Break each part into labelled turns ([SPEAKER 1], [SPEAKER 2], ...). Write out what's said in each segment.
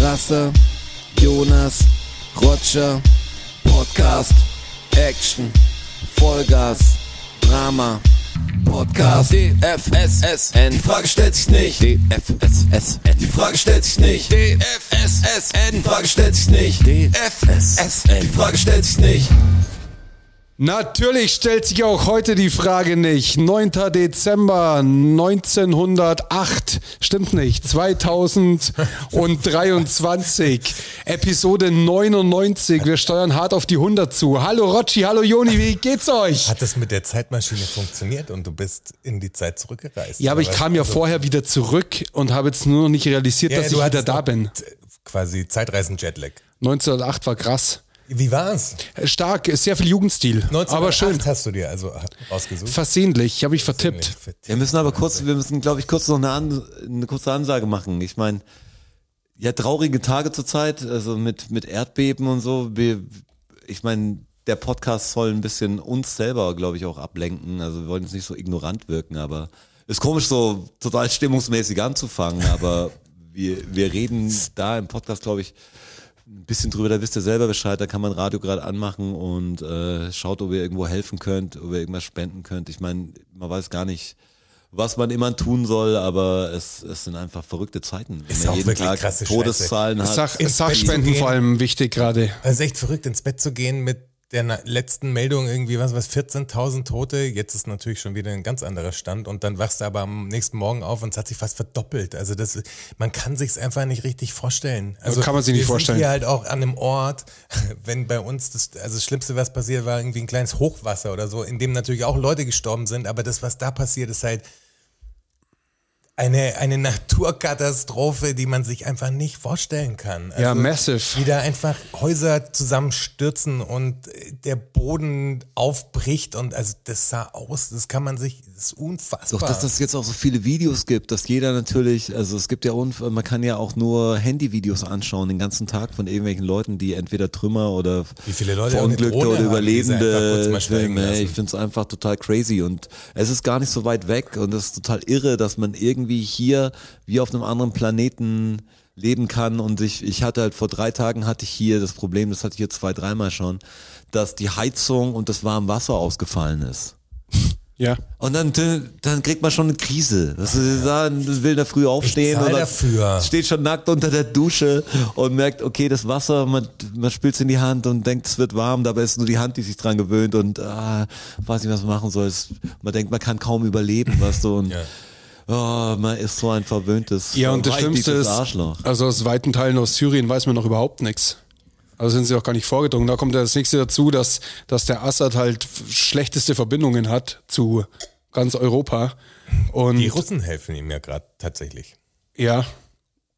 [SPEAKER 1] Rasse, Jonas, Roger, Podcast, Action, Vollgas, Drama, Podcast, DFSSN, die Frage stellt sich nicht, DFSSN, die Frage stellt sich nicht, DFSSN, die Frage stellt sich nicht, DFSSN, die Frage stellt sich nicht.
[SPEAKER 2] Natürlich stellt sich auch heute die Frage nicht. 9. Dezember 1908, stimmt nicht, 2023, Episode 99. Wir steuern hart auf die 100 zu. Hallo Rocci, hallo Joni, wie geht's euch?
[SPEAKER 3] Hat es mit der Zeitmaschine funktioniert und du bist in die Zeit zurückgereist?
[SPEAKER 2] Ja, aber ich
[SPEAKER 3] oder
[SPEAKER 2] kam ja
[SPEAKER 3] was? Also,
[SPEAKER 2] vorher wieder zurück und habe jetzt nur noch nicht realisiert,
[SPEAKER 3] Ja,
[SPEAKER 2] dass
[SPEAKER 3] du
[SPEAKER 2] ich wieder
[SPEAKER 3] hattest
[SPEAKER 2] da
[SPEAKER 3] noch
[SPEAKER 2] bin.
[SPEAKER 3] t- Quasi Zeitreisen Jetlag.
[SPEAKER 2] 1908 war krass. Äh,
[SPEAKER 3] Wie war's?
[SPEAKER 2] Stark, ist sehr viel Jugendstil,
[SPEAKER 3] 1908
[SPEAKER 2] aber schön.
[SPEAKER 3] hast du dir also rausgesucht.
[SPEAKER 2] Versehentlich, habe ich vertippt.
[SPEAKER 4] Wir müssen aber kurz, wir müssen, glaube ich, kurz noch eine, An eine kurze Ansage machen. Ich meine, ja, traurige Tage zurzeit, also mit, mit Erdbeben und so. Wir, ich meine, der Podcast soll ein bisschen uns selber, glaube ich, auch ablenken. Also wir wollen jetzt nicht so ignorant wirken, aber ist komisch, so total stimmungsmäßig anzufangen, aber wir, wir reden da im Podcast, glaube ich, ein bisschen drüber, da wisst ihr selber Bescheid, da kann man Radio gerade anmachen und äh, schaut, ob ihr irgendwo helfen könnt, ob ihr irgendwas spenden könnt. Ich meine, man weiß gar nicht, was man immer tun soll, aber es, es sind einfach verrückte Zeiten. Wenn
[SPEAKER 3] Ist
[SPEAKER 4] man
[SPEAKER 3] auch
[SPEAKER 4] jeden
[SPEAKER 3] wirklich
[SPEAKER 4] Tag
[SPEAKER 3] krasse Scheiße.
[SPEAKER 4] Todeszahlen hat.
[SPEAKER 2] Sach
[SPEAKER 3] Ins Bett
[SPEAKER 2] Sachspenden
[SPEAKER 3] gehen.
[SPEAKER 2] vor allem wichtig gerade.
[SPEAKER 3] Es Also ist echt verrückt, ins Bett zu gehen mit der na- letzten Meldung irgendwie, was was 14.000 Tote. Jetzt ist natürlich schon wieder ein ganz anderer Stand und dann wachst du aber am nächsten Morgen auf und es hat sich fast verdoppelt. Also das, man kann sich's einfach nicht richtig vorstellen. Also
[SPEAKER 2] Kann man sich nicht
[SPEAKER 3] wir
[SPEAKER 2] vorstellen.
[SPEAKER 3] Sind hier halt auch an einem Ort, wenn bei uns das, also das Schlimmste, was passiert, war irgendwie ein kleines Hochwasser oder so, in dem natürlich auch Leute gestorben sind. Aber das, was da passiert, ist halt eine, eine Naturkatastrophe, die man sich einfach nicht vorstellen kann. Also,
[SPEAKER 2] Ja, massive.
[SPEAKER 3] Wie da einfach Häuser zusammenstürzen und äh, der Boden aufbricht und also das sah aus, das kann man sich, das ist unfassbar.
[SPEAKER 4] Doch, dass es jetzt auch so viele Videos gibt, dass jeder natürlich, also es gibt ja, unf- man kann ja auch nur Handyvideos anschauen den ganzen Tag von irgendwelchen Leuten, die entweder Trümmer oder
[SPEAKER 3] Wie viele Leute auch eine
[SPEAKER 4] Verunglückte
[SPEAKER 3] Drohne
[SPEAKER 4] oder
[SPEAKER 3] haben, die sie einfach kurz
[SPEAKER 4] Überlebende
[SPEAKER 3] mal steigen
[SPEAKER 4] filmen. Ey,
[SPEAKER 3] lassen.
[SPEAKER 4] Ich finde es einfach total crazy und es ist gar nicht so weit weg und es ist total irre, dass man irgendwie hier wie auf einem anderen Planeten leben kann und ich, ich hatte halt vor drei Tagen hatte ich hier das Problem, das hatte ich hier zwei, dreimal schon, dass die Heizung und das warme Wasser ausgefallen ist.
[SPEAKER 2] Ja.
[SPEAKER 4] Und dann, dann kriegt man schon eine Krise. Das ist, da will da früh aufstehen
[SPEAKER 3] zahl
[SPEAKER 4] oder
[SPEAKER 3] dafür.
[SPEAKER 4] steht schon nackt unter der Dusche und merkt, okay, das Wasser, man, man spült es in die Hand und denkt, es wird warm, dabei ist nur die Hand, die sich dran gewöhnt und ah, weiß nicht, was man machen soll. Es, man denkt, man kann kaum überleben, weißt du, und oh, man ist so ein verwöhntes,
[SPEAKER 2] Ja, und das
[SPEAKER 4] verweichliches
[SPEAKER 2] Schlimmste ist,
[SPEAKER 4] Arschloch.
[SPEAKER 2] also aus weiten Teilen aus Syrien weiß man noch überhaupt nichts. Also sind sie auch gar nicht vorgedrungen. Da kommt ja das nächste dazu, dass, dass der Assad halt f- schlechteste Verbindungen hat zu ganz Europa. Und
[SPEAKER 3] die Russen helfen ihm ja gerade tatsächlich.
[SPEAKER 2] ja,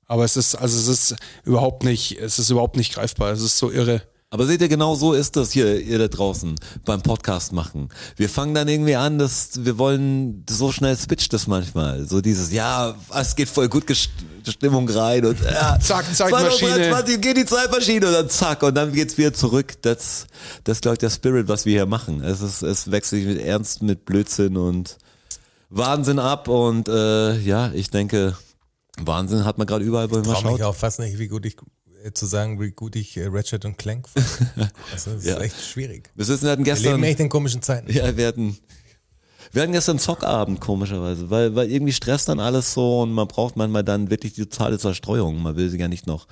[SPEAKER 2] aber es ist, also es ist überhaupt nicht, es ist überhaupt nicht greifbar. Es ist so irre.
[SPEAKER 4] Aber seht ihr, genau so ist das hier, ihr da draußen, beim Podcast machen. Wir fangen dann irgendwie an, dass wir wollen, so schnell switcht das manchmal. So dieses, ja, es geht voll gut Gest Stimmung rein und ja,
[SPEAKER 2] Zack, Zeitmaschine.
[SPEAKER 4] 2023 geht die Zeitmaschine und dann zack und dann geht's wieder zurück. Das, das ist, glaube ich, der Spirit, was wir hier machen. Es ist, es wechselt sich mit Ernst, mit Blödsinn und Wahnsinn ab und äh, ja, ich denke, Wahnsinn hat man gerade überall, wo man
[SPEAKER 3] Traue
[SPEAKER 4] schaut.
[SPEAKER 3] mich auch fast nicht, wie gut ich äh, zu sagen, wie gut ich äh, Ratchet und Clank fand. Also, das ist
[SPEAKER 4] Ja.
[SPEAKER 3] echt schwierig.
[SPEAKER 4] Wir sitzen, wir hatten
[SPEAKER 3] Wir
[SPEAKER 4] gestern
[SPEAKER 3] leben echt in komischen Zeiten.
[SPEAKER 4] Ja, wir hatten, wir hatten gestern Zockabend, komischerweise, weil, weil irgendwie stresst dann alles so und man braucht manchmal dann wirklich die totale Zerstreuung. Man will sie ja nicht noch.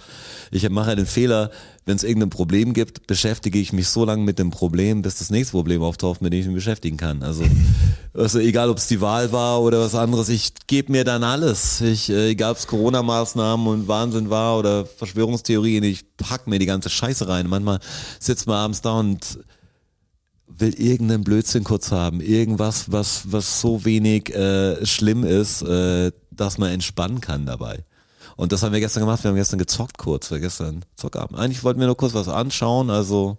[SPEAKER 4] Ich mache ja den Fehler, wenn es irgendein Problem gibt, beschäftige ich mich so lange mit dem Problem, bis das nächste Problem auftaucht, mit dem ich mich beschäftigen kann. Also, also egal, ob es die Wahl war oder was anderes, ich gebe mir dann alles. Ich, äh, egal, ob es Corona-Maßnahmen und Wahnsinn war oder Verschwörungstheorien, ich pack mir die ganze Scheiße rein. Manchmal sitzt man abends da und will irgendeinen Blödsinn kurz haben, irgendwas, was, was so wenig äh, schlimm ist, äh, dass man entspannen kann dabei. Und das haben wir gestern gemacht, wir haben gestern gezockt kurz, wir gestern Zockabend. Eigentlich wollten wir nur kurz was anschauen, also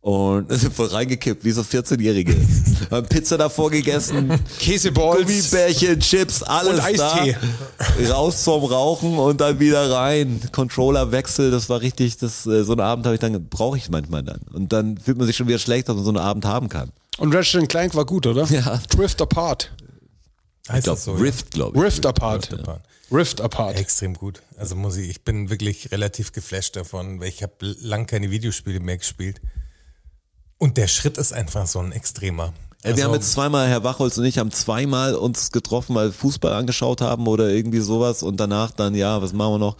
[SPEAKER 4] und sind voll reingekippt, wie so 14-Jährige. haben Pizza davor gegessen,
[SPEAKER 2] Käseballs.
[SPEAKER 4] Gummibärchen, Chips, alles
[SPEAKER 2] Und Eistee.
[SPEAKER 4] da. Raus zum Rauchen und dann wieder rein. Controllerwechsel, das war richtig, das äh, so einen Abend habe ich dann brauche ich manchmal dann und dann fühlt man sich schon wieder schlecht, dass man so einen Abend haben kann.
[SPEAKER 2] Und Ratchet Clank war gut, oder?
[SPEAKER 4] Ja.
[SPEAKER 2] Drift Apart.
[SPEAKER 3] Heißt
[SPEAKER 4] glaub,
[SPEAKER 3] das so?
[SPEAKER 4] Rift, glaube ich.
[SPEAKER 2] Rift Apart.
[SPEAKER 3] ja? Japan.
[SPEAKER 2] Rift Apart.
[SPEAKER 3] Extrem gut. Also muss ich, ich bin wirklich relativ geflasht davon, weil ich habe lang keine Videospiele mehr gespielt. Und der Schritt ist einfach so ein extremer.
[SPEAKER 4] Ey, wir
[SPEAKER 3] Also,
[SPEAKER 4] haben jetzt zweimal, Herr Wachholz und ich haben zweimal uns getroffen, weil wir Fußball angeschaut haben oder irgendwie sowas und danach dann, ja, was machen wir noch?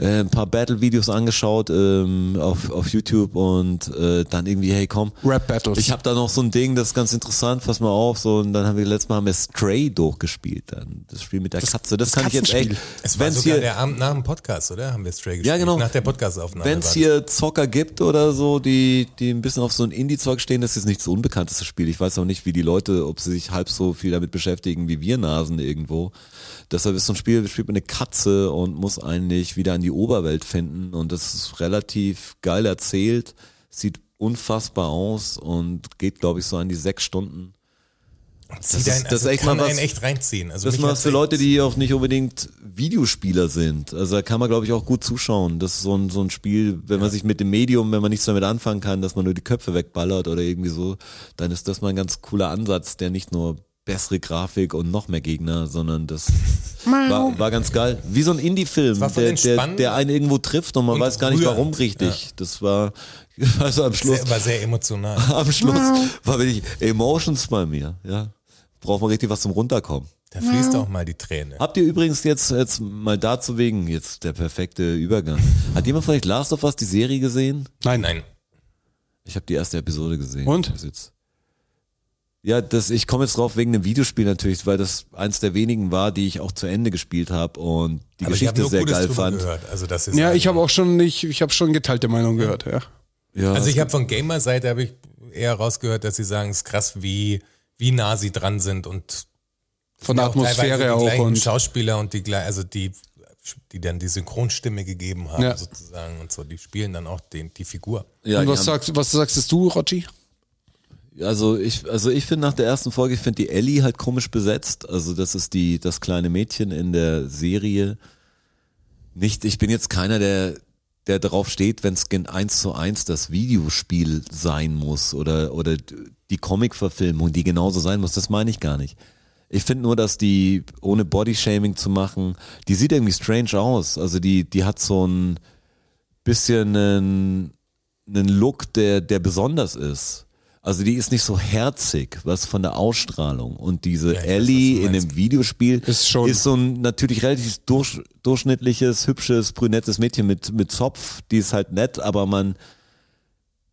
[SPEAKER 4] Äh, ein paar Battle-Videos angeschaut ähm, auf, auf YouTube und äh, dann irgendwie, hey komm,
[SPEAKER 2] Rap Battles.
[SPEAKER 4] ich habe da noch so ein Ding, das ist ganz interessant, pass mal auf, so und dann haben wir letztes Mal haben wir Stray durchgespielt, dann das Spiel mit der Katze, das, kann ich jetzt echt,
[SPEAKER 3] es war
[SPEAKER 4] wenn's
[SPEAKER 3] sogar
[SPEAKER 4] hier,
[SPEAKER 3] der Abend nach dem Podcast, oder? Haben wir Stray gespielt?
[SPEAKER 4] Ja, genau.
[SPEAKER 3] Nach der Podcastaufnahme.
[SPEAKER 4] wenn es
[SPEAKER 3] war
[SPEAKER 4] hier Zocker gibt oder so, die, die ein bisschen auf so ein Indie-Zeug stehen, das ist jetzt nicht so unbekannteste Spiel. Ich weiß auch nicht, wie die Leute, ob sie sich halb so viel damit beschäftigen wie wir Nasen irgendwo. Deshalb ist so ein Spiel, das spielt man eine Katze und muss eigentlich wieder an die Oberwelt finden und das ist relativ geil erzählt, sieht unfassbar aus und geht, glaube ich, so an die sechs Stunden.
[SPEAKER 3] das,
[SPEAKER 4] das
[SPEAKER 3] Zieh dein-
[SPEAKER 4] ist- das ist echt
[SPEAKER 3] kann
[SPEAKER 4] mal was-
[SPEAKER 3] einen echt reinziehen. Also
[SPEAKER 4] Das
[SPEAKER 3] mich
[SPEAKER 4] mal
[SPEAKER 3] hat's
[SPEAKER 4] für
[SPEAKER 3] echt-
[SPEAKER 4] Leute, die auch nicht unbedingt Videospieler sind. Also da kann man, glaube ich, auch gut zuschauen. Das ist so ein, so ein Spiel, wenn man sich mit dem Medium, wenn man nichts damit anfangen kann, dass man nur die Köpfe wegballert oder irgendwie so, dann ist das mal ein ganz cooler Ansatz, der nicht nur bessere Grafik und noch mehr Gegner, sondern das war, war ganz geil. Wie so ein Indie-Film,
[SPEAKER 3] war voll
[SPEAKER 4] der, der,
[SPEAKER 3] entspannt.
[SPEAKER 4] der einen irgendwo trifft und man
[SPEAKER 3] Und
[SPEAKER 4] weiß gar nicht
[SPEAKER 3] rührend.
[SPEAKER 4] warum richtig. Das war, also am Schluss,
[SPEAKER 3] Sehr, war sehr emotional.
[SPEAKER 4] am Schluss war wirklich Emotions bei mir, ja. Braucht man richtig was zum Runterkommen.
[SPEAKER 3] Da fließt auch mal die Träne.
[SPEAKER 4] Habt ihr übrigens jetzt, jetzt mal dazu wegen, jetzt der perfekte Übergang. Hat jemand vielleicht Last of Us die Serie gesehen?
[SPEAKER 2] Nein,
[SPEAKER 3] Nein,
[SPEAKER 4] Ich habe die erste Episode gesehen.
[SPEAKER 2] Und?
[SPEAKER 4] Bis jetzt. Ja, das, ich komme jetzt drauf wegen dem Videospiel natürlich, weil das eins der wenigen war, die ich auch zu Ende gespielt habe und die
[SPEAKER 3] aber ich habe
[SPEAKER 4] Geschichte
[SPEAKER 3] nur
[SPEAKER 4] sehr
[SPEAKER 3] Gutes
[SPEAKER 4] geil
[SPEAKER 3] drüber
[SPEAKER 4] fand.
[SPEAKER 3] gehört. Also das ist
[SPEAKER 2] Ja,
[SPEAKER 3] ein-
[SPEAKER 2] ich habe auch schon nicht, ich habe schon geteilte Meinung gehört, ja.
[SPEAKER 4] Ja,
[SPEAKER 3] Also ich habe von Gamer-Seite habe ich eher rausgehört, dass sie sagen, es ist krass, wie, wie nah sie dran sind und
[SPEAKER 2] Von der
[SPEAKER 3] auch teilweise die
[SPEAKER 2] Atmosphäre auch
[SPEAKER 3] gleichen
[SPEAKER 2] und
[SPEAKER 3] Schauspieler und die gleich- also die, die dann die Synchronstimme gegeben haben
[SPEAKER 2] Ja.
[SPEAKER 3] sozusagen und so, die spielen dann auch den, die Figur.
[SPEAKER 4] ja,
[SPEAKER 2] und
[SPEAKER 4] die
[SPEAKER 2] was
[SPEAKER 4] haben-
[SPEAKER 2] sagst, was sagst du, Rotschi?
[SPEAKER 4] Also ich, also ich finde nach der ersten Folge, ich finde die Ellie halt komisch besetzt. Also das ist die, das kleine Mädchen in der Serie. Nicht, ich bin jetzt keiner, der, der darauf steht, wenn es eins zu eins das Videospiel sein muss oder, oder die Comic-Verfilmung, die genauso sein muss. Das meine ich gar nicht. Ich finde nur, dass die, ohne Bodyshaming zu machen, die sieht irgendwie strange aus. Also die, die hat so ein bisschen einen, einen Look, der, der besonders ist. Also die ist nicht so herzig, was von der Ausstrahlung. Und diese
[SPEAKER 3] ich weiß, was
[SPEAKER 4] Ellie
[SPEAKER 3] du
[SPEAKER 4] in dem Videospiel
[SPEAKER 2] Ist schon-
[SPEAKER 4] ist so ein natürlich relativ durch, durchschnittliches, hübsches, brünettes Mädchen mit, mit Zopf. Die ist halt nett, aber man,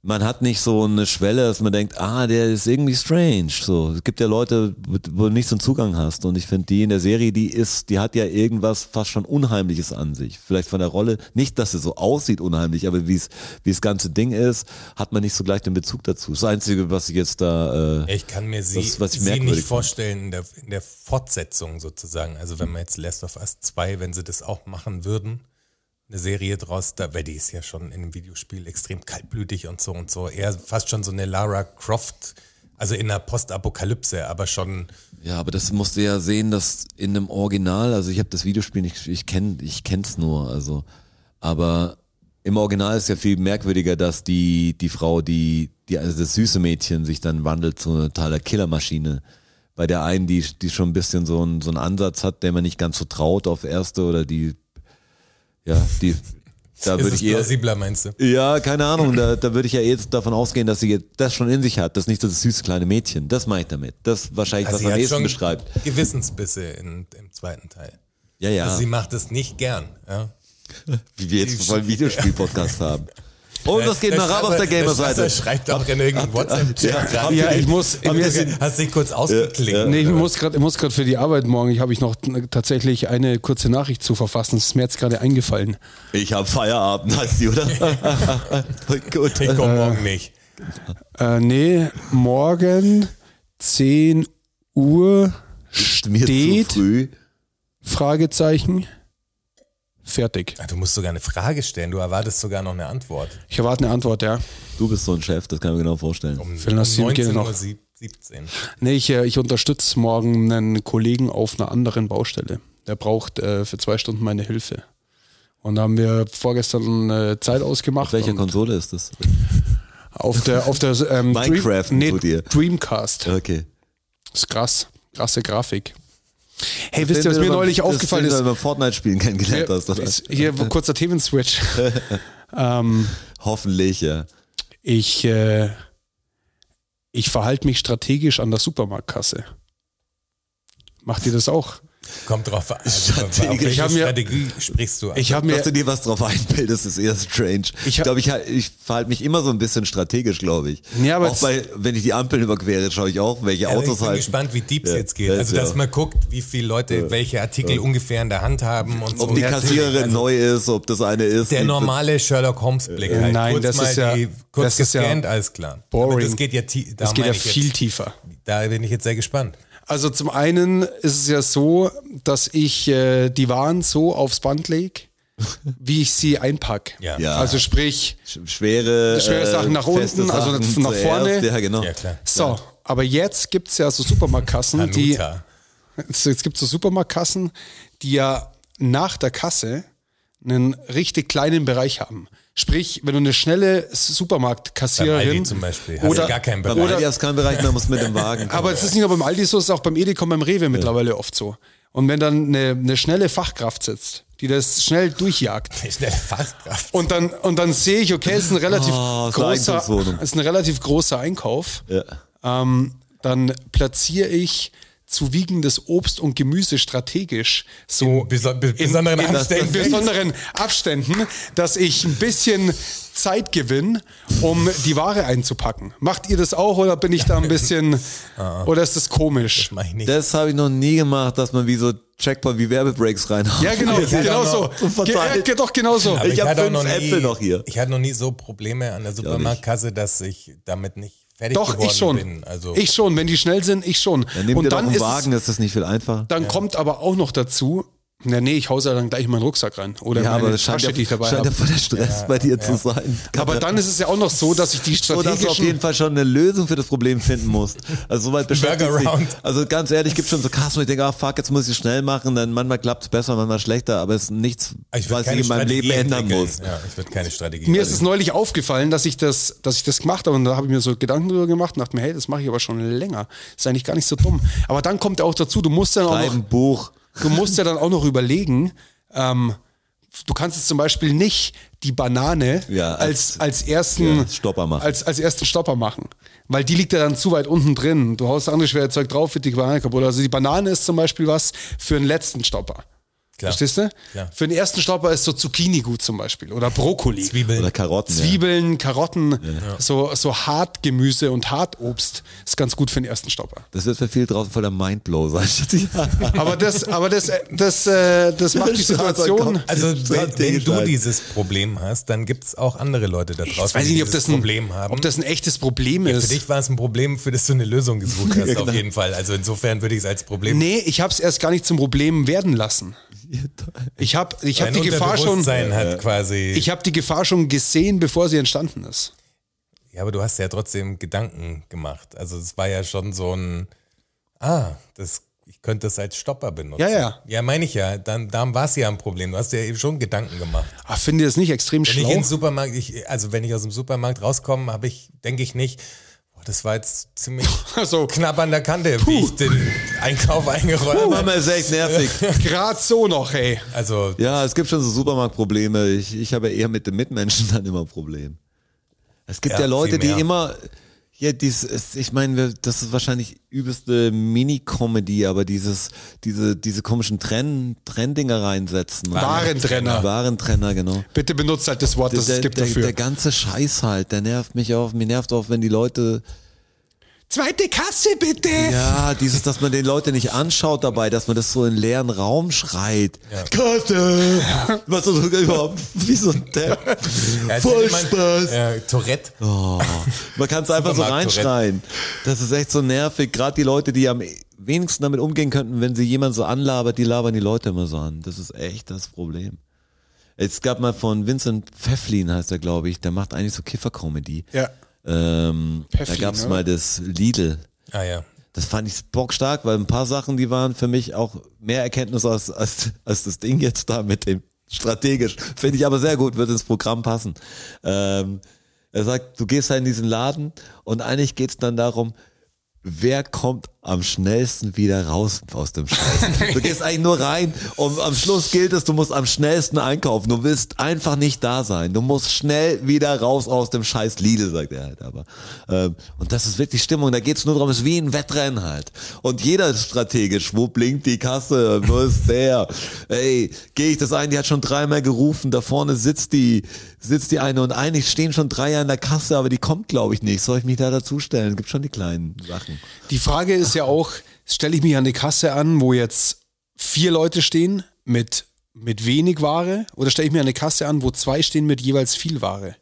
[SPEAKER 4] man hat nicht so eine Schwelle, dass man denkt, ah, der ist irgendwie strange. So, es gibt ja Leute, wo du nicht so einen Zugang hast. Und ich finde, die in der Serie, die ist, die hat ja irgendwas fast schon Unheimliches an sich. Vielleicht von der Rolle, nicht, dass sie so aussieht unheimlich, aber wie es, wie das ganze Ding ist, hat man nicht so gleich den Bezug dazu. Das Einzige, was ich jetzt da, äh,
[SPEAKER 3] Ich kann mir sie,
[SPEAKER 4] Das, was ich
[SPEAKER 3] sie
[SPEAKER 4] merkwürdig
[SPEAKER 3] nicht
[SPEAKER 4] fand.
[SPEAKER 3] vorstellen in der, in der Fortsetzung sozusagen. Also wenn man jetzt Last of Us 2, wenn sie das auch machen würden, eine Serie draus, da, weil die ist ja schon in einem Videospiel extrem kaltblütig und so und so. Eher fast schon so eine Lara Croft, also in einer Postapokalypse, aber schon
[SPEAKER 4] Ja, aber das musst du ja sehen, dass in einem Original, also ich habe das Videospiel nicht, gespielt, ich kenn, ich kenn's nur, also, aber im Original ist ja viel merkwürdiger, dass die die Frau, die die also das süße Mädchen sich dann wandelt zu einer totaler Killermaschine. Bei der einen, die die schon ein bisschen so einen so einen Ansatz hat, der man nicht ganz so traut auf erste oder die ja, die da
[SPEAKER 3] ist
[SPEAKER 4] würde
[SPEAKER 3] es
[SPEAKER 4] ich eher
[SPEAKER 3] plausibler, meinst du?
[SPEAKER 4] ja, keine Ahnung. Da, da würde ich ja jetzt davon ausgehen, dass sie jetzt das schon in sich hat. Das ist nicht so das süße kleine Mädchen. Das meine ich damit. Das wahrscheinlich, was
[SPEAKER 3] Also sie
[SPEAKER 4] am
[SPEAKER 3] hat
[SPEAKER 4] ehesten
[SPEAKER 3] schon
[SPEAKER 4] beschreibt.
[SPEAKER 3] Gewissensbisse in, im zweiten Teil.
[SPEAKER 4] Ja, ja.
[SPEAKER 3] Also sie macht es nicht gern. Ja.
[SPEAKER 4] wie wir
[SPEAKER 3] sie-
[SPEAKER 4] jetzt voll einen Videospiel-Podcast haben. Und das geht nach ab auf der
[SPEAKER 3] Er
[SPEAKER 4] Gamer-Seite.
[SPEAKER 3] schreibt auch in irgendeinem WhatsApp-Chat. Ja,
[SPEAKER 4] Ja,
[SPEAKER 2] Ja, ich muss, mir ist,
[SPEAKER 3] hast dich kurz ausgeklickt.
[SPEAKER 2] nee, ich muss gerade, ich muss gerade für die Arbeit morgen, ich habe ich noch tatsächlich eine kurze Nachricht zu verfassen. Das ist mir jetzt gerade eingefallen.
[SPEAKER 4] Ich habe Feierabend, heißt die, oder? Gut.
[SPEAKER 3] Ich komme morgen nicht.
[SPEAKER 2] Äh, nee, morgen 10 Uhr
[SPEAKER 4] Mir zu
[SPEAKER 2] steht
[SPEAKER 4] früh.
[SPEAKER 2] Fragezeichen fertig.
[SPEAKER 3] Ah, Du musst sogar eine Frage stellen. Du erwartest sogar noch eine Antwort.
[SPEAKER 2] Ich erwarte eine Antwort, ja.
[SPEAKER 4] Du bist so ein Chef, das kann ich mir genau vorstellen.
[SPEAKER 3] Um
[SPEAKER 2] Phil, lass ihn gehen noch.
[SPEAKER 3] 19.17
[SPEAKER 2] Nee, ich, äh, ich unterstütze morgen einen Kollegen auf einer anderen Baustelle. Der braucht äh, für zwei Stunden meine Hilfe. Und da haben wir vorgestern äh, Zeit ausgemacht.
[SPEAKER 4] Auf welcher
[SPEAKER 2] und
[SPEAKER 4] Konsole ist das?
[SPEAKER 2] auf der, auf der ähm,
[SPEAKER 4] Minecraft
[SPEAKER 2] Dream, nee,
[SPEAKER 4] tut ihr.
[SPEAKER 2] Dreamcast.
[SPEAKER 4] Okay.
[SPEAKER 2] Das ist krass. Krasse Grafik. Hey, wisst ihr, was mir neulich aufgefallen ist?
[SPEAKER 4] Wenn du beim Fortnite spielen kennengelernt hast.
[SPEAKER 2] Hier,
[SPEAKER 4] Oder?
[SPEAKER 2] hier kurzer Themenswitch. ähm,
[SPEAKER 4] Hoffentlich, ja.
[SPEAKER 2] ich äh, ich verhalte mich strategisch an der Supermarktkasse. Macht ihr das auch?
[SPEAKER 3] Kommt drauf an. Also, auf
[SPEAKER 4] Strategie.
[SPEAKER 3] welche
[SPEAKER 2] Ich hab mir-
[SPEAKER 3] Strategie sprichst du an?
[SPEAKER 2] Ich habe mir
[SPEAKER 4] Dass du dir was drauf einbildest, ist eher strange.
[SPEAKER 2] Ich
[SPEAKER 4] Ich
[SPEAKER 2] hab-
[SPEAKER 4] glaube, ich, hal- ich verhalte mich immer so ein bisschen strategisch, glaube ich.
[SPEAKER 2] Ja, aber
[SPEAKER 4] auch
[SPEAKER 2] jetzt-
[SPEAKER 4] bei, wenn ich die Ampeln überquere, schaue ich auch, welche
[SPEAKER 3] Also ich
[SPEAKER 4] Autos
[SPEAKER 3] bin
[SPEAKER 4] halt.
[SPEAKER 3] gespannt, wie deep es
[SPEAKER 4] Ja,
[SPEAKER 3] jetzt geht.
[SPEAKER 4] ja,
[SPEAKER 3] Also,
[SPEAKER 4] ja.
[SPEAKER 3] dass man guckt, wie viele Leute welche Artikel ungefähr in der Hand haben und so.
[SPEAKER 4] Ob die
[SPEAKER 3] Ja,
[SPEAKER 4] Kassiererin
[SPEAKER 3] natürlich. Also,
[SPEAKER 4] neu ist, ob das eine ist.
[SPEAKER 3] Der
[SPEAKER 4] die-
[SPEAKER 3] normale Sherlock Holmes-Blick halt.
[SPEAKER 2] Äh, Nein,
[SPEAKER 3] kurz
[SPEAKER 2] das
[SPEAKER 3] mal
[SPEAKER 2] ist ja-
[SPEAKER 3] die, kurz
[SPEAKER 2] das ist ja
[SPEAKER 3] gescannt, alles klar. Aber
[SPEAKER 2] boring.
[SPEAKER 3] das geht ja, tie- da
[SPEAKER 2] das geht ja
[SPEAKER 3] meine ich
[SPEAKER 2] viel
[SPEAKER 3] jetzt,
[SPEAKER 2] tiefer.
[SPEAKER 3] Da bin ich jetzt sehr gespannt.
[SPEAKER 2] Also zum einen ist es ja so, dass ich äh, die Waren so aufs Band lege, wie ich sie einpacke.
[SPEAKER 3] Ja.
[SPEAKER 4] Ja.
[SPEAKER 2] Also sprich,
[SPEAKER 4] Sch- schwere, äh,
[SPEAKER 2] Schwere Sachen nach unten,
[SPEAKER 4] feste
[SPEAKER 2] also
[SPEAKER 4] Sachen
[SPEAKER 2] nach vorne.
[SPEAKER 4] zuerst. Ja, genau.
[SPEAKER 3] Ja, klar.
[SPEAKER 2] so, aber jetzt gibt es ja so Supermarktkassen, die
[SPEAKER 3] Hanuta.
[SPEAKER 2] So, Jetzt gibt es so Supermarktkassen, die ja nach der Kasse einen richtig kleinen Bereich haben. Sprich, wenn du eine schnelle
[SPEAKER 3] Beim
[SPEAKER 2] Supermarktkassiererin
[SPEAKER 3] Aldi zum Beispiel hast
[SPEAKER 2] oder
[SPEAKER 3] du gar keinen
[SPEAKER 4] Beim
[SPEAKER 3] Bereich.
[SPEAKER 4] Aldi hast keinen Bereich, man muss mit dem Wagen kommen.
[SPEAKER 2] aber es ist nicht nur beim Aldi so, es ist auch beim Edeka und beim Rewe mittlerweile oft so. Und wenn dann eine, eine schnelle Fachkraft sitzt, die das schnell durchjagt
[SPEAKER 3] Die Schnelle Fachkraft.
[SPEAKER 2] und dann und dann sehe ich, okay, es ist ein relativ
[SPEAKER 4] Oh, ist eine
[SPEAKER 2] großer,
[SPEAKER 4] Eigentumswohnung.
[SPEAKER 2] ist ein relativ großer Einkauf.
[SPEAKER 4] Ja.
[SPEAKER 2] ähm, dann platziere ich zu wiegendes Obst und Gemüse strategisch so
[SPEAKER 3] beso- be- besonderen
[SPEAKER 2] in, in
[SPEAKER 3] Abständen.
[SPEAKER 2] besonderen Abständen, dass ich ein bisschen Zeit gewinne, um die Ware einzupacken. Macht ihr das auch oder bin ich da ein bisschen oder ist das komisch?
[SPEAKER 3] Mach ich nicht.
[SPEAKER 4] Das habe ich noch nie gemacht, dass man wie so Checkpoint wie Werbebreaks reinhaut.
[SPEAKER 2] Ja, genau,
[SPEAKER 3] Ja,
[SPEAKER 2] genau
[SPEAKER 3] genau.
[SPEAKER 2] so. Ge
[SPEAKER 4] Verteilt.
[SPEAKER 2] ja, ge- doch, genau so.
[SPEAKER 3] Aber
[SPEAKER 4] Ich hab
[SPEAKER 3] hatte auch
[SPEAKER 4] fünf Äpfel noch hier.
[SPEAKER 3] Ich hatte noch nie so Probleme an der Supermarktkasse, dass ich damit nicht fertig
[SPEAKER 2] Doch,
[SPEAKER 3] geworden
[SPEAKER 2] ich schon.
[SPEAKER 3] bin. Also
[SPEAKER 2] Ich schon. Wenn die schnell sind, ich schon.
[SPEAKER 4] Dann nimm dir
[SPEAKER 2] und
[SPEAKER 4] doch
[SPEAKER 2] dann
[SPEAKER 4] einen
[SPEAKER 2] ist
[SPEAKER 4] Wagen,
[SPEAKER 2] es,
[SPEAKER 4] ist das nicht viel einfacher.
[SPEAKER 2] dann kommt aber auch noch dazu, na nee, ich hause ja dann gleich in meinen Rucksack rein oder
[SPEAKER 4] Ja,
[SPEAKER 2] in
[SPEAKER 4] aber
[SPEAKER 2] meine
[SPEAKER 4] das scheint
[SPEAKER 2] Tasche,
[SPEAKER 4] ja,
[SPEAKER 2] die ich dabei
[SPEAKER 4] scheint
[SPEAKER 2] habe.
[SPEAKER 4] ja voll der Stress bei dir zu sein.
[SPEAKER 2] Aber dann ist es ja auch noch so, dass ich die
[SPEAKER 4] so, dass du auf jeden
[SPEAKER 2] strategischen.
[SPEAKER 4] Fall schon eine Lösung für das Problem finden musst. Also soweit beschäftigt dich.
[SPEAKER 3] Workaround.
[SPEAKER 4] Also ganz ehrlich, gibt schon so Kassen, wo ich denke, ah fuck, jetzt muss ich schnell machen, dann manchmal klappt es besser, manchmal schlechter, aber es ist nichts,
[SPEAKER 3] Ah, also ich würd
[SPEAKER 4] was ich in meinem Leben ändern
[SPEAKER 3] entwickeln.
[SPEAKER 4] muss.
[SPEAKER 3] Ja, ich würde keine Strategie
[SPEAKER 2] Mir ist es neulich aufgefallen, dass ich das, dass ich das gemacht habe und da habe ich mir so Gedanken drüber gemacht und dachte mir, hey, das mache ich aber schon länger. Ist eigentlich gar nicht so dumm. Aber dann kommt ja auch dazu, du musst dann auch
[SPEAKER 4] Schreib
[SPEAKER 2] noch,
[SPEAKER 4] ein Buch.
[SPEAKER 2] du musst ja dann auch noch überlegen, ähm, du kannst jetzt zum Beispiel nicht die Banane
[SPEAKER 4] Ja,
[SPEAKER 2] als,
[SPEAKER 4] als-
[SPEAKER 2] als ersten
[SPEAKER 4] ja, als Stopper machen.
[SPEAKER 2] Als, als ersten Stopper machen. Weil die liegt ja dann zu weit unten drin. Du haust andere schwere Zeug drauf, wird die Banane kaputt. Also die Banane ist zum Beispiel was für einen letzten Stopper.
[SPEAKER 3] Klar.
[SPEAKER 2] Verstehst du?
[SPEAKER 3] Klar.
[SPEAKER 2] Für den ersten Stopper ist so Zucchini gut zum Beispiel oder Brokkoli.
[SPEAKER 3] Zwiebeln.
[SPEAKER 4] Oder Karotten.
[SPEAKER 2] Zwiebeln, Karotten, so, so Hartgemüse und Hartobst ist ganz gut für den ersten Stopper.
[SPEAKER 4] Ja. Das wird für viele draußen voll der Mindblow sein.
[SPEAKER 2] Aber das, aber das, äh, das, äh, das macht die Situation.
[SPEAKER 3] Also
[SPEAKER 4] Strategisch
[SPEAKER 3] wenn, wenn du
[SPEAKER 4] halt.
[SPEAKER 3] dieses Problem hast, dann gibt es auch andere Leute da draußen,
[SPEAKER 2] Ich weiß
[SPEAKER 3] die
[SPEAKER 2] nicht, ob
[SPEAKER 3] dieses
[SPEAKER 2] das, ein,
[SPEAKER 3] Problem haben.
[SPEAKER 2] ob das ein echtes Problem
[SPEAKER 3] für
[SPEAKER 2] ist. genau.
[SPEAKER 3] dich war es ein Problem, für das du eine Lösung gesucht hast, auf jeden Fall. Also insofern würde ich es als Problem.
[SPEAKER 2] Nee, ich habe es erst gar nicht zum Problem werden lassen. Ich habe ich hab
[SPEAKER 3] Dein
[SPEAKER 2] die Gefahr schon. äh,
[SPEAKER 3] Unterbewusstsein hat quasi.
[SPEAKER 2] Ich habe die Gefahr schon gesehen, bevor sie entstanden ist.
[SPEAKER 3] ja, aber du hast ja trotzdem Gedanken gemacht. Also es war ja schon so ein. Ah, das. Ich könnte das als Stopper benutzen.
[SPEAKER 2] Ja, ja.
[SPEAKER 3] Ja, meine ich ja. Dann, darum war es ja ein Problem. Du hast dir eben schon Gedanken gemacht.
[SPEAKER 2] Ah, finde ich das nicht extrem
[SPEAKER 3] Wenn ich in
[SPEAKER 2] schlau?
[SPEAKER 3] den Supermarkt, ich, also wenn ich aus dem Supermarkt rauskomme, habe ich, denke ich nicht, boah, das war jetzt ziemlich
[SPEAKER 2] So.
[SPEAKER 3] knapp an der Kante, wie ich den Einkauf eingeräumt habe.
[SPEAKER 4] Mama ist echt nervig.
[SPEAKER 2] Gerade so noch, ey.
[SPEAKER 3] Also
[SPEAKER 4] Ja, es gibt schon so Supermarktprobleme. Ich, ich habe eher mit den Mitmenschen dann immer ein Problem. Es gibt
[SPEAKER 3] Ja,
[SPEAKER 4] ja, Leute,
[SPEAKER 3] viel
[SPEAKER 4] die
[SPEAKER 3] mehr.
[SPEAKER 4] immer, ja, dies, es- ich meine, wir- das ist wahrscheinlich übelste Mini-Comedy, aber dieses, diese, diese komischen Trenn, Trenndinger reinsetzen.
[SPEAKER 2] Warentrenner.
[SPEAKER 4] Warentrenner, genau.
[SPEAKER 2] Bitte benutzt halt das Wort, das
[SPEAKER 4] der,
[SPEAKER 2] es gibt
[SPEAKER 4] der,
[SPEAKER 2] dafür.
[SPEAKER 4] der ganze Scheiß halt, der nervt mich auf. Mir nervt auch, wenn die Leute,
[SPEAKER 2] Zweite Kasse, bitte!
[SPEAKER 4] ja, dieses, dass man den Leute nicht anschaut dabei, dass man das so in leeren Raum schreit. Kasse! Was ist das überhaupt? Wie so ein Depp.
[SPEAKER 3] ja,
[SPEAKER 4] Voll
[SPEAKER 3] wenn man-
[SPEAKER 4] Spaß.
[SPEAKER 3] Ja, Tourette.
[SPEAKER 4] Oh, man kann es einfach so
[SPEAKER 3] Supermarkt-Tourette.
[SPEAKER 4] reinschreien. Das ist echt so nervig. Gerade die Leute, die am wenigsten damit umgehen könnten, wenn sie jemand so anlabert, die labern die Leute immer so an. Das ist echt das Problem. Es gab mal von Vincent Pfefflin, heißt er, glaube ich, der macht eigentlich so Kiffer-Comedy.
[SPEAKER 2] Ja.
[SPEAKER 4] Ähm, da
[SPEAKER 2] Pfefflin,
[SPEAKER 4] gab's
[SPEAKER 2] oder?
[SPEAKER 4] mal das Lidl.
[SPEAKER 3] Ah ja.
[SPEAKER 4] Das fand ich bockstark, weil ein paar Sachen, die waren für mich auch mehr Erkenntnis als, als, als das Ding jetzt da mit dem strategisch. Finde ich aber sehr gut, wird ins Programm passen. halt Ähm, er sagt, du gehst da in diesen Laden und eigentlich geht's dann darum, wer kommt am schnellsten wieder raus aus dem Scheiß. Du gehst eigentlich nur rein und am Schluss gilt es, du musst am schnellsten einkaufen. Du willst einfach nicht da sein. Du musst schnell wieder raus aus dem Scheiß Lidl, sagt er halt aber. Ähm, und das ist wirklich Stimmung. Da geht's nur darum, es ist wie ein Wettrennen halt. Und jeder ist strategisch. Wo blinkt die Kasse? Wo ist der? Ey, gehe ich das ein? Die hat schon dreimal gerufen. Da vorne sitzt die, sitzt die eine und eigentlich stehen schon drei Jahre in der Kasse, aber die kommt, glaube ich, nicht. Soll ich mich da dazustellen? Gibt schon die kleinen Sachen.
[SPEAKER 2] Die Frage ist ja auch, stelle ich mich an die Kasse an, wo jetzt vier Leute stehen mit, mit wenig Ware oder stelle ich mir an eine Kasse an, wo zwei stehen mit jeweils viel Ware?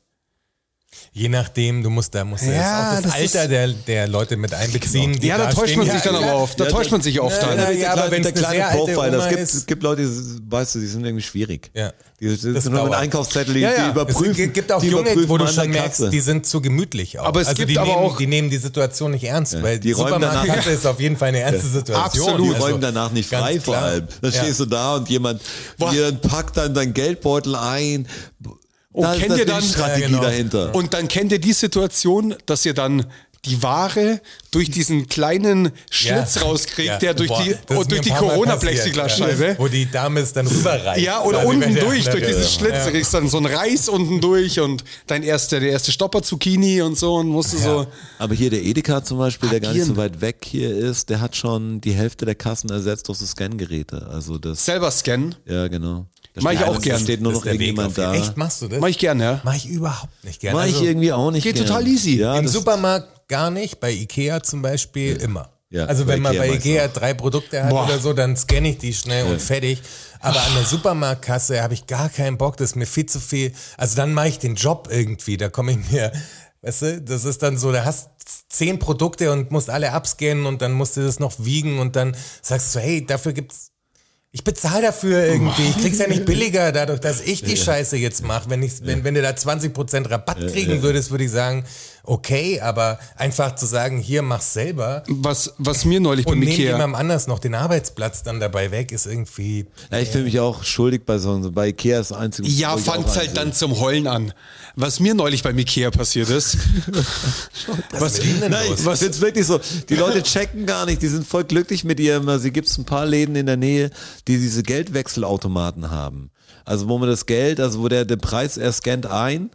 [SPEAKER 3] Je nachdem, du musst da musst du
[SPEAKER 2] Ja,
[SPEAKER 3] jetzt auch das,
[SPEAKER 2] das
[SPEAKER 3] Alter
[SPEAKER 2] ist-
[SPEAKER 3] der, der Leute mit einbeziehen. die
[SPEAKER 2] Ja, da täuscht
[SPEAKER 3] stehen.
[SPEAKER 2] man sich dann aber oft. Da
[SPEAKER 4] Ja,
[SPEAKER 2] täuscht man sich oft
[SPEAKER 3] Ja,
[SPEAKER 2] dann.
[SPEAKER 3] ja,
[SPEAKER 4] Der
[SPEAKER 3] ja, aber
[SPEAKER 4] kleine-
[SPEAKER 3] wenn
[SPEAKER 4] der kleine Profiler. Es gibt, es
[SPEAKER 3] ist,
[SPEAKER 4] gibt Leute, die- weißt du, die sind irgendwie schwierig.
[SPEAKER 3] Ja.
[SPEAKER 4] Die sind
[SPEAKER 3] Das
[SPEAKER 4] nur mit
[SPEAKER 3] dauert.
[SPEAKER 4] Einkaufszettel, die,
[SPEAKER 2] Ja, ja.
[SPEAKER 4] die überprüfen.
[SPEAKER 3] es gibt- gibt auch
[SPEAKER 4] die
[SPEAKER 3] Junge,
[SPEAKER 4] überprüfen
[SPEAKER 3] wo du
[SPEAKER 4] an der
[SPEAKER 3] schon merkst,
[SPEAKER 4] Kasse.
[SPEAKER 3] die sind zu gemütlich auch.
[SPEAKER 2] Aber es
[SPEAKER 3] also
[SPEAKER 2] gibt
[SPEAKER 3] die
[SPEAKER 2] aber
[SPEAKER 3] nehmen,
[SPEAKER 2] auch-
[SPEAKER 3] die nehmen die Situation nicht ernst, weil
[SPEAKER 4] die
[SPEAKER 3] die
[SPEAKER 4] räumen danach-
[SPEAKER 3] Supermarktkasse ist auf jeden Fall eine ernste Situation. Also
[SPEAKER 4] Die
[SPEAKER 2] absolut.
[SPEAKER 4] räumen danach nicht
[SPEAKER 3] ganz
[SPEAKER 4] frei vor
[SPEAKER 3] klar.
[SPEAKER 4] allem. Dann
[SPEAKER 3] Ja.
[SPEAKER 4] stehst du da und jemand
[SPEAKER 2] Boah.
[SPEAKER 4] jemand packt dann deinen Geldbeutel ein.
[SPEAKER 2] Und
[SPEAKER 4] da
[SPEAKER 2] Oh, kennt
[SPEAKER 4] ist
[SPEAKER 2] ihr
[SPEAKER 4] das
[SPEAKER 2] dann-
[SPEAKER 4] die Strategie
[SPEAKER 3] Ja, genau.
[SPEAKER 4] dahinter.
[SPEAKER 2] Und dann kennt ihr die Situation, dass ihr dann die Ware durch diesen kleinen Schlitz
[SPEAKER 3] Ja.
[SPEAKER 2] rauskriegt,
[SPEAKER 3] Ja.
[SPEAKER 2] der durch
[SPEAKER 3] Boah, das ist
[SPEAKER 2] die,
[SPEAKER 3] mir
[SPEAKER 2] und durch
[SPEAKER 3] ein
[SPEAKER 2] die
[SPEAKER 3] paar Mal
[SPEAKER 2] Corona-Plexiglasscheibe.
[SPEAKER 3] passiert, Ja. Wo die Dame es dann rüberreicht.
[SPEAKER 2] Ja, oder
[SPEAKER 3] Also,
[SPEAKER 2] unten
[SPEAKER 3] wenn-
[SPEAKER 2] durch, durch
[SPEAKER 3] Ja.
[SPEAKER 2] dieses Schlitz. Da kriegst du dann so einen Reis unten durch und dein erster, der erste Stopper-Zucchini und so und musst du so.
[SPEAKER 4] Aber hier der Edeka zum Beispiel, der gar nicht
[SPEAKER 2] Agieren.
[SPEAKER 4] so weit weg hier ist, der hat schon die Hälfte der Kassen ersetzt durch so Scangeräte. Also das,
[SPEAKER 2] Selber scannen.
[SPEAKER 4] ja genau. Da
[SPEAKER 2] Mach ich
[SPEAKER 4] steht
[SPEAKER 2] auch
[SPEAKER 4] einer,
[SPEAKER 2] gern.
[SPEAKER 4] Da steht nur
[SPEAKER 3] Das
[SPEAKER 4] noch
[SPEAKER 3] ist der Weg
[SPEAKER 4] irgendjemand
[SPEAKER 3] auf jeden
[SPEAKER 4] da.
[SPEAKER 3] Fall. Echt, machst du das?
[SPEAKER 2] Mach ich gerne, ja.
[SPEAKER 3] Mach ich überhaupt nicht gerne.
[SPEAKER 4] Mach ich
[SPEAKER 3] Also,
[SPEAKER 4] irgendwie auch nicht
[SPEAKER 2] Geht
[SPEAKER 4] gern.
[SPEAKER 2] total easy.
[SPEAKER 4] Ja,
[SPEAKER 3] Im
[SPEAKER 4] das-
[SPEAKER 3] Supermarkt gar nicht, bei Ikea zum Beispiel immer.
[SPEAKER 4] Ja,
[SPEAKER 3] also
[SPEAKER 4] bei
[SPEAKER 3] wenn man
[SPEAKER 4] Ikea
[SPEAKER 3] bei
[SPEAKER 4] meistens
[SPEAKER 3] Ikea drei Produkte hat
[SPEAKER 2] Boah.
[SPEAKER 3] oder so, dann scanne ich die schnell und fertig. Aber an der Supermarktkasse habe ich gar keinen Bock, das ist mir viel zu viel. Also dann mache ich den Job irgendwie, da komme ich mir, weißt du, das ist dann so, da hast zehn Produkte und musst alle abscannen und dann musst du das noch wiegen und dann sagst du, hey, dafür gibt's ich bezahle dafür irgendwie. Ich krieg's ja nicht billiger dadurch, dass ich die Scheiße jetzt mache. Wenn, ich, wenn, wenn du da 20% Rabatt kriegen würdest, würde ich sagen, okay, aber einfach zu sagen, hier mach's selber
[SPEAKER 2] Was, was mir neulich
[SPEAKER 3] und
[SPEAKER 2] beim
[SPEAKER 3] nehmt
[SPEAKER 2] Ikea.
[SPEAKER 3] jemandem anders noch den Arbeitsplatz dann dabei weg, ist irgendwie.
[SPEAKER 4] Ja, ich fühle mich auch schuldig bei so einem, bei Ikea ist das einzige.
[SPEAKER 2] Ja,
[SPEAKER 4] wo ich auch
[SPEAKER 2] fangt's halt dann zum Heulen an. Was mir neulich beim Ikea passiert ist,
[SPEAKER 3] Was ist denn
[SPEAKER 4] Nein,
[SPEAKER 3] los?
[SPEAKER 4] was jetzt wirklich so. Die Leute checken gar nicht, die sind voll glücklich mit ihrem. Also gibt es ein paar Läden in der Nähe, die diese Geldwechselautomaten haben. Also wo man das Geld, also wo der, der Preis, er scannt ein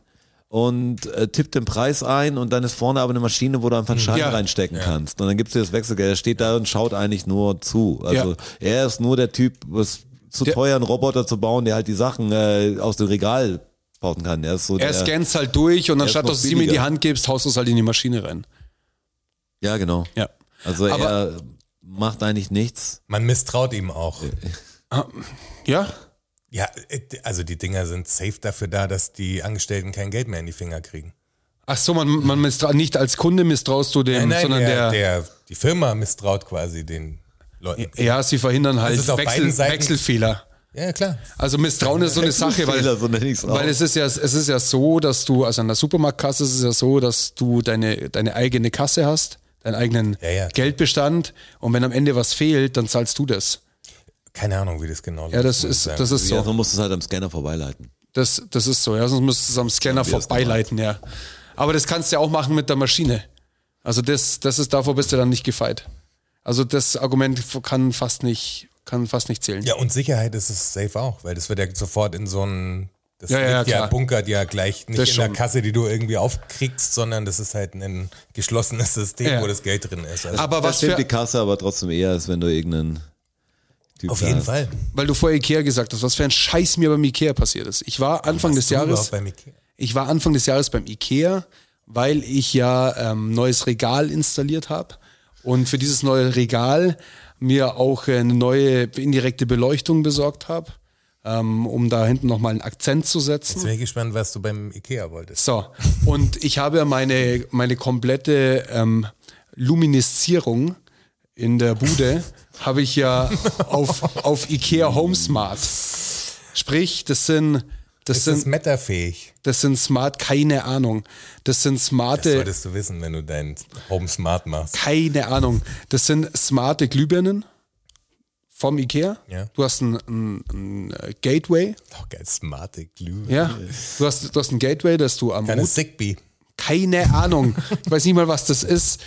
[SPEAKER 4] und äh, tippt den Preis ein und dann ist vorne aber eine Maschine, wo du einfach einen Schein
[SPEAKER 2] Mhm. Ja.
[SPEAKER 4] reinstecken kannst. Und dann gibst du das Wechselgeld, er steht da und schaut eigentlich nur zu. Also
[SPEAKER 2] Ja.
[SPEAKER 4] er ist nur der Typ, was zu
[SPEAKER 2] Der-
[SPEAKER 4] teuer, einen Roboter zu bauen, der halt die Sachen äh, aus dem Regal bauen kann. Er ist so
[SPEAKER 2] er
[SPEAKER 4] der,
[SPEAKER 2] scannt's halt durch und
[SPEAKER 4] ist
[SPEAKER 2] anstatt
[SPEAKER 4] noch
[SPEAKER 2] dass du es ihm in die
[SPEAKER 4] billiger.
[SPEAKER 2] Hand gibst, haust du es halt in die Maschine rein.
[SPEAKER 4] Ja, genau.
[SPEAKER 2] Ja.
[SPEAKER 4] Also
[SPEAKER 2] Aber-
[SPEAKER 4] er macht eigentlich nichts.
[SPEAKER 3] Man misstraut ihm auch.
[SPEAKER 2] Äh, Ja?
[SPEAKER 3] Ja, äh, also die Dinger sind safe dafür da, dass die Angestellten kein Geld mehr in die Finger kriegen.
[SPEAKER 2] Ach so, man, man misstraut, nicht als Kunde misstraust du dem, Ähm, sondern der,
[SPEAKER 3] der, die Firma misstraut quasi den Leuten.
[SPEAKER 2] Ja, sie verhindern halt
[SPEAKER 3] ist auf beiden
[SPEAKER 2] Wechsel,
[SPEAKER 3] Seiten-
[SPEAKER 2] Wechselfehler.
[SPEAKER 3] Ja, klar.
[SPEAKER 2] Also Misstrauen ist so eine Sache, weil,
[SPEAKER 4] Fehler, so nenn ich's auch.
[SPEAKER 2] weil es ist ja, es ist ja so, dass du, also an der Supermarktkasse ist es ja so, dass du deine, deine eigene Kasse hast, deinen eigenen
[SPEAKER 3] Ja, ja.
[SPEAKER 2] Geldbestand und wenn am Ende was fehlt, dann zahlst du das.
[SPEAKER 3] Keine Ahnung, wie das genau
[SPEAKER 2] Ja, das
[SPEAKER 3] muss ich
[SPEAKER 2] ist,
[SPEAKER 3] sagen.
[SPEAKER 2] das ist
[SPEAKER 4] Ja,
[SPEAKER 2] so.
[SPEAKER 4] so musst du es halt am Scanner vorbeileiten.
[SPEAKER 2] Das, das ist so, ja, sonst müsstest du es am Scanner
[SPEAKER 4] wie das
[SPEAKER 2] vorbeileiten, ja. Aber das kannst du ja auch machen mit der Maschine. Also das, das ist, davor bist du dann nicht gefeit. Also das Argument kann fast nicht, kann fast nicht zählen.
[SPEAKER 3] Ja, und Sicherheit ist es safe auch, weil das wird ja sofort in so einen. Das
[SPEAKER 2] Ja, ja,
[SPEAKER 3] liegt ja,
[SPEAKER 2] klar.
[SPEAKER 3] bunkert ja gleich nicht
[SPEAKER 2] Das
[SPEAKER 3] in der
[SPEAKER 2] schon.
[SPEAKER 3] Kasse, die du irgendwie aufkriegst, sondern das ist halt ein geschlossenes System,
[SPEAKER 2] Ja.
[SPEAKER 3] wo das Geld drin ist. Also
[SPEAKER 2] Aber
[SPEAKER 4] Da
[SPEAKER 2] was für,
[SPEAKER 4] stimmt die Kasse aber trotzdem eher, als wenn du irgendeinen Typ
[SPEAKER 3] auf
[SPEAKER 4] da
[SPEAKER 3] jeden
[SPEAKER 4] hast.
[SPEAKER 3] Fall.
[SPEAKER 2] weil du vorher Ikea gesagt hast, was für ein Scheiß mir beim Ikea passiert ist. Ich war Anfang des
[SPEAKER 3] Du
[SPEAKER 2] Jahres,
[SPEAKER 3] überhaupt Bei Ikea.
[SPEAKER 2] ich war Anfang des Jahres beim Ikea, weil ich ja ähm, neues Regal installiert habe und für dieses neue Regal mir auch äh, eine neue indirekte Beleuchtung besorgt habe, ähm, um da hinten nochmal einen Akzent zu setzen.
[SPEAKER 3] Jetzt bin ich gespannt, was du beim Ikea wolltest.
[SPEAKER 2] So, und ich habe meine, meine komplette ähm, Luminisierung in der Bude habe ich ja auf, auf IKEA HomeSmart. Sprich, das sind, das
[SPEAKER 3] Ist das
[SPEAKER 2] sind,
[SPEAKER 3] metafähig?
[SPEAKER 2] das sind smart, keine Ahnung. Das sind
[SPEAKER 3] Das
[SPEAKER 2] smarte,
[SPEAKER 3] solltest du wissen, wenn du deinen Home Smart machst.
[SPEAKER 2] keine Ahnung. Das sind smarte Glühbirnen vom IKEA.
[SPEAKER 3] Ja.
[SPEAKER 2] Du hast ein, ein, ein äh, Gateway.
[SPEAKER 3] Doch, geil, smarte Glühbirne.
[SPEAKER 2] Ja. Du hast, du hast ein Gateway, dass du am
[SPEAKER 3] Keine
[SPEAKER 2] Router
[SPEAKER 3] Zigbee.
[SPEAKER 2] keine Ahnung. Ich weiß nicht mal, was das ist.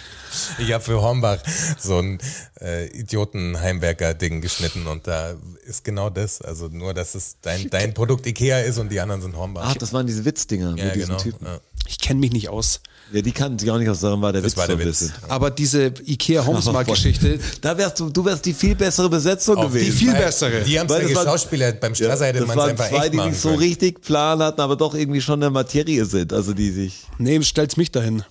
[SPEAKER 3] Ich habe für Hornbach so ein äh, Idioten-Heimwerker-Ding geschnitten und da ist genau das. Also nur, dass es dein, dein Produkt Ikea ist und die anderen sind Hornbach.
[SPEAKER 4] Ach, Ah, das waren diese Witzdinger
[SPEAKER 3] ja,
[SPEAKER 4] mit diesen
[SPEAKER 3] genau.
[SPEAKER 4] Typen.
[SPEAKER 3] Ja.
[SPEAKER 2] Ich kenne mich nicht aus.
[SPEAKER 4] Ja, die kannten sich auch nicht aus, sondern war der
[SPEAKER 3] Das
[SPEAKER 4] Witz
[SPEAKER 3] war der
[SPEAKER 4] so ein
[SPEAKER 3] Witz.
[SPEAKER 4] bisschen.
[SPEAKER 2] Aber diese Ikea Homesmart-Geschichte,
[SPEAKER 4] Da wärst du, du wärst die viel bessere Besetzung
[SPEAKER 3] Auf
[SPEAKER 4] gewesen.
[SPEAKER 2] die viel bessere.
[SPEAKER 3] Die haben es ja
[SPEAKER 4] Weil das war-
[SPEAKER 3] geschauspielert. Beim
[SPEAKER 4] Ja,
[SPEAKER 3] Strasser hätte
[SPEAKER 4] das
[SPEAKER 3] man es
[SPEAKER 4] waren
[SPEAKER 3] einfach
[SPEAKER 4] zwei,
[SPEAKER 3] echt
[SPEAKER 4] die
[SPEAKER 3] machen
[SPEAKER 4] nicht so
[SPEAKER 3] können.
[SPEAKER 4] richtig Plan hatten, aber doch irgendwie schon in der Materie sind. Also die sich.
[SPEAKER 2] nee, stellt's mich dahin.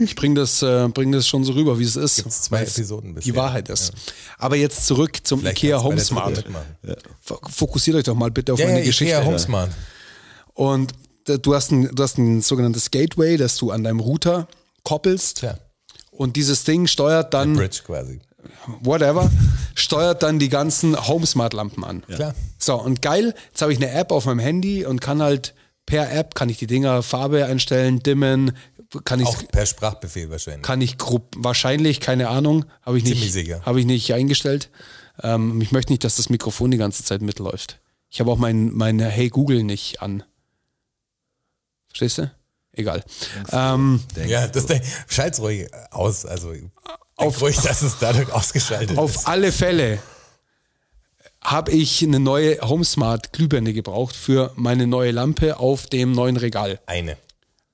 [SPEAKER 2] Ich bring das, äh, bring das schon so rüber, wie es ist.
[SPEAKER 3] Gibt's zwei
[SPEAKER 2] weil's
[SPEAKER 3] Episoden
[SPEAKER 2] Die
[SPEAKER 3] bisher.
[SPEAKER 2] Wahrheit ist. Aber jetzt zurück zum
[SPEAKER 3] Vielleicht
[SPEAKER 2] Ikea
[SPEAKER 3] kannst du bei der
[SPEAKER 2] Homesmart.
[SPEAKER 3] dritten machen.
[SPEAKER 2] Fok- Fokussiert euch doch mal bitte auf
[SPEAKER 3] Ja, ja,
[SPEAKER 2] meine Geschichte.
[SPEAKER 3] Ikea Homesmart.
[SPEAKER 2] Und da- du hast, ein, du hast ein sogenanntes Gateway, das du an deinem Router koppelst.
[SPEAKER 3] Tja,
[SPEAKER 2] Und dieses Ding steuert
[SPEAKER 4] Hm.
[SPEAKER 2] dann,
[SPEAKER 3] Bridge quasi.
[SPEAKER 2] whatever, steuert dann die ganzen Homesmart-Lampen an.
[SPEAKER 3] Klar.
[SPEAKER 2] So, und geil, jetzt habe ich eine App auf meinem Handy und kann halt per App, kann ich die Dinger Farbe einstellen, dimmen, kann ich,
[SPEAKER 3] Auch per Sprachbefehl wahrscheinlich.
[SPEAKER 2] kann ich grob, wahrscheinlich, keine Ahnung, habe ich
[SPEAKER 3] Ziemlich
[SPEAKER 2] nicht,
[SPEAKER 3] sicher.
[SPEAKER 2] habe ich nicht eingestellt. Ähm, ich möchte nicht, dass das Mikrofon die ganze Zeit mitläuft. Ich habe auch mein, mein Hey Google nicht an. Verstehst du? Egal. Ähm,
[SPEAKER 3] Ja, das schalt's ruhig aus. Also auf
[SPEAKER 2] Auf-
[SPEAKER 3] ruhig, dass es dadurch ausgeschaltet ist.
[SPEAKER 2] Auf alle Fälle habe ich eine neue HomeSmart Glühbirne gebraucht für meine neue Lampe auf dem neuen Regal.
[SPEAKER 3] Eine.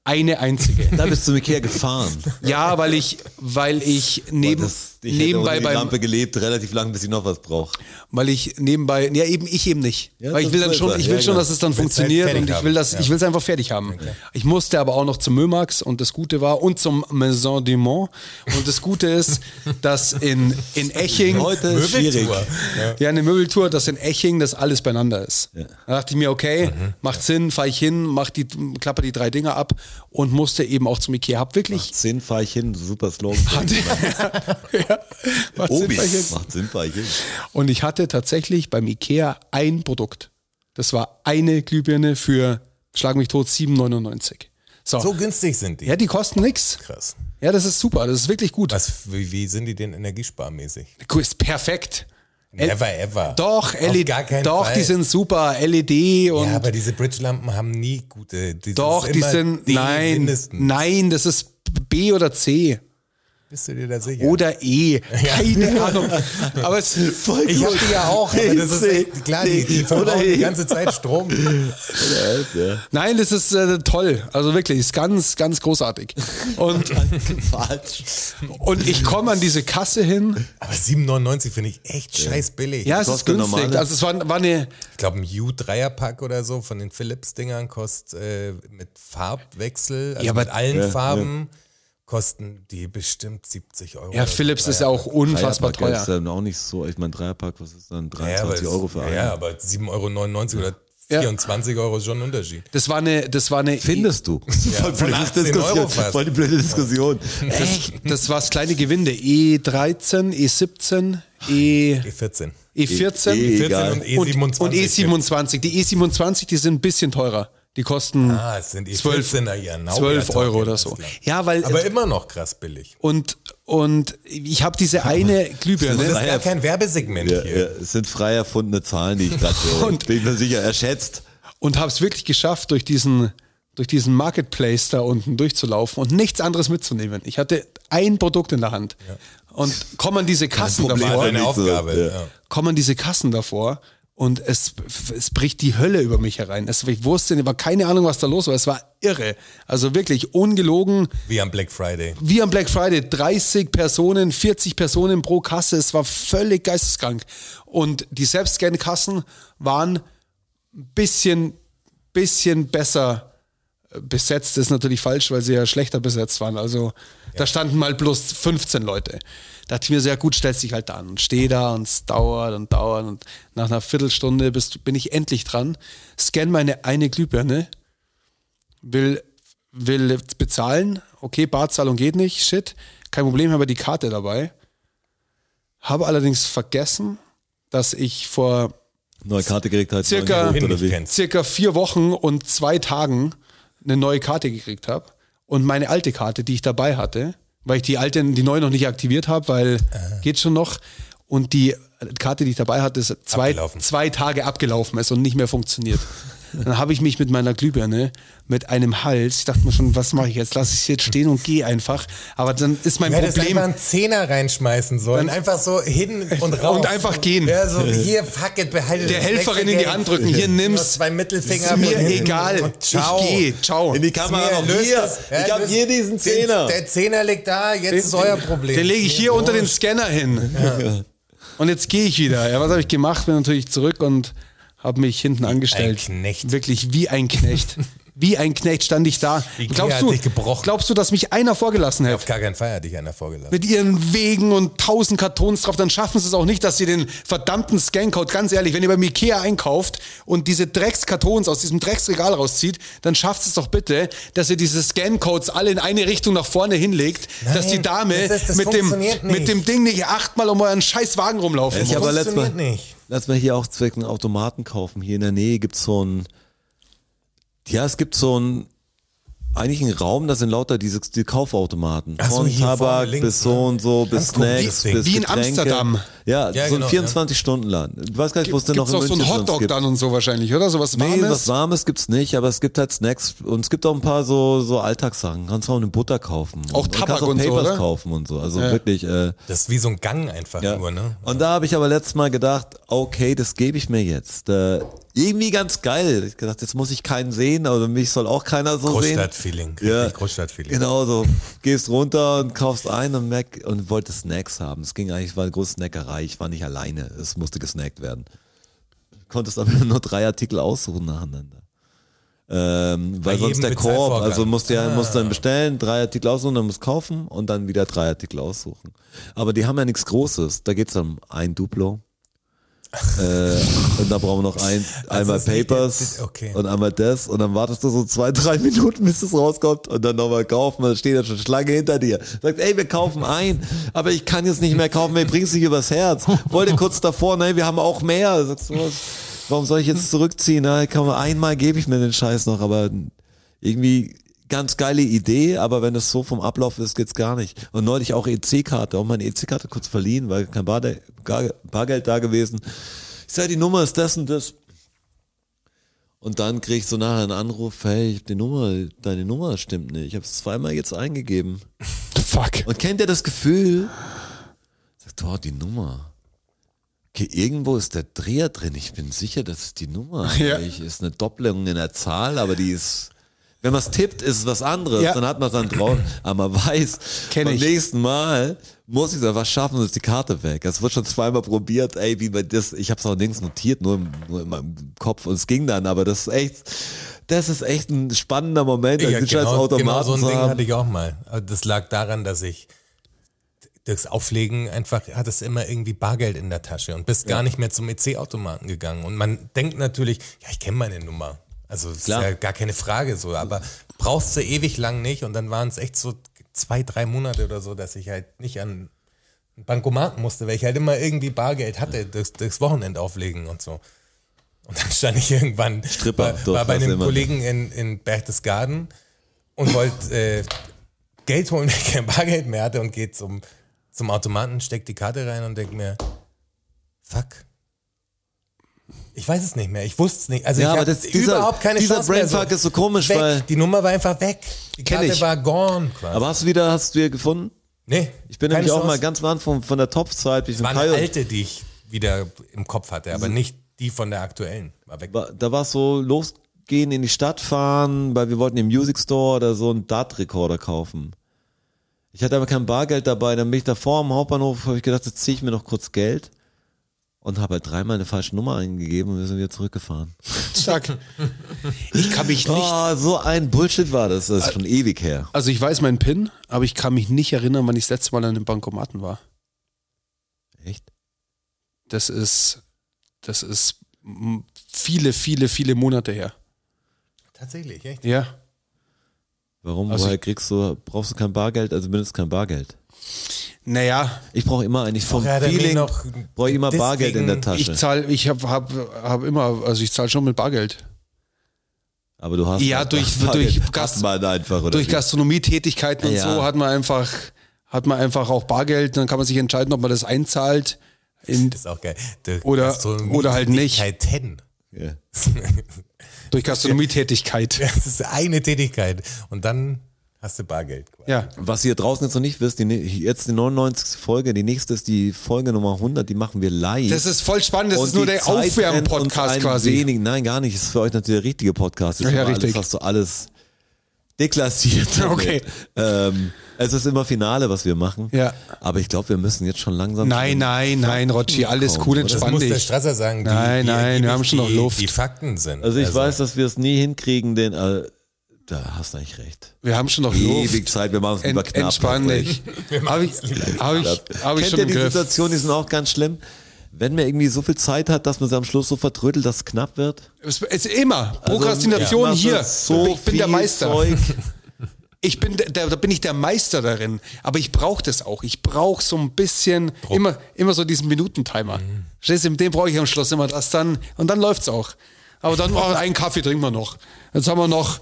[SPEAKER 2] Eine einzige.
[SPEAKER 4] Da bist du mit Ikea gefahren.
[SPEAKER 2] ja, weil ich, weil ich neben,
[SPEAKER 4] das, ich hätte
[SPEAKER 2] nebenbei
[SPEAKER 4] ohne die
[SPEAKER 2] beim,
[SPEAKER 4] Lampe gelebt, relativ lang, bis ich noch was brauche.
[SPEAKER 2] weil ich nebenbei, ja eben ich eben nicht,
[SPEAKER 4] Ja,
[SPEAKER 2] weil ich
[SPEAKER 4] das
[SPEAKER 2] will dann
[SPEAKER 4] ist
[SPEAKER 2] schon,
[SPEAKER 4] besser.
[SPEAKER 2] ich will
[SPEAKER 4] Ja,
[SPEAKER 2] schon,
[SPEAKER 4] ja.
[SPEAKER 2] dass es dann
[SPEAKER 3] Willst halt
[SPEAKER 2] funktioniert
[SPEAKER 3] fertig
[SPEAKER 2] und ich
[SPEAKER 3] haben.
[SPEAKER 2] will das,
[SPEAKER 3] Ja.
[SPEAKER 2] ich will es einfach fertig haben. Ich musste aber auch noch zum Mömax und das Gute war und zum Maison du Mont und das Gute ist, dass in in Eching
[SPEAKER 4] Heute ist schwierig.
[SPEAKER 3] Möbeltour. Ja.
[SPEAKER 2] Ja, eine Möbeltour, dass in Eching das alles beieinander ist. Da dachte ich mir, okay, macht Sinn, fahre ich hin, mach die, klapper die drei Dinger ab und musste eben auch zum Ikea. Hab wirklich.
[SPEAKER 4] Zehn fahre ich hin, super Slogan.
[SPEAKER 2] Hatte, ja, macht Sinn, fahr ich hin.
[SPEAKER 4] Obis. Macht Sinn, fahre ich hin.
[SPEAKER 2] und ich hatte tatsächlich beim Ikea ein Produkt. Das war eine Glühbirne für, schlag mich tot, 7,99. So.
[SPEAKER 3] So günstig sind die.
[SPEAKER 2] Ja, die kosten nix.
[SPEAKER 3] Krass.
[SPEAKER 2] Ja, das ist super. Das ist wirklich gut.
[SPEAKER 3] Was, wie, wie sind die denn energiesparmäßig?
[SPEAKER 2] Ist perfekt. Ä-
[SPEAKER 3] Never ever.
[SPEAKER 2] Äh, Doch, LED,
[SPEAKER 3] Auf gar keinen
[SPEAKER 2] doch,
[SPEAKER 3] Fall.
[SPEAKER 2] die sind super. LED und
[SPEAKER 3] Ja, aber diese Bridge-Lampen haben nie gute. Die, das
[SPEAKER 2] Doch,
[SPEAKER 3] ist
[SPEAKER 2] die
[SPEAKER 3] immer
[SPEAKER 2] sind.
[SPEAKER 3] die
[SPEAKER 2] nein,
[SPEAKER 3] mindesten.
[SPEAKER 2] nein, das ist B oder C
[SPEAKER 3] Bist du dir da sicher?
[SPEAKER 2] oder E. Keine Ahnung. Aber es
[SPEAKER 4] Voll
[SPEAKER 2] ich hab
[SPEAKER 4] gut.
[SPEAKER 2] die ja auch.
[SPEAKER 3] Aber das ist
[SPEAKER 4] Nee,
[SPEAKER 3] echt, klar, die, die
[SPEAKER 4] nee,
[SPEAKER 3] verbrauchen
[SPEAKER 4] oder
[SPEAKER 3] die
[SPEAKER 4] eh.
[SPEAKER 3] ganze Zeit Strom.
[SPEAKER 2] Nein, das ist äh, toll. Also wirklich, ist ganz, ganz großartig. Und,
[SPEAKER 4] Falsch.
[SPEAKER 2] und ich komme an diese Kasse hin.
[SPEAKER 3] Aber 7,99 finde ich echt scheiß billig.
[SPEAKER 2] Ja, es ist
[SPEAKER 4] kostet
[SPEAKER 2] günstig.
[SPEAKER 4] normale?
[SPEAKER 2] Also es war, war eine.
[SPEAKER 3] Ich glaube, ein U3er-Pack oder so von den Philips-Dingern kostet äh, mit Farbwechsel, also
[SPEAKER 2] Ja, aber-
[SPEAKER 3] mit allen
[SPEAKER 4] Ja,
[SPEAKER 3] Farben, kosten die bestimmt 70 Euro.
[SPEAKER 2] Ja,
[SPEAKER 3] oder so.
[SPEAKER 2] Philips ist ja auch unfassbar
[SPEAKER 4] Dreierpack
[SPEAKER 2] teuer.
[SPEAKER 4] ist dann auch nicht so. Ich meine, Dreierpack, was ist dann?
[SPEAKER 3] Ja,
[SPEAKER 4] 23
[SPEAKER 3] aber-
[SPEAKER 4] Euro für einen.
[SPEAKER 3] Ja, aber 7,99 Euro
[SPEAKER 2] Ja.
[SPEAKER 3] oder 24 Euro ist schon ein Unterschied.
[SPEAKER 2] Das war eine, das war eine. E,
[SPEAKER 4] Findest du? voll,
[SPEAKER 3] von 18 Euro fast.
[SPEAKER 4] voll die blöde Diskussion.
[SPEAKER 2] Echt? Das war das kleine Gewinde. E E13, E17, E,
[SPEAKER 3] E14.
[SPEAKER 2] E14.
[SPEAKER 4] E- Egal.
[SPEAKER 3] 14 und E27.
[SPEAKER 2] Und E E27. Die E27, die sind ein bisschen teurer. Die kosten
[SPEAKER 3] Ah, es sind
[SPEAKER 2] Zwölf-
[SPEAKER 3] E14er, ja. na,
[SPEAKER 2] 12
[SPEAKER 3] ja,
[SPEAKER 2] Euro
[SPEAKER 3] okay,
[SPEAKER 2] oder
[SPEAKER 3] alles
[SPEAKER 2] so.
[SPEAKER 3] klar.
[SPEAKER 2] Ja, weil
[SPEAKER 3] Aber immer noch krass billig.
[SPEAKER 2] und und ich habe diese eine
[SPEAKER 3] Das ist
[SPEAKER 2] Glühbirne.
[SPEAKER 3] gar kein Werbesegment
[SPEAKER 4] Ja,
[SPEAKER 3] hier.
[SPEAKER 4] ja, es sind frei erfundene Zahlen, die ich gerade höre.
[SPEAKER 2] Und-
[SPEAKER 4] Bin ich mir sicher, er schätzt.
[SPEAKER 2] und habe es wirklich geschafft, durch diesen, durch diesen Marketplace da unten durchzulaufen und nichts anderes mitzunehmen. Ich hatte ein Produkt in der Hand und komme an diese Kassen
[SPEAKER 4] Problem.
[SPEAKER 3] War
[SPEAKER 2] davor,
[SPEAKER 3] eine
[SPEAKER 4] nicht so,
[SPEAKER 3] Aufgabe.
[SPEAKER 4] ja.
[SPEAKER 3] ja.
[SPEAKER 2] komme an diese Kassen davor und es, es bricht die Hölle über mich herein. Es, ich wusste, ich war keine Ahnung, was da los war. Es war irre. Also wirklich ungelogen.
[SPEAKER 3] Wie am Black Friday.
[SPEAKER 2] wie am Black Friday, 30 Personen, 40 Personen pro Kasse. Es war völlig geisteskrank. Und die Selbstscan-Kassen waren ein bisschen, bisschen besser äh, besetzt. Ist natürlich falsch, weil sie ja schlechter besetzt waren. Also da standen mal bloß 15 Leute. Da dachte ich mir, sehr gut, stellst dich halt da an und steh da und es dauert und dauert. Und nach einer Viertelstunde bist, bin ich endlich dran, scan meine eine Glühbirne will, will bezahlen. Okay, Barzahlung geht nicht, shit. Kein Problem, habe die Karte dabei. Habe allerdings vergessen, dass ich vor
[SPEAKER 4] Neue Karte gekriegt hat.
[SPEAKER 2] Circa-
[SPEAKER 4] neuen Hut, oder
[SPEAKER 3] Hin-
[SPEAKER 4] wie?
[SPEAKER 3] kennt.
[SPEAKER 2] circa vier Wochen und zwei Tagen eine neue Karte gekriegt habe. Und meine alte Karte, die ich dabei hatte, weil ich die alte, die neue noch nicht aktiviert habe, weil geht schon noch. Und die Karte, die ich dabei hatte, ist zwei,
[SPEAKER 3] Abgelaufen.
[SPEAKER 2] zwei Tage abgelaufen ist und nicht mehr funktioniert. Dann habe ich mich mit meiner Glühbirne mit einem Hals, ich dachte mir schon, was mache ich jetzt? Lass ich es jetzt stehen und gehe einfach. Aber dann ist mein
[SPEAKER 3] Du hättest
[SPEAKER 2] Problem.
[SPEAKER 3] einfach einen Zehner reinschmeißen sollen.
[SPEAKER 2] Dann-
[SPEAKER 3] einfach so hin und raus.
[SPEAKER 2] Und einfach gehen.
[SPEAKER 3] Ja, so hier, fuck it, behalte
[SPEAKER 2] Der
[SPEAKER 3] das
[SPEAKER 2] Helferin in die
[SPEAKER 3] Wechselgeld.
[SPEAKER 2] Hand drücken, hier
[SPEAKER 3] Nur
[SPEAKER 2] nimm's.
[SPEAKER 3] zwei Mittelfinger.
[SPEAKER 2] Ist mir
[SPEAKER 3] von hinten
[SPEAKER 2] egal.
[SPEAKER 3] und
[SPEAKER 2] Ich
[SPEAKER 3] ciao.
[SPEAKER 2] gehe. Ciao.
[SPEAKER 4] In die Kamera
[SPEAKER 3] Mir
[SPEAKER 4] noch
[SPEAKER 3] löst
[SPEAKER 4] hier.
[SPEAKER 3] das- ja,
[SPEAKER 4] ich habe
[SPEAKER 3] löst-
[SPEAKER 4] hier diesen
[SPEAKER 3] Den-
[SPEAKER 4] Zehner.
[SPEAKER 3] Der Zehner liegt da, jetzt ist euer Problem.
[SPEAKER 2] Den lege ich hier
[SPEAKER 3] Mir
[SPEAKER 2] unter den
[SPEAKER 3] wurscht.
[SPEAKER 2] Scanner hin. Und jetzt gehe ich wieder. Ja, was habe ich gemacht? Bin natürlich zurück und habe mich hinten angestellt.
[SPEAKER 3] Knecht.
[SPEAKER 2] Wirklich wie ein Knecht. Wie ein Knecht stand ich da.
[SPEAKER 3] Wie
[SPEAKER 2] Glaubst
[SPEAKER 3] hat
[SPEAKER 2] du,
[SPEAKER 3] dich gebrochen.
[SPEAKER 2] glaubst du, dass mich einer vorgelassen hätte?
[SPEAKER 3] Auf gar keinen Fall hat dich einer vorgelassen.
[SPEAKER 2] mit ihren Wegen und tausend Kartons drauf, dann schaffen sie es auch nicht, dass sie den verdammten Scancode, ganz ehrlich, wenn ihr beim Ikea einkauft und diese Dreckskartons aus diesem Drecksregal rauszieht, dann schafft es doch bitte, dass ihr diese Scancodes alle in eine Richtung nach vorne hinlegt,
[SPEAKER 3] Nein,
[SPEAKER 2] dass die Dame
[SPEAKER 3] das ist- das
[SPEAKER 2] mit, dem,
[SPEAKER 3] funktioniert nicht.
[SPEAKER 2] mit dem Ding nicht achtmal um euren scheiß Wagen rumlaufen
[SPEAKER 4] Ich
[SPEAKER 2] muss.
[SPEAKER 4] habe letztes Mal,
[SPEAKER 3] Funktioniert nicht.
[SPEAKER 4] lass mal hier auch Zweck einen Automaten kaufen. Hier in der Nähe gibt's so ein, ja, es gibt so ein, eigentlich einen Raum, da sind lauter diese die Kaufautomaten.
[SPEAKER 3] Ach so,
[SPEAKER 4] Von
[SPEAKER 3] hier vorne
[SPEAKER 4] Tabak
[SPEAKER 3] links,
[SPEAKER 4] bis so
[SPEAKER 3] ne?
[SPEAKER 4] und so, bis
[SPEAKER 3] Ganz komisch,
[SPEAKER 4] Snacks,
[SPEAKER 3] Ding.
[SPEAKER 4] bis
[SPEAKER 2] Wie in
[SPEAKER 4] Getränke.
[SPEAKER 2] Amsterdam.
[SPEAKER 4] Ja,
[SPEAKER 3] Ja,
[SPEAKER 4] so ein
[SPEAKER 3] genau, ja.
[SPEAKER 4] 24-Stunden-Laden. Ich weiß gar nicht, wo es denn noch
[SPEAKER 2] Gibt's
[SPEAKER 4] in
[SPEAKER 2] auch so
[SPEAKER 4] München
[SPEAKER 2] einen
[SPEAKER 4] sonst
[SPEAKER 2] Hotdog
[SPEAKER 4] gibt.
[SPEAKER 2] dann und so wahrscheinlich, oder? So was
[SPEAKER 4] Nee,
[SPEAKER 2] Warmes?
[SPEAKER 4] was Warmes gibt's nicht, aber es gibt halt Snacks und es gibt auch ein paar so, so Alltagssachen. Kannst auch eine Butter kaufen.
[SPEAKER 2] Auch
[SPEAKER 4] und,
[SPEAKER 2] Tabak
[SPEAKER 4] kannst auch
[SPEAKER 2] und so,
[SPEAKER 4] Papers
[SPEAKER 2] oder?
[SPEAKER 4] kaufen und so. Also wirklich, äh,
[SPEAKER 3] Das ist wie so ein Gang einfach
[SPEAKER 4] ja.
[SPEAKER 3] nur, ne?
[SPEAKER 4] Und da habe ich aber letztes Mal gedacht, okay, das gebe ich mir jetzt. Äh, irgendwie ganz geil. Ich gedacht, jetzt muss ich keinen sehen, also mich soll auch keiner so sehen.
[SPEAKER 3] Großstadtfeeling.
[SPEAKER 4] Ja.
[SPEAKER 3] Ja. Großstadtfeeling.
[SPEAKER 4] Genau so. Gehst runter und kaufst ein und, Mac und wollte Snacks haben. Es ging eigentlich, war eine große Snackerei. Ich war nicht alleine. Es musste gesnackt werden. Konntest aber nur drei Artikel aussuchen nacheinander. Ähm, weil
[SPEAKER 3] jedem
[SPEAKER 4] sonst der Korb,
[SPEAKER 3] Bezahlvorgang. Ah.
[SPEAKER 4] also musst du ja, musst dann bestellen, drei Artikel aussuchen, dann musst du kaufen und dann wieder drei Artikel aussuchen. Aber die haben ja nichts Großes. Da geht's um ein Duplo. äh, und da brauchen wir noch ein, einmal
[SPEAKER 3] es liegt
[SPEAKER 4] Papers
[SPEAKER 3] jetzt- okay.
[SPEAKER 4] und einmal das und dann wartest du so zwei, drei Minuten, bis es rauskommt und dann nochmal kaufen und dann steht da schon Schlange hinter dir. Sagt, ey, wir kaufen ein, aber ich kann jetzt nicht mehr kaufen, mir bringst nicht übers Herz. Wollte kurz davor, nein, wir haben auch mehr. Sagst du, was, warum soll ich jetzt zurückziehen? Na, kann man, einmal gebe ich mir den Scheiß noch, aber irgendwie ganz geile Idee, aber wenn es so vom Ablauf ist, geht's gar nicht. Und neulich auch EC-Karte, auch meine EC-Karte kurz verliehen, weil kein Barde- Gar- Bargeld da gewesen. Ich sage, die Nummer ist das und das. Und dann krieg ich so nachher einen Anruf, hey, ich hab die Nummer, deine Nummer stimmt nicht. Ich habe es zweimal jetzt eingegeben.
[SPEAKER 2] Fuck.
[SPEAKER 4] Und kennt ihr das Gefühl? Sagt, oh, die Nummer. Okay, irgendwo ist der Dreher drin. Ich bin sicher, das ist die Nummer.
[SPEAKER 2] Ja.
[SPEAKER 4] eigentlich Ist eine Doppelung in der Zahl, aber die ist. Wenn man es tippt, ist es was anderes.
[SPEAKER 2] Ja.
[SPEAKER 4] Dann hat man es dann drauf. Aber man weiß,
[SPEAKER 2] Kenn
[SPEAKER 4] beim
[SPEAKER 2] ich.
[SPEAKER 4] nächsten Mal muss ich es einfach schaffen, sonst ist die Karte weg. Das wird schon zweimal probiert. Ey, wie man das. Ich habe es auch nirgends notiert, nur, im- nur in meinem Kopf. Und es ging dann. Aber das ist echt. Das ist echt ein spannender Moment,
[SPEAKER 3] Ja,
[SPEAKER 4] einen
[SPEAKER 3] genau,
[SPEAKER 4] Sicherheitsautomaten
[SPEAKER 3] genau so ein
[SPEAKER 4] zu
[SPEAKER 3] Ding
[SPEAKER 4] haben.
[SPEAKER 3] hatte ich auch mal. Aber Das lag daran, dass ich durchs Auflegen einfach hattest immer irgendwie Bargeld in der Tasche und bist gar nicht mehr zum EC-Automaten gegangen. Und man denkt natürlich, ja, ich kenne meine Nummer. Also ist
[SPEAKER 4] Klar.
[SPEAKER 3] ja gar keine Frage so, aber brauchst du ewig lang nicht und dann waren es echt so zwei, drei Monate oder so, dass ich halt nicht an einen Bankomat musste, weil ich halt immer irgendwie Bargeld hatte, durchs, durchs Wochenende auflegen und so. Und dann stand ich irgendwann,
[SPEAKER 4] Stripper,
[SPEAKER 3] war,
[SPEAKER 4] doch,
[SPEAKER 3] war bei
[SPEAKER 4] was
[SPEAKER 3] einem
[SPEAKER 4] immer. ne?
[SPEAKER 3] Kollegen in, in Berchtesgaden und wollte äh, Geld holen, weil ich kein Bargeld mehr hatte und geht zum, zum Automaten, steckt die Karte rein und denkt mir, fuck. Ich weiß es nicht mehr. Ich wusste es nicht. Also
[SPEAKER 4] Ja,
[SPEAKER 3] ich
[SPEAKER 4] aber
[SPEAKER 3] hab
[SPEAKER 4] das- dieser-
[SPEAKER 3] überhaupt keine
[SPEAKER 4] dieser
[SPEAKER 3] Chance mehr.
[SPEAKER 4] Brainfuck ist so komisch,
[SPEAKER 3] weg.
[SPEAKER 4] weil-
[SPEAKER 3] die Nummer war einfach weg. Die
[SPEAKER 4] Kenn
[SPEAKER 3] Karte
[SPEAKER 4] ich.
[SPEAKER 3] war gone. Quasi.
[SPEAKER 4] Aber hast du wieder, hast du wieder gefunden?
[SPEAKER 3] nee,
[SPEAKER 4] Ich bin nämlich auch mal ganz am Anfang von der Top-Zeit. bin ich mit
[SPEAKER 3] war eine
[SPEAKER 4] Kai und-
[SPEAKER 3] alte, die ich wieder im Kopf hatte, aber nicht die von der aktuellen. War weg.
[SPEAKER 4] war- Da war es so, losgehen, in die Stadt fahren, weil wir wollten im Music Store oder so einen Dart-Rekorder kaufen. Ich hatte aber kein Bargeld dabei, dann bin ich davor am Hauptbahnhof, habe ich gedacht, jetzt ziehe ich mir noch kurz Geld und habe halt dreimal eine falsche Nummer eingegeben und wir sind wieder zurückgefahren.
[SPEAKER 2] Zack. Ich kann mich nicht
[SPEAKER 4] Oh, so ein Bullshit war das, das ist schon ewig her.
[SPEAKER 2] Also ich weiß meinen PIN, aber ich kann mich nicht erinnern, wann ich das letzte Mal an einem Bankomaten war.
[SPEAKER 4] Echt?
[SPEAKER 2] Das ist, das ist m- viele, viele, viele Monate her.
[SPEAKER 3] Tatsächlich, echt?
[SPEAKER 2] Ja.
[SPEAKER 4] Warum?
[SPEAKER 2] Also-
[SPEAKER 4] Woher kriegst du, brauchst du kein Bargeld, also benutzt kein Bargeld?
[SPEAKER 2] Naja,
[SPEAKER 4] Ich brauche immer eigentlich vom
[SPEAKER 3] Ja, dann nie
[SPEAKER 4] Feeling,
[SPEAKER 3] noch
[SPEAKER 4] brauche ich immer
[SPEAKER 3] deswegen-
[SPEAKER 4] Bargeld in der Tasche.
[SPEAKER 2] ich zahle, ich habe hab, hab immer, also ich zahle schon mit Bargeld.
[SPEAKER 4] Aber du hast
[SPEAKER 2] Ja,
[SPEAKER 4] halt
[SPEAKER 2] durch-
[SPEAKER 4] Bargeld.
[SPEAKER 2] durch
[SPEAKER 4] Hat
[SPEAKER 2] Gast-
[SPEAKER 4] man einfach oder
[SPEAKER 2] Durch
[SPEAKER 4] wie?
[SPEAKER 2] Gastronomietätigkeiten und
[SPEAKER 4] Ja.
[SPEAKER 2] so hat man einfach, hat man einfach auch Bargeld. Dann kann man sich entscheiden, ob man das einzahlt. In,
[SPEAKER 3] Ist auch geil. Der
[SPEAKER 2] Oder-
[SPEAKER 3] Gastronomie-
[SPEAKER 2] oder halt nicht.
[SPEAKER 3] Tätigkeiten.
[SPEAKER 4] Ja.
[SPEAKER 2] Durch Gastronomietätigkeit. Ja.
[SPEAKER 3] Das ist eine Tätigkeit. Und dann hast du Bargeld. quasi.
[SPEAKER 4] Was ihr draußen jetzt noch nicht wisst, die, ne- jetzt die 99. Folge, die nächste ist die Folge Nummer 100, die machen wir live.
[SPEAKER 2] Das ist voll spannend. Das
[SPEAKER 4] Und
[SPEAKER 2] ist nur
[SPEAKER 4] die
[SPEAKER 2] der
[SPEAKER 4] Zeit rennt uns
[SPEAKER 2] Aufwärmen-Podcast
[SPEAKER 4] ein
[SPEAKER 2] quasi.
[SPEAKER 4] Wenig, nein, gar nicht. Das ist für euch natürlich der richtige Podcast. Das
[SPEAKER 2] Ja,
[SPEAKER 4] haben wir
[SPEAKER 2] richtig.
[SPEAKER 4] Alles, hast du alles deklassiert. damit.
[SPEAKER 2] Okay.
[SPEAKER 4] Ähm, es ist immer Finale, was wir machen.
[SPEAKER 2] Ja.
[SPEAKER 4] Aber ich glaube, wir müssen jetzt schon langsam.
[SPEAKER 2] Nein, nein, nein, Rotschi, alles cool,
[SPEAKER 3] Das
[SPEAKER 2] entspann
[SPEAKER 3] muss der
[SPEAKER 2] dich.
[SPEAKER 3] Strasser sagen. Die,
[SPEAKER 2] Nein,
[SPEAKER 3] die,
[SPEAKER 2] nein,
[SPEAKER 3] die,
[SPEAKER 2] wir haben schon noch
[SPEAKER 3] die,
[SPEAKER 2] Luft.
[SPEAKER 3] Die Fakten sind.
[SPEAKER 4] Also ich weiß, dass wir es nie hinkriegen, denn äh, da hast du eigentlich recht.
[SPEAKER 2] Wir haben schon noch
[SPEAKER 4] Ewig
[SPEAKER 2] Luft.
[SPEAKER 4] Zeit, wir machen es
[SPEAKER 2] Ent,
[SPEAKER 4] lieber knapp.
[SPEAKER 2] entspann dich. Habe ich, hab ich, hab ich
[SPEAKER 4] Kennt
[SPEAKER 2] schon
[SPEAKER 4] ihr
[SPEAKER 2] im
[SPEAKER 4] die
[SPEAKER 2] Griff.
[SPEAKER 4] Situation, die sind auch ganz schlimm? Wenn man irgendwie so viel Zeit hat, dass man sie am Schluss so vertrödelt, dass es knapp wird.
[SPEAKER 2] Es ist immer Prokrastination
[SPEAKER 4] Also, ja.
[SPEAKER 2] hier.
[SPEAKER 4] So
[SPEAKER 2] ich bin der
[SPEAKER 4] viel
[SPEAKER 2] Meister.
[SPEAKER 4] Zeug.
[SPEAKER 2] Ich bin, der- da, da bin ich der Meister darin. Aber ich brauche das auch. Ich brauche so ein bisschen immer, immer so diesen Minutentimer.
[SPEAKER 4] Mhm.
[SPEAKER 2] Verstehst du, mit dem brauche ich am Schluss immer das dann und dann läuft's auch. Aber dann oh, einen Kaffee trinken wir noch. Jetzt haben wir noch,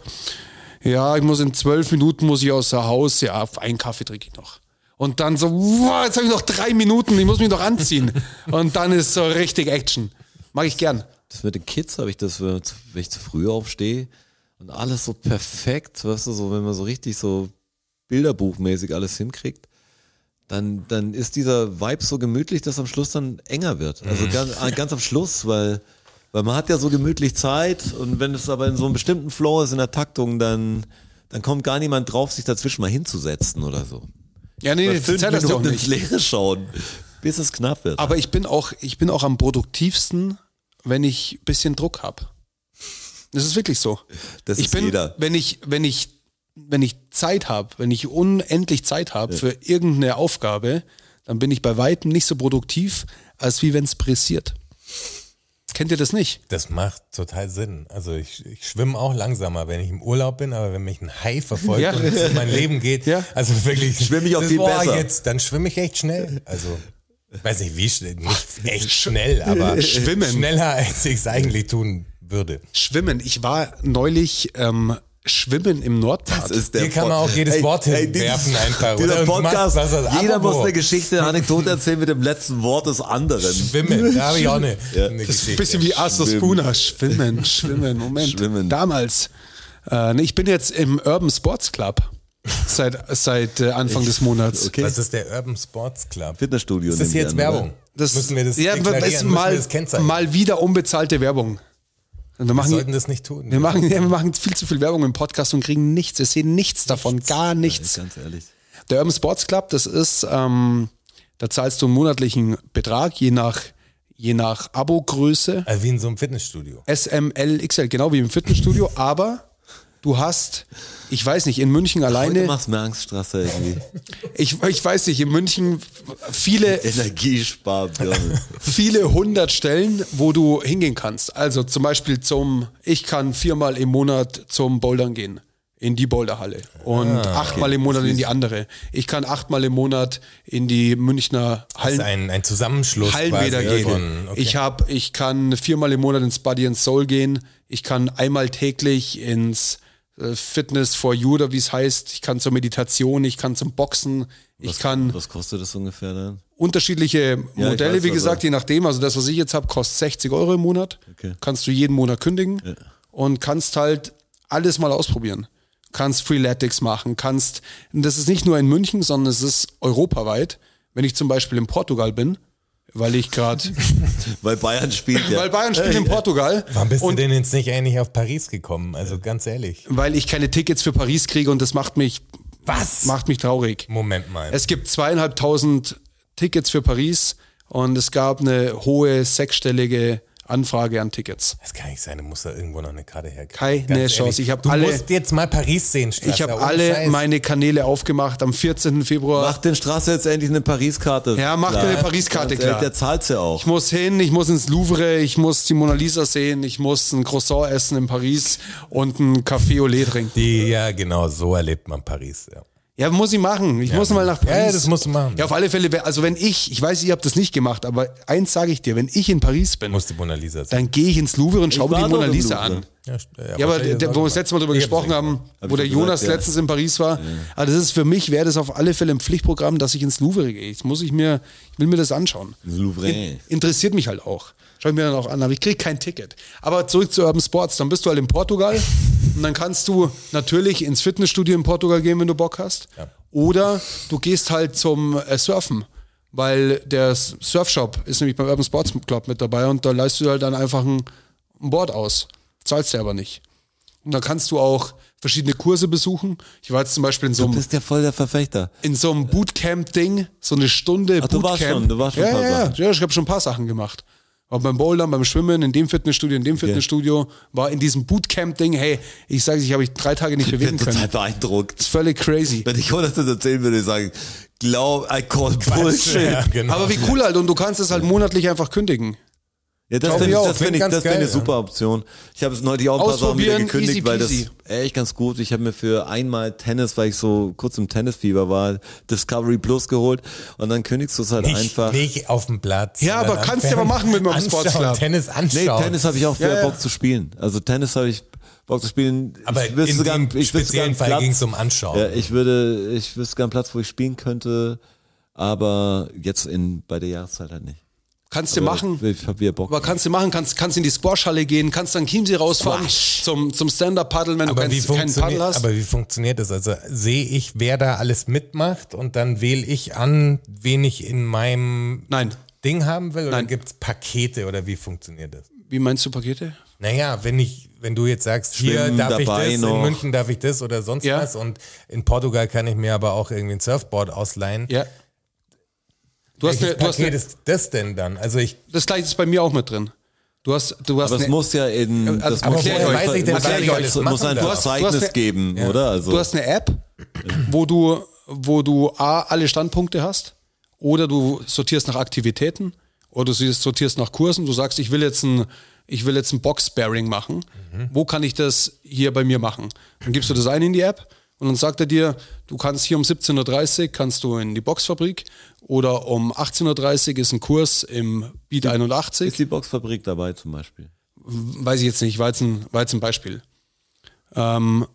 [SPEAKER 2] ja, ich muss in zwölf Minuten muss ich außer Haus. Ja, einen Kaffee trinke ich noch. Und dann so, wow, jetzt habe ich noch drei Minuten. Ich muss mich noch anziehen. und dann ist so richtig Action. Mag ich gern.
[SPEAKER 4] Das mit den Kids habe ich das, wenn zu- wenn ich zu früh aufstehe und alles so perfekt, weißt du, so wenn man so richtig so bilderbuchmäßig alles hinkriegt, dann, dann ist dieser Vibe so gemütlich, dass am Schluss dann enger wird. Also
[SPEAKER 2] Mhm.
[SPEAKER 4] ganz, äh, ganz am Schluss, weil, weil man hat ja so gemütlich Zeit und wenn es aber in so einem bestimmten Flow ist, in der Taktung, dann, dann kommt gar niemand drauf, sich dazwischen mal hinzusetzen oder so.
[SPEAKER 2] Ja, nee,
[SPEAKER 4] Bei
[SPEAKER 2] nee,
[SPEAKER 4] fünf
[SPEAKER 2] zähl das doch
[SPEAKER 4] Minuten
[SPEAKER 2] nicht.
[SPEAKER 4] ins Leere schauen, bis es knapp wird.
[SPEAKER 2] Aber ich bin auch, ich bin auch am produktivsten, wenn ich ein bisschen Druck habe. Das ist wirklich so.
[SPEAKER 4] Das
[SPEAKER 2] ich
[SPEAKER 4] ist
[SPEAKER 2] bin,
[SPEAKER 4] jeder.
[SPEAKER 2] wenn ich, wenn ich, wenn ich Zeit habe, wenn ich unendlich Zeit habe für irgendeine Aufgabe, dann bin ich bei weitem nicht so produktiv, als wie wenn es pressiert. Kennt ihr das nicht?
[SPEAKER 3] Das macht total Sinn. Also ich, ich schwimme auch langsamer, wenn ich im Urlaub bin, aber wenn mich ein Hai verfolgt
[SPEAKER 2] Ja.
[SPEAKER 3] und es um mein Leben geht,
[SPEAKER 2] Ja.
[SPEAKER 3] also wirklich.
[SPEAKER 4] Schwimme ich auch
[SPEAKER 3] das-
[SPEAKER 4] viel
[SPEAKER 3] boah,
[SPEAKER 4] besser.
[SPEAKER 3] Jetzt, dann schwimme ich echt schnell. Also weiß nicht wie schnell, nicht echt schnell, aber
[SPEAKER 2] Schwimmen.
[SPEAKER 3] schneller, als ich es eigentlich tun würde.
[SPEAKER 2] Schwimmen. Ich war neulich ähm, schwimmen im Nordbad.
[SPEAKER 4] Das ist der
[SPEAKER 3] Hier kann man
[SPEAKER 4] Pod-
[SPEAKER 3] auch jedes Wort hinwerfen einfach, oder?
[SPEAKER 4] Dieser
[SPEAKER 3] Und macht,
[SPEAKER 4] Podcast,
[SPEAKER 3] was er-
[SPEAKER 4] jeder
[SPEAKER 3] apropos.
[SPEAKER 4] muss eine Geschichte, eine Anekdote erzählen mit dem letzten Wort des anderen.
[SPEAKER 3] Schwimmen, da habe ich auch eine, eine
[SPEAKER 2] Ein
[SPEAKER 3] Geschichte.
[SPEAKER 2] bisschen wie Astro
[SPEAKER 4] Schwimmen.
[SPEAKER 2] Spooner. Schwimmen, schwimmen, Moment.
[SPEAKER 4] Schwimmen.
[SPEAKER 2] Damals. Äh, nee, ich bin jetzt im Urban Sports Club seit, seit äh, Anfang des Monats.
[SPEAKER 4] Okay.
[SPEAKER 3] Was ist der Urban Sports Club?
[SPEAKER 4] Fitnessstudio.
[SPEAKER 3] Ist das
[SPEAKER 4] nehmen wir
[SPEAKER 3] jetzt
[SPEAKER 4] an,
[SPEAKER 3] Werbung?
[SPEAKER 4] oder?
[SPEAKER 2] Das,
[SPEAKER 3] müssen wir das
[SPEAKER 2] ja,
[SPEAKER 3] deklarieren?
[SPEAKER 2] ist
[SPEAKER 3] müssen
[SPEAKER 2] mal,
[SPEAKER 3] wir das kennzeichnen?
[SPEAKER 2] mal wieder unbezahlte Werbung. Und Wir
[SPEAKER 3] wir
[SPEAKER 2] machen,
[SPEAKER 3] sollten das nicht tun.
[SPEAKER 2] wir, machen, ja, wir machen viel zu viel Werbung im Podcast und kriegen nichts. Wir sehen nichts davon, gar nichts.
[SPEAKER 4] Ganz ehrlich.
[SPEAKER 2] Der Urban Sports Club, das ist, ähm, da zahlst du einen monatlichen Betrag, je nach, je nach Abogröße.
[SPEAKER 3] Also wie in so einem Fitnessstudio.
[SPEAKER 2] SMLXL, genau wie im Fitnessstudio, aber du hast, ich weiß nicht, in München
[SPEAKER 4] Heute
[SPEAKER 2] alleine,
[SPEAKER 4] machst du mir Angst, Strasser, irgendwie.
[SPEAKER 2] ich, ich weiß nicht, in München viele,
[SPEAKER 4] Energiesparbirne.
[SPEAKER 2] viele hundert Stellen, wo du hingehen kannst. Also zum Beispiel zum, ich kann viermal im Monat zum Bouldern gehen. In die Boulderhalle. Und achtmal im Monat in die andere. Ich kann achtmal im Monat in die Münchner
[SPEAKER 3] Das
[SPEAKER 2] Hallen,
[SPEAKER 3] ist ein, ein Zusammenschluss
[SPEAKER 2] Hallenbäder
[SPEAKER 3] quasi
[SPEAKER 2] gehen.
[SPEAKER 3] von- okay.
[SPEAKER 2] Ich hab, ich kann viermal im Monat ins Body and Soul gehen. Ich kann einmal täglich ins äh, Fitness for You oder wie es heißt. Ich kann zur Meditation, ich kann zum Boxen, ich kann
[SPEAKER 4] Was kostet das ungefähr dann?
[SPEAKER 2] unterschiedliche
[SPEAKER 4] Ja, ich
[SPEAKER 2] Modelle,
[SPEAKER 4] weiß,
[SPEAKER 2] wie
[SPEAKER 4] aber-
[SPEAKER 2] gesagt, je nachdem. Also das, was ich jetzt habe, kostet 60 Euro im Monat.
[SPEAKER 4] Okay.
[SPEAKER 2] Kannst du jeden Monat kündigen und kannst halt alles mal ausprobieren. Kannst Freeletics machen, kannst, und das ist nicht nur in München, sondern es ist europaweit. Wenn ich zum Beispiel in Portugal bin, weil ich gerade,
[SPEAKER 4] Weil Bayern spielt ja.
[SPEAKER 2] weil Bayern spielt in Portugal
[SPEAKER 3] Warum bist
[SPEAKER 2] und Äh,
[SPEAKER 3] du denn jetzt nicht eigentlich auf Paris gekommen? Also ganz ehrlich.
[SPEAKER 2] weil ich keine Tickets für Paris kriege und das macht mich,
[SPEAKER 3] Was?
[SPEAKER 2] macht mich traurig.
[SPEAKER 3] Moment mal.
[SPEAKER 2] Es gibt zweieinhalbtausend Tickets für Paris und es gab eine hohe sechsstellige Anfrage an Tickets.
[SPEAKER 3] das kann nicht sein, du musst da irgendwo noch eine Karte
[SPEAKER 2] Keine
[SPEAKER 3] herkriegen.
[SPEAKER 2] Chance. Ich hab
[SPEAKER 3] du
[SPEAKER 2] alle-
[SPEAKER 3] musst jetzt mal Paris sehen, Strasser.
[SPEAKER 2] Ich habe
[SPEAKER 3] Ohne
[SPEAKER 2] alle
[SPEAKER 3] Scheiß.
[SPEAKER 2] meine Kanäle aufgemacht am 14. Februar.
[SPEAKER 4] Macht den Strasser jetzt endlich eine Paris-Karte.
[SPEAKER 2] Ja, mach dir
[SPEAKER 4] klar.
[SPEAKER 2] eine Paris-Karte
[SPEAKER 4] Der-
[SPEAKER 2] klar.
[SPEAKER 4] Der zahlt's ja auch.
[SPEAKER 2] Ich muss hin, ich muss ins Louvre, ich muss die Mona Lisa sehen, ich muss ein Croissant essen in Paris und ein Café au lait trinken.
[SPEAKER 3] Die, ja, genau, so erlebt man Paris. Ja.
[SPEAKER 2] Ja, muss ich machen. Ich muss mal nach Paris.
[SPEAKER 3] Ja, das musst du machen.
[SPEAKER 2] Ja, auf alle Fälle, wer- also wenn ich, ich weiß, ihr habt das nicht gemacht, aber eins sage ich dir, wenn ich in Paris bin,
[SPEAKER 3] Muss die Mona Lisa sein.
[SPEAKER 2] dann gehe ich ins Louvre und schaue mir
[SPEAKER 4] war
[SPEAKER 2] die
[SPEAKER 4] doch
[SPEAKER 2] Mona
[SPEAKER 4] im
[SPEAKER 2] Lisa
[SPEAKER 4] Louvre.
[SPEAKER 2] an.
[SPEAKER 3] Ja, st-
[SPEAKER 2] Ja, aber
[SPEAKER 3] stell dir
[SPEAKER 2] der,
[SPEAKER 3] das
[SPEAKER 2] wo
[SPEAKER 3] auch
[SPEAKER 2] wir das letzte Mal drüber
[SPEAKER 3] Ich
[SPEAKER 2] gesprochen
[SPEAKER 3] hab's
[SPEAKER 2] haben,
[SPEAKER 4] Hab
[SPEAKER 2] wo
[SPEAKER 4] ich
[SPEAKER 2] der
[SPEAKER 4] schon
[SPEAKER 2] Jonas
[SPEAKER 4] gesagt, ja.
[SPEAKER 2] letztens in Paris war, also das ist für mich wäre das auf alle Fälle ein Pflichtprogramm, dass ich ins Louvre gehe. Jetzt muss ich mir, ich will mir das anschauen.
[SPEAKER 4] Das Louvre.
[SPEAKER 2] Interessiert mich halt auch. Schau ich mir dann auch an, aber ich kriege kein Ticket. Aber zurück zu Urban Sports, dann bist du halt in Portugal und dann kannst du natürlich ins Fitnessstudio in Portugal gehen, wenn du Bock hast. Oder du gehst halt zum äh, Surfen, weil der S- Surfshop ist nämlich beim Urban Sports Club mit dabei und da leistest du halt dann einfach ein, ein Board aus. Zahlst dir aber nicht. Und dann kannst du auch verschiedene Kurse besuchen. Ich war jetzt zum Beispiel in so
[SPEAKER 4] Du
[SPEAKER 2] einem
[SPEAKER 4] bist ja voll der Verfechter.
[SPEAKER 2] in so einem Bootcamp-Ding, so eine Stunde
[SPEAKER 4] Ach, du
[SPEAKER 2] Bootcamp.
[SPEAKER 4] warst schon- du warst schon ein
[SPEAKER 2] ja,
[SPEAKER 4] paar
[SPEAKER 2] ja, ja,
[SPEAKER 4] Sachen.
[SPEAKER 2] ja, ich habe schon ein paar Sachen gemacht. Aber beim Bouldern, beim Schwimmen, in dem Fitnessstudio, in dem Fitnessstudio, war in diesem Bootcamp-Ding, hey, ich sage ich habe mich drei Tage nicht
[SPEAKER 4] Ich bin
[SPEAKER 2] bewegen
[SPEAKER 4] total
[SPEAKER 2] können.
[SPEAKER 4] beeindruckt.
[SPEAKER 2] Das ist völlig crazy.
[SPEAKER 4] Wenn ich Jonas das erzählen würde, würde ich sagen, glaub, I call Bullshit.
[SPEAKER 3] Ja,
[SPEAKER 4] Ja,
[SPEAKER 3] genau.
[SPEAKER 2] Aber wie cool halt, und du kannst es halt monatlich einfach kündigen.
[SPEAKER 4] das
[SPEAKER 2] ich
[SPEAKER 4] finde
[SPEAKER 2] auch.
[SPEAKER 4] ich, das
[SPEAKER 3] Klingt
[SPEAKER 4] finde ich,
[SPEAKER 3] ganz
[SPEAKER 4] das finde ich
[SPEAKER 3] geil,
[SPEAKER 4] eine super Option. Ich habe es neulich auch ein paar Sachen wieder
[SPEAKER 2] Ausprobieren,
[SPEAKER 4] gekündigt,
[SPEAKER 2] easy
[SPEAKER 4] weil das
[SPEAKER 2] peasy.
[SPEAKER 4] echt ganz gut. Ich habe mir für einmal Tennis, weil ich so kurz im Tennisfieber war, Discovery Plus geholt und dann kündigst du es halt
[SPEAKER 3] Nicht,
[SPEAKER 4] einfach.
[SPEAKER 3] nicht auf dem Platz.
[SPEAKER 2] Ja, aber
[SPEAKER 3] sondern am
[SPEAKER 2] kannst du
[SPEAKER 3] Fern-
[SPEAKER 2] aber machen mit dem
[SPEAKER 3] anschauen,
[SPEAKER 2] Sportsclub.
[SPEAKER 3] Tennis
[SPEAKER 4] Nee,
[SPEAKER 3] anschauen.
[SPEAKER 4] Tennis habe ich auch wieder
[SPEAKER 2] Ja, ja.
[SPEAKER 4] Bock zu spielen. Also Tennis habe ich Bock zu spielen.
[SPEAKER 3] aber
[SPEAKER 4] ich
[SPEAKER 3] in
[SPEAKER 4] wüsste
[SPEAKER 3] dem
[SPEAKER 4] sogar- ich wüsste sogar
[SPEAKER 3] speziellen
[SPEAKER 4] einen
[SPEAKER 3] Fall
[SPEAKER 4] Platz.
[SPEAKER 3] ging es um Anschauen.
[SPEAKER 4] Ja, ich würde, ich wüsste gern einen Platz, wo ich spielen könnte, aber jetzt in, bei der Jahreszeit halt nicht.
[SPEAKER 2] Kannst du
[SPEAKER 4] Aber
[SPEAKER 2] machen.
[SPEAKER 4] Ich hab wieder Bock.
[SPEAKER 2] Aber kannst du machen, kannst, kannst in die Squash-Halle gehen, kannst dann Chiemsee rausfahren zum, zum Stand-Up-Paddeln, wenn
[SPEAKER 3] aber,
[SPEAKER 2] du
[SPEAKER 3] wie
[SPEAKER 2] keinen, keinen Paddel
[SPEAKER 3] funktioniert,
[SPEAKER 2] hast.
[SPEAKER 3] aber wie funktioniert das? Also sehe ich, wer da alles mitmacht und dann wähle ich an, wen ich in meinem
[SPEAKER 2] Nein.
[SPEAKER 3] Ding haben will? Oder
[SPEAKER 2] Nein.
[SPEAKER 3] gibt es Pakete oder wie funktioniert das?
[SPEAKER 2] Wie meinst du Pakete?
[SPEAKER 3] Naja, wenn ich, wenn du jetzt sagst, hier
[SPEAKER 4] Schwimmen
[SPEAKER 3] darf ich
[SPEAKER 4] dabei
[SPEAKER 3] das, in
[SPEAKER 4] noch.
[SPEAKER 3] München darf ich das oder sonst
[SPEAKER 2] Ja.
[SPEAKER 3] was und in Portugal kann ich mir aber auch irgendwie ein Surfboard ausleihen.
[SPEAKER 2] Ja. Du hast, eine,
[SPEAKER 3] Welches
[SPEAKER 2] du hast
[SPEAKER 3] Paket
[SPEAKER 2] eine,
[SPEAKER 3] ist das denn dann? Also ich,
[SPEAKER 2] das gleiche ist bei mir auch mit drin. Du hast, du hast
[SPEAKER 4] Aber es
[SPEAKER 2] eine-
[SPEAKER 4] muss ja in,
[SPEAKER 2] ne- Also,
[SPEAKER 4] das
[SPEAKER 2] aber
[SPEAKER 4] muss, ja
[SPEAKER 2] woher
[SPEAKER 4] in-
[SPEAKER 2] weiß ich denn,
[SPEAKER 4] muss,
[SPEAKER 2] was ich
[SPEAKER 4] ja
[SPEAKER 2] alles
[SPEAKER 4] ein- muss
[SPEAKER 3] machen
[SPEAKER 4] ein
[SPEAKER 3] darf?
[SPEAKER 2] Du hast ja-
[SPEAKER 4] Verzeichnis geben, oder? Also,
[SPEAKER 2] Du hast eine App, wo du, wo du A, alle Standpunkte hast oder du sortierst nach Aktivitäten oder du siehst- sortierst nach Kursen. Du sagst, ich will jetzt ein, ich will jetzt ein Box-Sparing machen.
[SPEAKER 4] Mhm.
[SPEAKER 2] Wo kann ich das hier bei mir machen? Dann gibst du das ein in die App und dann sagt er dir, du kannst hier um 17.30 Uhr kannst du in die Boxfabrik oder um 18.30 Uhr ist ein Kurs im Beat 81
[SPEAKER 4] ist die Boxfabrik dabei zum Beispiel?
[SPEAKER 2] weiß ich jetzt nicht, war jetzt ein, war jetzt ein Beispiel. Ähm,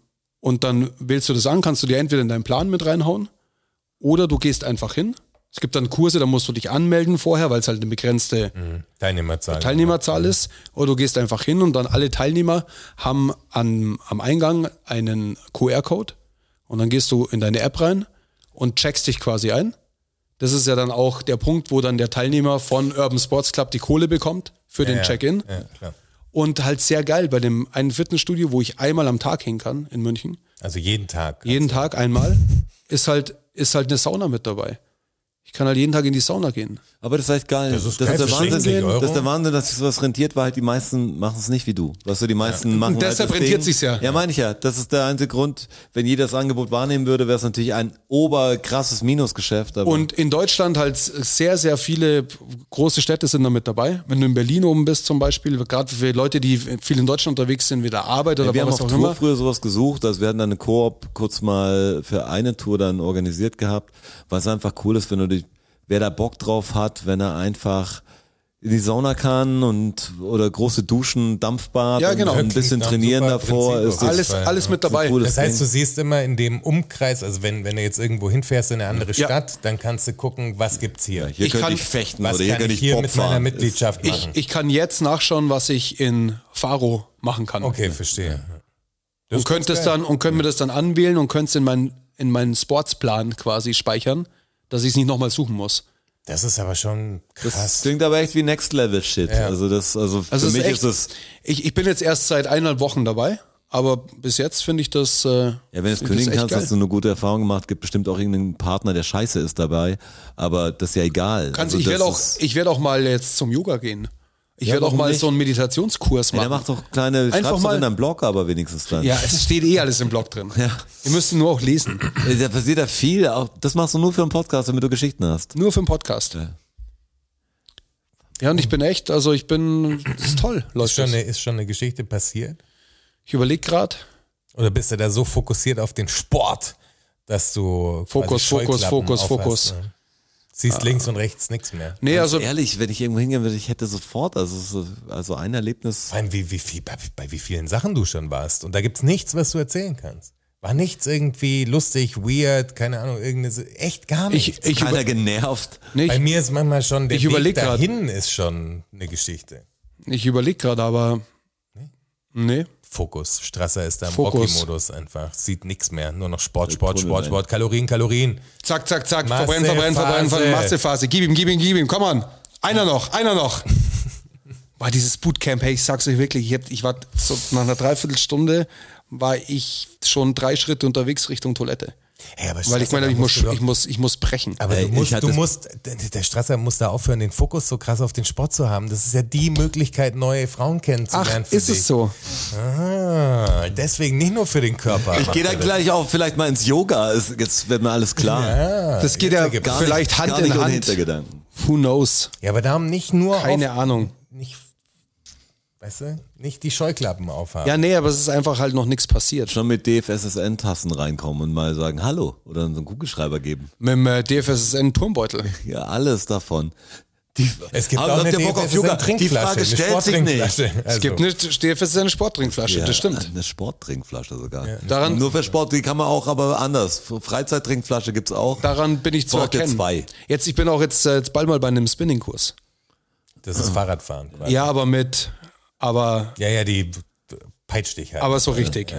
[SPEAKER 2] und dann wählst du das an, kannst du dir entweder in deinen Plan mit reinhauen oder du gehst einfach hin. Es gibt dann Kurse, da musst du dich anmelden vorher, weil es halt eine begrenzte
[SPEAKER 3] Mhm. Teilnehmerzahl.
[SPEAKER 2] Teilnehmerzahl ist. Oder du gehst einfach hin und dann alle Teilnehmer haben an, am Eingang einen QR-Code und dann gehst du in deine App rein und checkst dich quasi ein. Das ist ja dann auch der Punkt, wo dann der Teilnehmer von Urban Sports Club die Kohle bekommt für den
[SPEAKER 3] Ja,
[SPEAKER 2] Check-in.
[SPEAKER 3] Ja, klar.
[SPEAKER 2] Und halt sehr geil bei dem einen Fitnessstudio, wo ich einmal am Tag hin kann in München,
[SPEAKER 3] Also jeden Tag.
[SPEAKER 2] jeden Tag einmal, ist halt, ist halt eine Sauna mit dabei. Ich kann halt jeden Tag in die Sauna gehen.
[SPEAKER 4] Aber das ist echt geil. Das
[SPEAKER 3] ist
[SPEAKER 4] ist,
[SPEAKER 3] geil.
[SPEAKER 4] der
[SPEAKER 3] Das ist
[SPEAKER 4] Wahnsinn,
[SPEAKER 3] 60 Euro.
[SPEAKER 4] das ist der Wahnsinn, dass sich sowas rentiert, weil halt die meisten machen es nicht wie du. Weißt du, die meisten machen
[SPEAKER 2] deshalb
[SPEAKER 4] halt das
[SPEAKER 2] rentiert
[SPEAKER 4] Ding.
[SPEAKER 2] sich's ja.
[SPEAKER 4] Ja, meine ich ja. Das ist der einzige Grund. Wenn jeder das Angebot wahrnehmen würde, wäre es natürlich ein oberkrasses Minusgeschäft. Aber
[SPEAKER 2] Und in Deutschland halt sehr, sehr viele große Städte sind da mit dabei. Wenn du in Berlin oben bist zum Beispiel, gerade für Leute, die viel in Deutschland unterwegs sind, weder Arbeit oder
[SPEAKER 4] Ja, wir haben
[SPEAKER 2] was
[SPEAKER 4] auf
[SPEAKER 2] auch
[SPEAKER 4] Tour
[SPEAKER 2] immer.
[SPEAKER 4] früher sowas gesucht, also wir hatten dann eine Koop kurz mal für eine Tour dann organisiert gehabt, weil es einfach cool ist, wenn du dich, wer da Bock drauf hat, wenn er einfach in die Sauna kann und oder große Duschen, Dampfbad
[SPEAKER 2] Ja, genau.
[SPEAKER 4] und ein
[SPEAKER 3] Klingt
[SPEAKER 4] bisschen
[SPEAKER 3] nach einem
[SPEAKER 4] trainieren
[SPEAKER 3] super
[SPEAKER 4] davor
[SPEAKER 3] Prinzip
[SPEAKER 4] ist
[SPEAKER 3] auf
[SPEAKER 4] das
[SPEAKER 2] Alles,
[SPEAKER 3] jeden Fall,
[SPEAKER 2] alles
[SPEAKER 3] ja.
[SPEAKER 2] mit dabei.
[SPEAKER 4] Cool.
[SPEAKER 3] Das heißt, du siehst immer in dem Umkreis, also wenn, wenn du jetzt irgendwo hinfährst in eine andere
[SPEAKER 2] Ja.
[SPEAKER 3] Stadt, dann kannst du gucken, was gibt's hier.
[SPEAKER 4] hier
[SPEAKER 2] Ich
[SPEAKER 4] könnte
[SPEAKER 2] kann-
[SPEAKER 4] ich fechten
[SPEAKER 3] was
[SPEAKER 4] oder hier
[SPEAKER 3] kann
[SPEAKER 4] könnte
[SPEAKER 3] ich
[SPEAKER 4] ich
[SPEAKER 3] hier
[SPEAKER 4] Bob
[SPEAKER 3] mit meiner
[SPEAKER 4] fahren.
[SPEAKER 3] Mitgliedschaft
[SPEAKER 2] Ich,
[SPEAKER 3] machen?
[SPEAKER 2] ich kann jetzt nachschauen, was ich in Faro machen kann.
[SPEAKER 3] okay, verstehe. Das
[SPEAKER 2] und könntest
[SPEAKER 3] geil.
[SPEAKER 2] dann und können wir das dann anwählen und könntest in meinen in meinen Sportsplan quasi speichern, dass ich es nicht nochmal suchen muss.
[SPEAKER 3] Das ist aber schon
[SPEAKER 4] das
[SPEAKER 3] krass.
[SPEAKER 4] klingt aber echt wie Next Level Shit. Also das, also für
[SPEAKER 2] Also es
[SPEAKER 4] mich
[SPEAKER 2] ist echt,
[SPEAKER 4] ist es,
[SPEAKER 2] ich, ich bin jetzt erst seit eineinhalb Wochen dabei, aber bis jetzt finde ich das. Äh, ja,
[SPEAKER 4] Ja, wenn du es kündigen kannst, hast du eine gute Erfahrung gemacht, gibt bestimmt auch irgendeinen Partner, der scheiße ist dabei, aber das ist ja egal.
[SPEAKER 2] Kannst,
[SPEAKER 4] Also
[SPEAKER 2] ich
[SPEAKER 4] das
[SPEAKER 2] werde auch,
[SPEAKER 4] ist-
[SPEAKER 2] ich werde auch mal jetzt zum Yoga gehen. Ich
[SPEAKER 4] Ja,
[SPEAKER 2] werde auch
[SPEAKER 4] warum
[SPEAKER 2] mal
[SPEAKER 4] nicht?
[SPEAKER 2] so einen Meditationskurs
[SPEAKER 4] Ja,
[SPEAKER 2] machen.
[SPEAKER 4] der macht doch kleine,
[SPEAKER 2] Einfach
[SPEAKER 4] schreib's doch
[SPEAKER 2] mal-
[SPEAKER 4] in deinem Blog aber wenigstens dann.
[SPEAKER 2] ja, es steht eh alles im Blog drin.
[SPEAKER 4] Ja.
[SPEAKER 2] Ihr müsst ihn nur auch lesen.
[SPEAKER 4] Äh, Da passiert ja viel, auch, das machst du nur für einen Podcast, damit du Geschichten hast.
[SPEAKER 2] Nur für den Podcast. Ja, und ich bin echt, also ich bin, das ist toll,
[SPEAKER 3] Ist
[SPEAKER 2] läuft
[SPEAKER 3] schon,
[SPEAKER 2] das.
[SPEAKER 3] eine, ist schon eine Geschichte passiert?
[SPEAKER 2] Ich überlege gerade.
[SPEAKER 3] Oder bist du da so fokussiert auf den Sport, dass du quasi
[SPEAKER 2] Fokus, Fokus,
[SPEAKER 3] Scheuklappen
[SPEAKER 2] Fokus, Ah.
[SPEAKER 3] aufhast,
[SPEAKER 2] Fokus.
[SPEAKER 3] ne? Siehst links und rechts nichts mehr.
[SPEAKER 2] Nee, also
[SPEAKER 4] Ehrlich, wenn ich irgendwo hingehen würde, ich hätte sofort, also, so- also ein Erlebnis.
[SPEAKER 3] Vor allem, wie, wie viel, bei, bei wie vielen Sachen du schon warst. Und da gibt's nichts, was du erzählen kannst. War nichts irgendwie lustig, weird, keine Ahnung, irgendeine. Se- Echt gar nichts.
[SPEAKER 2] ich, ich, über,
[SPEAKER 4] Keiner genervt.
[SPEAKER 2] nee,
[SPEAKER 3] bei
[SPEAKER 2] ich,
[SPEAKER 3] mir ist manchmal schon der
[SPEAKER 2] ich
[SPEAKER 3] Weg
[SPEAKER 2] überleg grad.
[SPEAKER 3] dahin ist schon eine Geschichte.
[SPEAKER 2] ich überlege gerade, aber nee,
[SPEAKER 3] Fokus. Strasser ist da im
[SPEAKER 2] Fokus.
[SPEAKER 3] Rocky-Modus einfach. Sieht nichts mehr. Nur noch Sport, Sport,
[SPEAKER 4] Tunnel,
[SPEAKER 3] Sport,
[SPEAKER 4] ey.
[SPEAKER 3] Sport, Kalorien, Kalorien.
[SPEAKER 2] zack, zack, zack, verbrennen, verbrennen, verbrennen,
[SPEAKER 3] Massephase.
[SPEAKER 2] verbrennen, Massephase, gib ihm, gib ihm, gib ihm, komm an, einer noch, einer noch. War dieses Bootcamp, hey, ich sag's euch wirklich, ich, hab, ich war so nach einer Dreiviertelstunde war ich schon drei Schritte unterwegs Richtung Toilette,
[SPEAKER 3] Hey, aber
[SPEAKER 2] weil ich
[SPEAKER 3] Strasser,
[SPEAKER 2] meine,
[SPEAKER 3] da
[SPEAKER 2] ich muss,
[SPEAKER 3] musst du doch-
[SPEAKER 2] ich muss, ich muss brechen.
[SPEAKER 3] Aber
[SPEAKER 4] Ey,
[SPEAKER 3] du
[SPEAKER 4] ich
[SPEAKER 3] musst,
[SPEAKER 4] hatte
[SPEAKER 3] du
[SPEAKER 4] es-
[SPEAKER 3] musst, der- der Strasser muss da aufhören, den Fokus so krass auf den Sport zu haben. Das ist ja die Möglichkeit, neue Frauen
[SPEAKER 2] Ach,
[SPEAKER 3] kennenzulernen. für
[SPEAKER 2] ist
[SPEAKER 3] dich.
[SPEAKER 2] es so?
[SPEAKER 3] Ah, deswegen nicht nur für den Körper.
[SPEAKER 4] Ich gehe dann gleich auch vielleicht mal ins Yoga, ist, jetzt wird mir alles klar.
[SPEAKER 2] Das geht ja
[SPEAKER 3] ergibt-
[SPEAKER 2] vielleicht Hand
[SPEAKER 4] Gar nicht
[SPEAKER 2] in
[SPEAKER 4] ohne
[SPEAKER 2] Hand.
[SPEAKER 4] Hintergedanken.
[SPEAKER 2] Who knows?
[SPEAKER 3] Ja, aber da haben nicht nur
[SPEAKER 2] Keine
[SPEAKER 3] auf,
[SPEAKER 2] Ahnung.
[SPEAKER 3] nicht, weißt du, nicht die Scheuklappen aufhaben.
[SPEAKER 2] Ja, nee, aber es ist einfach halt noch nichts passiert.
[SPEAKER 4] Schon mit DFSSN-Tassen reinkommen und mal sagen Hallo oder so einen Kugelschreiber geben.
[SPEAKER 2] Mit dem äh, DFSSN-Turmbeutel.
[SPEAKER 4] Ja, alles davon. Die,
[SPEAKER 3] Es gibt
[SPEAKER 4] Aber
[SPEAKER 3] auch
[SPEAKER 4] Also habt
[SPEAKER 3] eine
[SPEAKER 4] ihr Bock auf
[SPEAKER 3] DFSSN
[SPEAKER 4] Yoga? Die
[SPEAKER 3] Trinkflasche,
[SPEAKER 4] Frage
[SPEAKER 3] eine
[SPEAKER 4] stellt sich nicht.
[SPEAKER 3] Sporttrinkflasche. Also,
[SPEAKER 2] Es gibt eine DFSSN-Sporttrinkflasche, das stimmt.
[SPEAKER 4] Eine Sporttrinkflasche sogar.
[SPEAKER 2] Daran-
[SPEAKER 4] Nur für Sport, die kann man auch, aber anders. Freizeittrinkflasche gibt's auch.
[SPEAKER 2] Daran bin ich zu
[SPEAKER 4] Braucht ihr
[SPEAKER 2] erkennen.
[SPEAKER 4] zwei?
[SPEAKER 2] Jetzt, ich bin auch jetzt, äh, jetzt bald mal bei einem Spinning-Kurs.
[SPEAKER 3] Das ist Fahrradfahren. Quasi.
[SPEAKER 2] Ja, aber mit, aber,
[SPEAKER 3] ja, ja, die peitscht dich halt.
[SPEAKER 2] aber so richtig.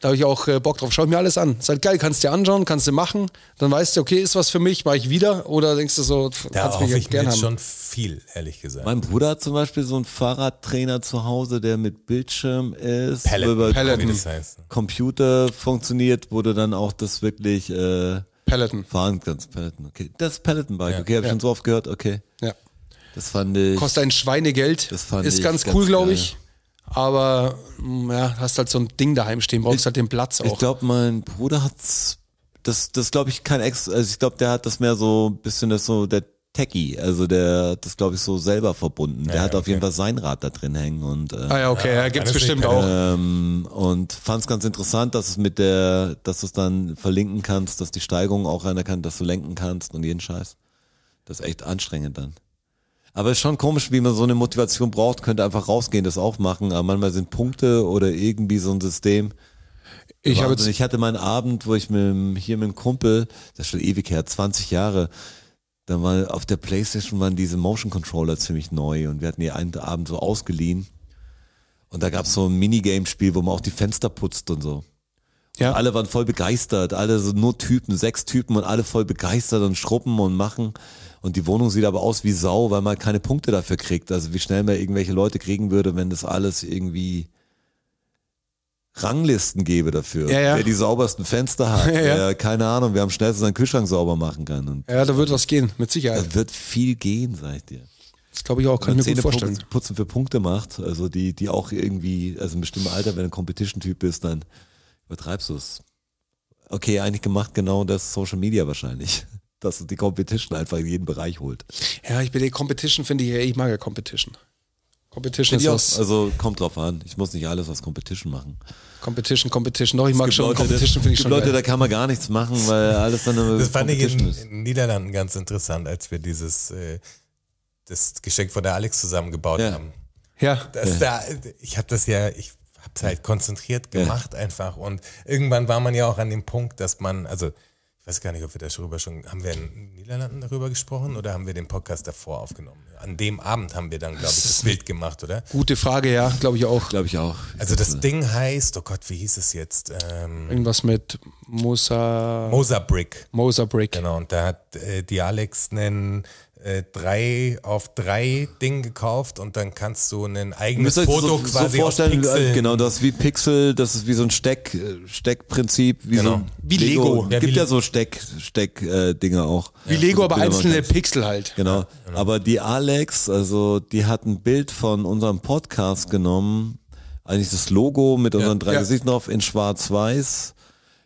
[SPEAKER 2] Da habe ich auch äh, Bock drauf. Schau ich mir alles an. Ist halt geil, kannst dir anschauen, kannst du machen. Dann weißt du, okay, ist was für mich, mache ich wieder. Oder denkst du so, pff,
[SPEAKER 3] da
[SPEAKER 2] kannst
[SPEAKER 3] hoffe
[SPEAKER 2] mich
[SPEAKER 3] ich
[SPEAKER 2] jetzt
[SPEAKER 3] mir
[SPEAKER 2] gern
[SPEAKER 3] jetzt
[SPEAKER 2] haben.
[SPEAKER 3] schon viel, ehrlich gesagt.
[SPEAKER 4] Mein Bruder hat zum Beispiel so einen Fahrradtrainer zu Hause, der mit Bildschirm ist,
[SPEAKER 3] Pellet,
[SPEAKER 4] wo über
[SPEAKER 2] Pellet.
[SPEAKER 3] wie das heißt.
[SPEAKER 4] Computer funktioniert, wo du dann auch das wirklich äh,
[SPEAKER 2] Peloton.
[SPEAKER 4] fahren kannst. Peloton, okay. Das Peloton-Bike, okay, habe ich schon so oft gehört, okay.
[SPEAKER 2] Ja.
[SPEAKER 4] Das fand ich.
[SPEAKER 2] Kostet ein Schweinegeld.
[SPEAKER 4] Das fand
[SPEAKER 2] ist
[SPEAKER 4] ich
[SPEAKER 2] ganz,
[SPEAKER 4] ganz
[SPEAKER 2] cool, glaube
[SPEAKER 4] geil.
[SPEAKER 2] ich. Aber mm, ja, hast halt so ein Ding daheim stehen, brauchst halt den Platz
[SPEAKER 4] Ich
[SPEAKER 2] auch.
[SPEAKER 4] glaube, mein Bruder hat's. Das, das glaube ich kein Ex. Also ich glaube, der hat das mehr so ein bisschen das so der Techie. Also der hat das glaube ich so selber verbunden. Der
[SPEAKER 3] ja,
[SPEAKER 4] hat auf
[SPEAKER 3] okay.
[SPEAKER 4] jeden Fall sein Rad da drin hängen und äh,
[SPEAKER 2] ah ja, okay, ja, gibt's
[SPEAKER 3] alles
[SPEAKER 2] bestimmt
[SPEAKER 3] nicht,
[SPEAKER 2] auch.
[SPEAKER 4] ähm, und fand es ganz interessant, dass es mit der, dass du es dann verlinken kannst, dass die Steigung auch einer kann, dass du lenken kannst und jeden Scheiß. Das ist echt anstrengend dann. Aber ist schon komisch, wie man so eine Motivation braucht, könnte einfach rausgehen, das auch machen. Aber manchmal sind Punkte oder irgendwie so ein System.
[SPEAKER 2] Ich habe
[SPEAKER 4] Wahnsinn.
[SPEAKER 2] jetzt,
[SPEAKER 4] ich hatte mal einen Abend, wo ich mit, dem- hier mit einem Kumpel, das ist schon ewig her, 20 Jahre, dann war auf der Playstation waren diese Motion Controller ziemlich neu und wir hatten die einen Abend so ausgeliehen. Und da gab es so ein Minigame-Spiel, wo man auch die Fenster putzt und so.
[SPEAKER 2] ja,
[SPEAKER 4] Alle waren voll begeistert, alle so nur Typen, sechs Typen und alle voll begeistert und schrubben und machen. Und die Wohnung sieht aber aus wie Sau, weil man keine Punkte dafür kriegt. Also wie schnell man irgendwelche Leute kriegen würde, wenn das alles irgendwie Ranglisten gäbe dafür.
[SPEAKER 2] Ja, ja.
[SPEAKER 4] Wer die saubersten Fenster hat,
[SPEAKER 2] Ja, ja.
[SPEAKER 4] wer, keine Ahnung, wer am schnellsten seinen Kühlschrank sauber machen kann. Und
[SPEAKER 2] ja, da wird was gehen, mit Sicherheit.
[SPEAKER 4] da wird viel gehen, sag ich dir.
[SPEAKER 2] Das glaube ich auch, kann
[SPEAKER 4] Wenn
[SPEAKER 2] ich
[SPEAKER 4] man
[SPEAKER 2] mir gut
[SPEAKER 4] Zähne
[SPEAKER 2] vorstellen.
[SPEAKER 4] putzen- putzen für Punkte macht, also die, die auch irgendwie, also im bestimmten Alter, wenn du ein Competition-Typ bist, dann übertreibst du es. Okay, eigentlich gemacht genau das Social Media wahrscheinlich. Dass du die Competition einfach in jeden Bereich holt.
[SPEAKER 2] Ja, ich bin die Competition, finde ich, ja, ich mag ja Competition. Competition ist was.
[SPEAKER 4] Also kommt drauf an. Ich muss nicht alles aus Competition machen.
[SPEAKER 2] Competition, Competition. Doch, ich mag
[SPEAKER 4] Gibt
[SPEAKER 2] schon
[SPEAKER 4] Leute,
[SPEAKER 2] Competition,
[SPEAKER 4] da,
[SPEAKER 2] finde ich
[SPEAKER 4] gibt
[SPEAKER 2] schon.
[SPEAKER 4] Leute,
[SPEAKER 2] geil.
[SPEAKER 4] da kann man gar nichts machen, weil alles dann immer
[SPEAKER 3] Das fand ich in
[SPEAKER 4] Competition ist.
[SPEAKER 3] den Niederlanden ganz interessant, als wir dieses äh, das Geschenk von der Alex zusammengebaut
[SPEAKER 4] Ja.
[SPEAKER 3] haben.
[SPEAKER 2] ja.
[SPEAKER 3] Das da, ich habe das ja, ich habe es halt konzentriert gemacht einfach und irgendwann war man ja auch an dem Punkt, dass man, also ich weiß gar nicht, ob wir darüber schon, haben wir in den Niederlanden darüber gesprochen oder haben wir den Podcast davor aufgenommen? An dem Abend haben wir dann, glaube ich, das Bild gemacht, oder?
[SPEAKER 2] Gute Frage, ja, glaube ich auch.
[SPEAKER 4] Glaube ich auch.
[SPEAKER 3] Also das Ding heißt, oh Gott, wie hieß es jetzt? Ähm,
[SPEAKER 2] Irgendwas mit Mosa,
[SPEAKER 3] Mosabrick.
[SPEAKER 2] Mosa Brick.
[SPEAKER 3] Genau, und da hat äh, die Alex einen äh, drei auf drei Ding gekauft und dann kannst du ein eigenes
[SPEAKER 4] müsst euch
[SPEAKER 3] Foto
[SPEAKER 4] so,
[SPEAKER 3] quasi
[SPEAKER 4] so
[SPEAKER 3] aus
[SPEAKER 4] vorstellen,
[SPEAKER 3] Pixeln.
[SPEAKER 4] äh, genau, das ist wie Pixel, das ist wie so ein Steck, äh, Steckprinzip, wie
[SPEAKER 3] Genau.
[SPEAKER 4] so ein
[SPEAKER 2] Wie Lego.
[SPEAKER 3] Ja,
[SPEAKER 4] gibt
[SPEAKER 3] wie
[SPEAKER 4] ja
[SPEAKER 3] Le-
[SPEAKER 4] so Steck, Steck äh, Dinge auch.
[SPEAKER 2] Wie Lego,
[SPEAKER 4] So
[SPEAKER 2] aber
[SPEAKER 4] Bilder man
[SPEAKER 2] einzelne
[SPEAKER 4] kennt.
[SPEAKER 2] Pixel halt.
[SPEAKER 4] Genau. Aber die Alex, also die hat ein Bild von unserem Podcast genommen, eigentlich das Logo mit unseren drei
[SPEAKER 2] Ja.
[SPEAKER 4] Gesichtern drauf in Schwarz-Weiß,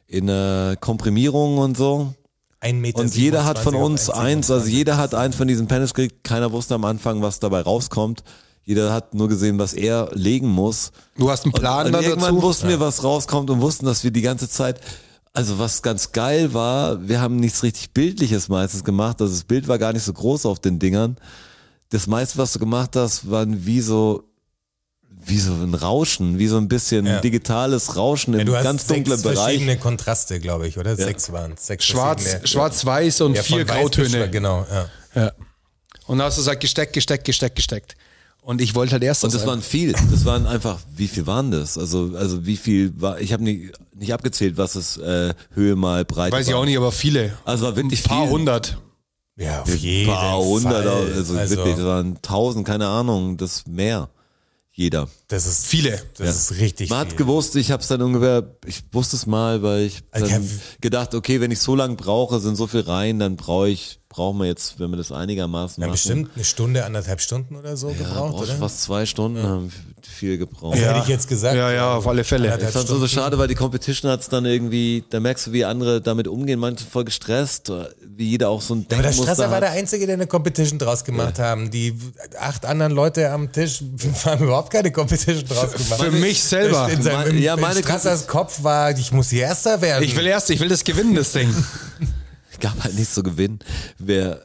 [SPEAKER 4] in äh, Komprimierung und so.
[SPEAKER 3] Ein Meter
[SPEAKER 4] Und jeder hat von
[SPEAKER 3] 27 auf 1,27.
[SPEAKER 4] uns eins, also jeder hat eins von diesen Panels gekriegt. Keiner wusste am Anfang, was dabei rauskommt. Jeder hat nur gesehen, was er legen muss.
[SPEAKER 2] Du hast einen Plan
[SPEAKER 4] und
[SPEAKER 2] dann
[SPEAKER 4] irgendwann
[SPEAKER 2] dazu.
[SPEAKER 4] wussten wir, was rauskommt und wussten, dass wir die ganze Zeit Also was ganz geil war, wir haben nichts richtig Bildliches meistens gemacht. Also das Bild war gar nicht so groß auf den Dingern. Das meiste, was du gemacht hast, waren wie so, wie so ein Rauschen, wie so ein bisschen
[SPEAKER 3] Ja.
[SPEAKER 4] digitales Rauschen
[SPEAKER 3] Ja,
[SPEAKER 4] im
[SPEAKER 3] du hast
[SPEAKER 4] ganz dunklen
[SPEAKER 3] sechs
[SPEAKER 4] Bereich.
[SPEAKER 3] verschiedene Kontraste, glaube ich, oder? Sechs waren Sechs
[SPEAKER 2] Schwarz,
[SPEAKER 3] verschiedene-
[SPEAKER 2] schwarz-weiß und
[SPEAKER 3] Ja, von
[SPEAKER 2] vier
[SPEAKER 3] weiß bis
[SPEAKER 2] Grautöne.
[SPEAKER 3] schwarz, Genau, ja.
[SPEAKER 2] Ja. Und dann hast du gesagt, gesteckt, gesteckt, gesteckt, gesteckt. Und ich wollte halt erst
[SPEAKER 4] Und das waren viel. Das waren einfach, wie viel waren das? Also, also wie viel war, ich habe nicht, nicht abgezählt, was es äh, Höhe mal Breite
[SPEAKER 2] Weiß ich
[SPEAKER 4] war.
[SPEAKER 2] auch nicht, aber viele.
[SPEAKER 4] Also war wirklich
[SPEAKER 2] ein paar
[SPEAKER 4] viel.
[SPEAKER 2] hundert.
[SPEAKER 3] Ja, auf
[SPEAKER 4] Ein
[SPEAKER 3] jeden
[SPEAKER 4] paar hundert,
[SPEAKER 3] Fall.
[SPEAKER 4] also, wirklich, das waren tausend, keine Ahnung, das mehr. Jeder.
[SPEAKER 3] das ist
[SPEAKER 2] Viele.
[SPEAKER 3] Das ist richtig
[SPEAKER 4] Man hat
[SPEAKER 3] viel.
[SPEAKER 4] gewusst, ich habe es dann ungefähr, ich wusste es mal, weil ich
[SPEAKER 3] Also
[SPEAKER 4] dann
[SPEAKER 3] ich
[SPEAKER 4] gedacht, okay, wenn ich so lange brauche, sind so viel rein, dann brauche ich, brauchen wir jetzt, wenn wir das einigermaßen
[SPEAKER 3] Ja,
[SPEAKER 4] machen.
[SPEAKER 3] bestimmt eine Stunde, anderthalb Stunden oder so
[SPEAKER 4] ja,
[SPEAKER 3] gebraucht,
[SPEAKER 4] brauchst
[SPEAKER 3] oder?
[SPEAKER 4] fast zwei Stunden, haben viel gebraucht.
[SPEAKER 3] Also hätte ich jetzt gesagt.
[SPEAKER 2] Ja, ja, auf alle Fälle.
[SPEAKER 4] Ich fand so, so schade, weil die Competition hat's dann irgendwie, da merkst du, wie andere damit umgehen, manche voll gestresst, wie jeder auch so ein
[SPEAKER 3] Aber der
[SPEAKER 4] Denkmuster
[SPEAKER 3] Strasser war
[SPEAKER 4] hat.
[SPEAKER 3] der Einzige, der eine Competition draus gemacht haben. Die acht anderen Leute am Tisch haben überhaupt keine Competition draus gemacht.
[SPEAKER 2] für mich selber.
[SPEAKER 3] In seinem, im,
[SPEAKER 4] Ja,
[SPEAKER 3] ja,
[SPEAKER 4] meine
[SPEAKER 3] meine Strassers Kopf war, ich muss hier Erster werden.
[SPEAKER 2] Ich will erst, ich will das gewinnen, das Ding.
[SPEAKER 4] gab halt nichts zu gewinnen. Wer,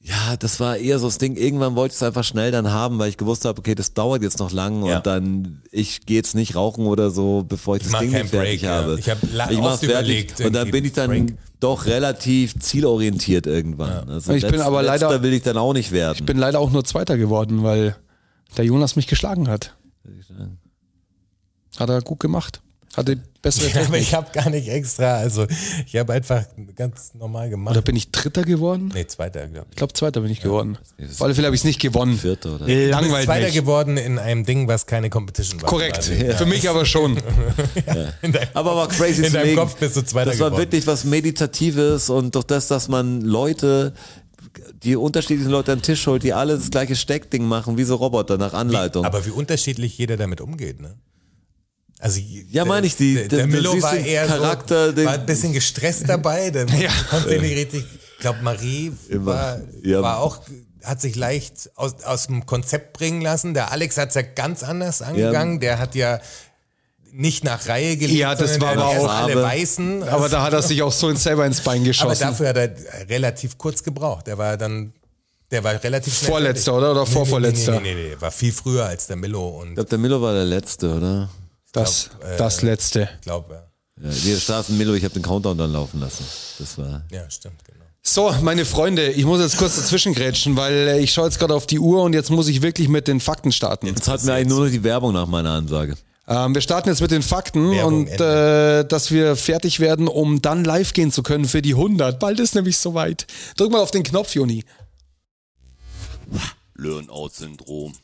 [SPEAKER 4] ja, das war eher so das Ding. Irgendwann wollte ich es einfach schnell dann haben, weil ich gewusst habe, okay, das dauert jetzt noch lang
[SPEAKER 3] Ja.
[SPEAKER 4] und dann, ich gehe jetzt nicht rauchen oder so, bevor ich, das
[SPEAKER 3] mach
[SPEAKER 4] Ding nicht
[SPEAKER 3] keinen
[SPEAKER 4] fertig
[SPEAKER 3] Break, ja.
[SPEAKER 4] habe.
[SPEAKER 3] Ich hab la-
[SPEAKER 4] mach's
[SPEAKER 3] oft überlegt,
[SPEAKER 4] und dann
[SPEAKER 3] irgendwie
[SPEAKER 4] bin ich dann
[SPEAKER 3] Break.
[SPEAKER 4] doch relativ zielorientiert irgendwann. Also
[SPEAKER 2] Ich bin
[SPEAKER 4] letz-
[SPEAKER 2] aber leider-
[SPEAKER 4] letzter will ich dann auch nicht werden.
[SPEAKER 2] Ich bin leider auch nur Zweiter geworden, weil der Jonas mich geschlagen hat. Hat er gut gemacht. Hatte bessere
[SPEAKER 3] Ja, aber
[SPEAKER 2] Technik.
[SPEAKER 3] ich habe gar nicht extra. Also ich habe einfach ganz normal gemacht.
[SPEAKER 2] Oder bin ich Dritter geworden?
[SPEAKER 3] nee, Zweiter, glaube ich.
[SPEAKER 2] Ich glaube, Zweiter bin ich geworden. Auf alle Fälle habe ich es nicht gewonnen.
[SPEAKER 4] Vierter oder-
[SPEAKER 3] Du bist
[SPEAKER 2] Langweilig.
[SPEAKER 3] Zweiter geworden in einem Ding, was keine Competition war.
[SPEAKER 2] Korrekt.
[SPEAKER 3] quasi.
[SPEAKER 2] Für mich aber schon.
[SPEAKER 3] In deinem-
[SPEAKER 4] Aber war crazy
[SPEAKER 3] In
[SPEAKER 4] zu
[SPEAKER 3] deinem
[SPEAKER 4] legen.
[SPEAKER 3] Kopf bist du Zweiter
[SPEAKER 4] Das war
[SPEAKER 3] geworden.
[SPEAKER 4] wirklich was Meditatives und durch das, dass man Leute, die unterschiedlichen Leute an den Tisch holt, die alle das gleiche Steckding machen, wie so Roboter nach Anleitung.
[SPEAKER 3] Aber wie unterschiedlich jeder damit umgeht, ne? Also,
[SPEAKER 4] Ja, meine ich, die-
[SPEAKER 3] der,
[SPEAKER 4] da
[SPEAKER 3] der Milo
[SPEAKER 4] siehst
[SPEAKER 3] war
[SPEAKER 4] du
[SPEAKER 3] eher
[SPEAKER 4] Charakter,
[SPEAKER 3] so,
[SPEAKER 4] den-
[SPEAKER 3] war ein bisschen gestresst dabei, der konnte nicht richtig, ich glaube, Marie war,
[SPEAKER 4] Ja.
[SPEAKER 3] war auch, hat sich leicht aus, aus dem Konzept bringen lassen, der Alex hat's ja ganz anders angegangen, der hat ja nicht nach Reihe gelebt,
[SPEAKER 2] Ja, das
[SPEAKER 3] sondern
[SPEAKER 2] war
[SPEAKER 3] der
[SPEAKER 2] aber
[SPEAKER 3] hat
[SPEAKER 2] auch-
[SPEAKER 3] alle
[SPEAKER 4] aber-
[SPEAKER 3] Weißen,
[SPEAKER 2] Aber da hat er sich auch so ins selber ins Bein
[SPEAKER 3] aber
[SPEAKER 2] geschossen.
[SPEAKER 3] dafür hat er relativ kurz gebraucht, der war dann, der war relativ schnell
[SPEAKER 2] Vorletzter,
[SPEAKER 3] fertig.
[SPEAKER 2] oder? Oder
[SPEAKER 3] Nee, nee,
[SPEAKER 2] Vorvorletzter?
[SPEAKER 3] Nee, nee, nee, nee, war viel früher als der Milo und
[SPEAKER 4] ich glaube, der Milo war der Letzte, oder?
[SPEAKER 2] das,
[SPEAKER 3] glaub, äh,
[SPEAKER 2] das letzte.
[SPEAKER 3] glaube, ja.
[SPEAKER 4] Ja, die Straßen Milo, ich habe den Countdown dann laufen lassen. Das war.
[SPEAKER 3] Ja, stimmt, genau.
[SPEAKER 2] So, meine Freunde, ich muss jetzt kurz dazwischengrätschen, weil äh, ich schaue jetzt gerade auf die Uhr und jetzt muss ich wirklich mit den Fakten starten.
[SPEAKER 4] Jetzt hatten wir eigentlich nur noch die Werbung nach meiner Ansage.
[SPEAKER 2] Ähm, wir starten jetzt mit den Fakten
[SPEAKER 3] Werbung
[SPEAKER 2] und äh, dass wir fertig werden, um dann live gehen zu können für die 100. Bald ist nämlich soweit. Drück mal auf den Knopf, Juni.
[SPEAKER 5] Learn-out-Syndrom.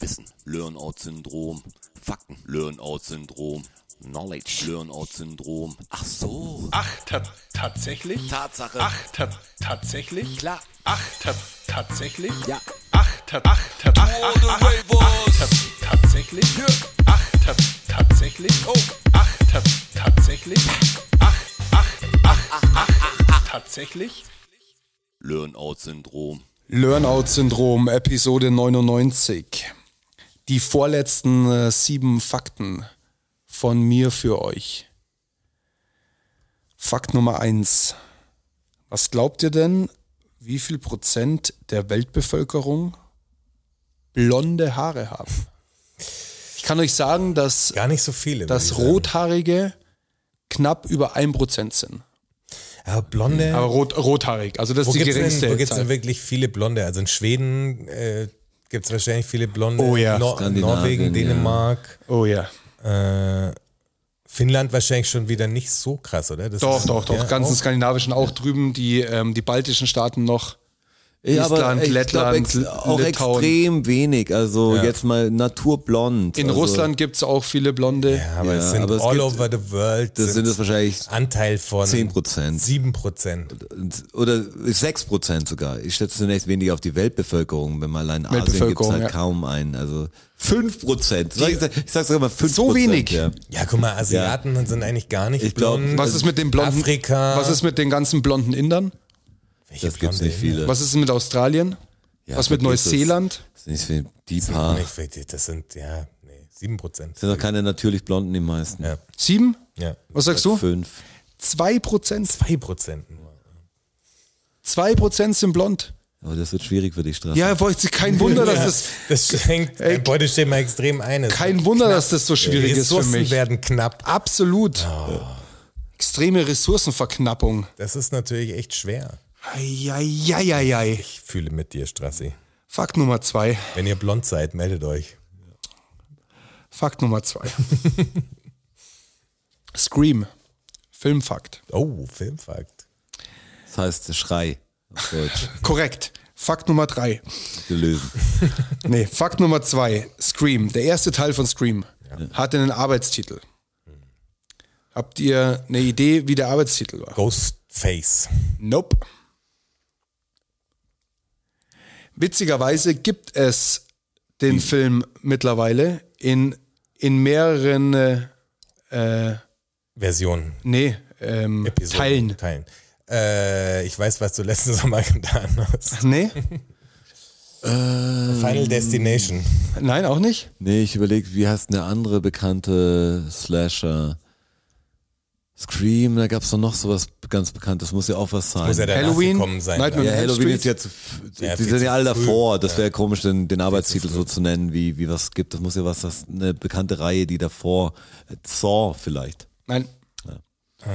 [SPEAKER 5] Wissen. Learn-out-Syndrom. Fakten. Learn-out-Syndrom. Knowledge. Learn-out-Syndrom. Ach so.
[SPEAKER 6] Ach, ta tatsächlich?
[SPEAKER 5] Tatsache.
[SPEAKER 6] Ach, ta tatsächlich?
[SPEAKER 5] Klar.
[SPEAKER 6] Ach, ta tatsächlich?
[SPEAKER 5] Ja.
[SPEAKER 6] Ach, ta ach, ta ach, ach, ach, ach, ta tatsächlich? Ach, ta tatsächlich? Oh. Ach, ta tatsächlich? Ach, ach, ach, ach, ach, ach, tatsächlich?
[SPEAKER 5] Learn-out-Syndrom.
[SPEAKER 2] Learnout-Syndrom, Episode 99. Die vorletzten äh, sieben Fakten von mir für euch. Fakt Nummer eins. Was glaubt ihr denn, wie viel Prozent der Weltbevölkerung blonde Haare haben? Ich kann euch sagen, dass
[SPEAKER 3] Gar nicht so viele.
[SPEAKER 2] dass
[SPEAKER 3] würde ich
[SPEAKER 2] Rothaarige knapp über 1% sind.
[SPEAKER 3] sagen. Aber Blonde.
[SPEAKER 2] Aber rot, rothaarig, also das
[SPEAKER 3] wo
[SPEAKER 2] ist die
[SPEAKER 3] gibt es
[SPEAKER 2] geringste
[SPEAKER 3] denn, wo gibt's denn
[SPEAKER 2] Zahl.
[SPEAKER 3] wirklich viele Blonde? Also in Schweden äh, gibt es wahrscheinlich viele Blonde.
[SPEAKER 2] Oh ja.
[SPEAKER 3] Nor
[SPEAKER 4] Skandinavien,
[SPEAKER 3] Norwegen,
[SPEAKER 4] ja.
[SPEAKER 3] Dänemark.
[SPEAKER 2] Oh ja.
[SPEAKER 3] Äh, Finnland wahrscheinlich schon wieder nicht so krass, oder? Das
[SPEAKER 2] Doch,
[SPEAKER 3] ist-
[SPEAKER 2] doch, doch.
[SPEAKER 3] ja, Oh.
[SPEAKER 2] ganzen
[SPEAKER 3] auch.
[SPEAKER 2] skandinavischen, auch drüben die, ähm, die baltischen Staaten noch.
[SPEAKER 4] Ja,
[SPEAKER 2] Island,
[SPEAKER 4] ich
[SPEAKER 2] Lettland,
[SPEAKER 4] ex- auch
[SPEAKER 2] Litauen.
[SPEAKER 4] extrem wenig. Also
[SPEAKER 3] Ja.
[SPEAKER 4] jetzt mal naturblond.
[SPEAKER 2] In
[SPEAKER 4] also,
[SPEAKER 2] Russland gibt es auch viele Blonde.
[SPEAKER 3] Ja, aber es
[SPEAKER 4] Ja,
[SPEAKER 3] sind
[SPEAKER 4] aber es
[SPEAKER 3] all
[SPEAKER 4] gibt-
[SPEAKER 3] over the world.
[SPEAKER 4] Das sind es wahrscheinlich
[SPEAKER 3] Anteil von
[SPEAKER 4] 10%.
[SPEAKER 3] 7%.
[SPEAKER 4] oder 6% sogar. Ich schätze zunächst weniger auf die Weltbevölkerung, wenn man allein Asien gibt es
[SPEAKER 2] Weltbevölkerung,
[SPEAKER 4] halt
[SPEAKER 2] ja.
[SPEAKER 4] kaum einen. Also 5%. Sag ich, ich sag's sogar mal 5%.
[SPEAKER 2] wenig?
[SPEAKER 4] Ja.
[SPEAKER 3] Ja, guck mal, Asiaten sind eigentlich gar nicht
[SPEAKER 4] Ich glaub,
[SPEAKER 3] blond.
[SPEAKER 2] Was ist mit den blonden?
[SPEAKER 3] Afrika.
[SPEAKER 2] Was ist mit den ganzen blonden Indern?
[SPEAKER 3] Welche
[SPEAKER 4] Das gibt's
[SPEAKER 3] Blonde?
[SPEAKER 4] nicht viele.
[SPEAKER 2] Was ist mit Australien?
[SPEAKER 4] Ja,
[SPEAKER 2] was mit
[SPEAKER 4] vergiss es.
[SPEAKER 2] Neuseeland?
[SPEAKER 4] Das sind nicht viele. Die paar.
[SPEAKER 3] Ich weiß, Das sind, ja, nee, 7%.
[SPEAKER 4] Das sind doch keine natürlich Blonden die meisten.
[SPEAKER 3] Ja.
[SPEAKER 2] Sieben?
[SPEAKER 3] Ja.
[SPEAKER 2] Was sagst du?
[SPEAKER 4] Fünf.
[SPEAKER 2] Zwei Prozent.
[SPEAKER 3] Zwei Prozent nur.
[SPEAKER 2] Zwei Prozent sind blond.
[SPEAKER 4] Aber das wird schwierig für dich, Straße.
[SPEAKER 2] Ja, wo ich- kein Wunder, dass das,
[SPEAKER 3] Das schränkt
[SPEAKER 2] Ey,
[SPEAKER 3] dein Beuteschema extrem ein. Es
[SPEAKER 2] kein
[SPEAKER 3] wird
[SPEAKER 2] Wunder,
[SPEAKER 3] knapp.
[SPEAKER 2] dass das so schwierig
[SPEAKER 3] Die
[SPEAKER 2] ist für
[SPEAKER 3] Ressourcen
[SPEAKER 2] mich.
[SPEAKER 3] werden knapp.
[SPEAKER 2] Absolut. Extreme Ressourcenverknappung.
[SPEAKER 3] Das ist natürlich echt schwer.
[SPEAKER 2] Eieieiei.
[SPEAKER 3] Ich fühle mit dir, Strassi.
[SPEAKER 2] Fakt Nummer zwei.
[SPEAKER 3] Wenn ihr blond seid, meldet euch.
[SPEAKER 2] Fakt Nummer zwei. Scream. Filmfakt.
[SPEAKER 3] Oh, Filmfakt.
[SPEAKER 4] Das heißt Schrei auf Deutsch
[SPEAKER 2] Korrekt. Fakt Nummer drei.
[SPEAKER 4] gelösen.
[SPEAKER 2] Nee, Fakt Nummer zwei. Scream. Der erste Teil von Scream hatte einen Arbeitstitel. Habt ihr eine Idee, wie der Arbeitstitel war?
[SPEAKER 3] Ghostface.
[SPEAKER 2] Nope. Witzigerweise gibt es den Film mittlerweile in, in mehreren, äh,
[SPEAKER 3] Version.
[SPEAKER 2] nee, ähm,
[SPEAKER 3] Episode.
[SPEAKER 2] Teilen.
[SPEAKER 3] Teilen. Äh, ich weiß, was du letzten Sommer getan hast.
[SPEAKER 2] Nee? Hm.
[SPEAKER 3] Final Destination.
[SPEAKER 2] Nein, auch nicht?
[SPEAKER 4] Nee, ich überlege, wie heißt denn der andere bekannte Slasher? Scream, da gab's doch noch sowas ganz bekanntes, muss ja auch was sein.
[SPEAKER 3] Muss ja danach
[SPEAKER 2] Halloween,
[SPEAKER 3] gekommen sein.
[SPEAKER 2] Nightmare-
[SPEAKER 4] ja,
[SPEAKER 2] Elm
[SPEAKER 4] Halloween
[SPEAKER 2] Street.
[SPEAKER 4] ist jetzt,
[SPEAKER 3] Ja,
[SPEAKER 4] die
[SPEAKER 3] viel
[SPEAKER 4] sind
[SPEAKER 3] zu
[SPEAKER 4] ja alle
[SPEAKER 3] früh.
[SPEAKER 4] davor, das wäre komisch, den, den
[SPEAKER 3] Viel
[SPEAKER 4] Arbeitstitel
[SPEAKER 3] zu
[SPEAKER 4] so zu nennen, wie, wie was gibt, das muss ja was, das eine bekannte Reihe, die davor, äh, Saw vielleicht.
[SPEAKER 2] Nein.
[SPEAKER 3] Aber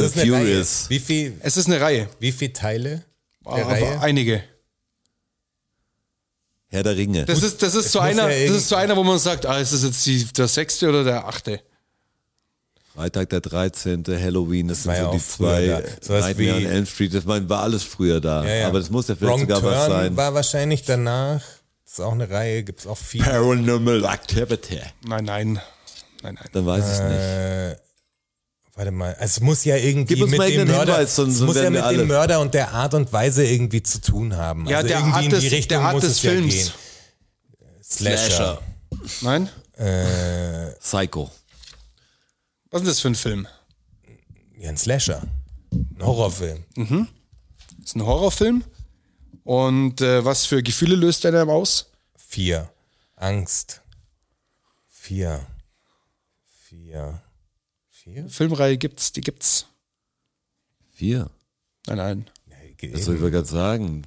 [SPEAKER 3] es
[SPEAKER 4] and
[SPEAKER 3] ist eine Reihe.
[SPEAKER 4] Furious.
[SPEAKER 3] Wie viel,
[SPEAKER 2] Es ist eine Reihe.
[SPEAKER 3] wie viel Teile? Der
[SPEAKER 2] Aber
[SPEAKER 3] Reihe?
[SPEAKER 2] einige.
[SPEAKER 4] Herr der Ringe.
[SPEAKER 2] Das ist, das ist zu
[SPEAKER 3] muss
[SPEAKER 2] einer,
[SPEAKER 3] ja
[SPEAKER 2] das ist zu einer, wo man sagt, ah, ist das jetzt die, der sechste oder der achte?
[SPEAKER 4] Freitag der 13. Halloween, das
[SPEAKER 3] war
[SPEAKER 4] sind so
[SPEAKER 3] ja auch
[SPEAKER 4] die
[SPEAKER 3] früher
[SPEAKER 4] zwei
[SPEAKER 3] da. Sowas
[SPEAKER 4] Nightmare on
[SPEAKER 3] wie-
[SPEAKER 4] Elm Street, das war war alles früher da.
[SPEAKER 3] Ja, ja.
[SPEAKER 4] Aber das muss ja vielleicht
[SPEAKER 3] Wrong
[SPEAKER 4] sogar
[SPEAKER 3] Turn
[SPEAKER 4] was sein.
[SPEAKER 3] war wahrscheinlich danach. Das ist auch eine Reihe, gibt es auch viele.
[SPEAKER 4] Paranormal Activity.
[SPEAKER 2] Nein, nein. Nein,
[SPEAKER 3] Also
[SPEAKER 2] nein.
[SPEAKER 4] Dann weiß ich nicht.
[SPEAKER 3] Äh, warte mal, also es muss ja irgendwie
[SPEAKER 4] Gib uns
[SPEAKER 3] mit
[SPEAKER 4] mal
[SPEAKER 3] dem
[SPEAKER 4] irgendeinen
[SPEAKER 3] Mörder,
[SPEAKER 4] Hinweis, sonst
[SPEAKER 3] es muss ja
[SPEAKER 4] werden
[SPEAKER 3] mit
[SPEAKER 4] wir alle-
[SPEAKER 3] dem Mörder und der Art und Weise irgendwie zu tun haben.
[SPEAKER 2] Ja,
[SPEAKER 3] also
[SPEAKER 2] der
[SPEAKER 3] irgendwie
[SPEAKER 2] Art
[SPEAKER 3] in
[SPEAKER 2] des-
[SPEAKER 3] die
[SPEAKER 2] der
[SPEAKER 3] Richtung
[SPEAKER 2] Art
[SPEAKER 3] muss
[SPEAKER 2] des
[SPEAKER 3] es ja
[SPEAKER 2] Films.
[SPEAKER 3] gehen. Slasher.
[SPEAKER 2] Nein?
[SPEAKER 3] Äh,
[SPEAKER 4] Psycho.
[SPEAKER 2] Was ist denn das für ein Film?
[SPEAKER 3] ja, ein Slasher. Ein Horrorfilm.
[SPEAKER 2] Ist ein Horrorfilm? Und äh, was für Gefühle löst er denn aus?
[SPEAKER 3] Vier. Angst. Vier. Vier. Vier?
[SPEAKER 2] Filmreihe gibt's, die gibt's.
[SPEAKER 4] Vier.
[SPEAKER 2] Nein, nein.
[SPEAKER 3] Ge-
[SPEAKER 4] Was soll ich gerade sagen?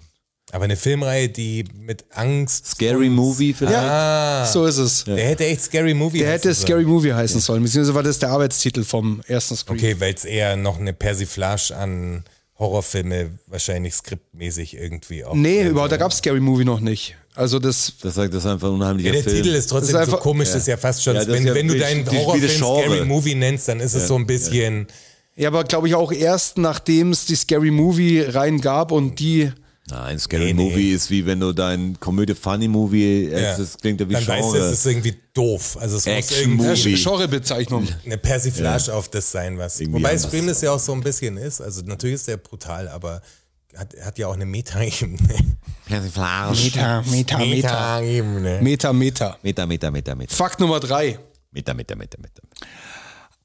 [SPEAKER 3] Aber eine Filmreihe, die mit Angst.
[SPEAKER 4] Scary Movie vielleicht?
[SPEAKER 3] Ah,
[SPEAKER 2] So ist es.
[SPEAKER 3] der hätte echt Scary Movie.
[SPEAKER 2] Der hätte
[SPEAKER 3] heißen
[SPEAKER 2] Scary Movie heißen sollen, beziehungsweise war das der Arbeitstitel vom ersten Screen.
[SPEAKER 3] Okay, weil es eher noch eine Persiflage an Horrorfilme wahrscheinlich skriptmäßig irgendwie auch.
[SPEAKER 2] Nee, überhaupt, da gab's Scary Movie noch nicht. Also das,
[SPEAKER 4] Das sagt, das ist einfach ein unheimlicher
[SPEAKER 3] Ja, der
[SPEAKER 4] Film.
[SPEAKER 3] Titel ist trotzdem
[SPEAKER 2] Das ist
[SPEAKER 3] so
[SPEAKER 2] einfach-
[SPEAKER 3] komisch, das ist ja fast schon,
[SPEAKER 4] Ja, das
[SPEAKER 3] wenn,
[SPEAKER 4] ist ja
[SPEAKER 3] wenn du
[SPEAKER 4] wie-
[SPEAKER 3] deinen
[SPEAKER 4] die- wie
[SPEAKER 3] Horrorfilm
[SPEAKER 4] das Genre.
[SPEAKER 3] Scary Movie nennst, dann ist es so ein bisschen,
[SPEAKER 2] ja, aber glaube ich auch erst, nachdem es die Scary Movie rein gab und die,
[SPEAKER 4] Nein,
[SPEAKER 3] Nee,
[SPEAKER 4] Scary
[SPEAKER 3] nee.
[SPEAKER 4] Movie ist wie wenn du dein Komödie Funny Movie,
[SPEAKER 3] ja,
[SPEAKER 4] äh, das klingt ja wie
[SPEAKER 3] dann weißt du, es
[SPEAKER 4] Genre.
[SPEAKER 3] ist irgendwie doof. Also es muss
[SPEAKER 4] Action
[SPEAKER 2] Ja,
[SPEAKER 3] irgendwie
[SPEAKER 4] Movie.
[SPEAKER 2] Genrebezeichnung.
[SPEAKER 3] eine Persiflage auf das sein, was.
[SPEAKER 4] Irgendwie
[SPEAKER 3] wobei
[SPEAKER 4] anders.
[SPEAKER 3] Scream das ja auch so ein bisschen ist. Also natürlich ist der brutal, aber hat, hat ja auch eine Meta-Ebene.
[SPEAKER 4] Persiflage.
[SPEAKER 2] Meta, Meta, Meta.
[SPEAKER 3] Meta-Ebene.
[SPEAKER 2] Meta, Meta.
[SPEAKER 4] Meter, Meter, Meter, Meter.
[SPEAKER 2] Fakt Nummer drei.
[SPEAKER 4] Meter, Meter, Meter, Meter.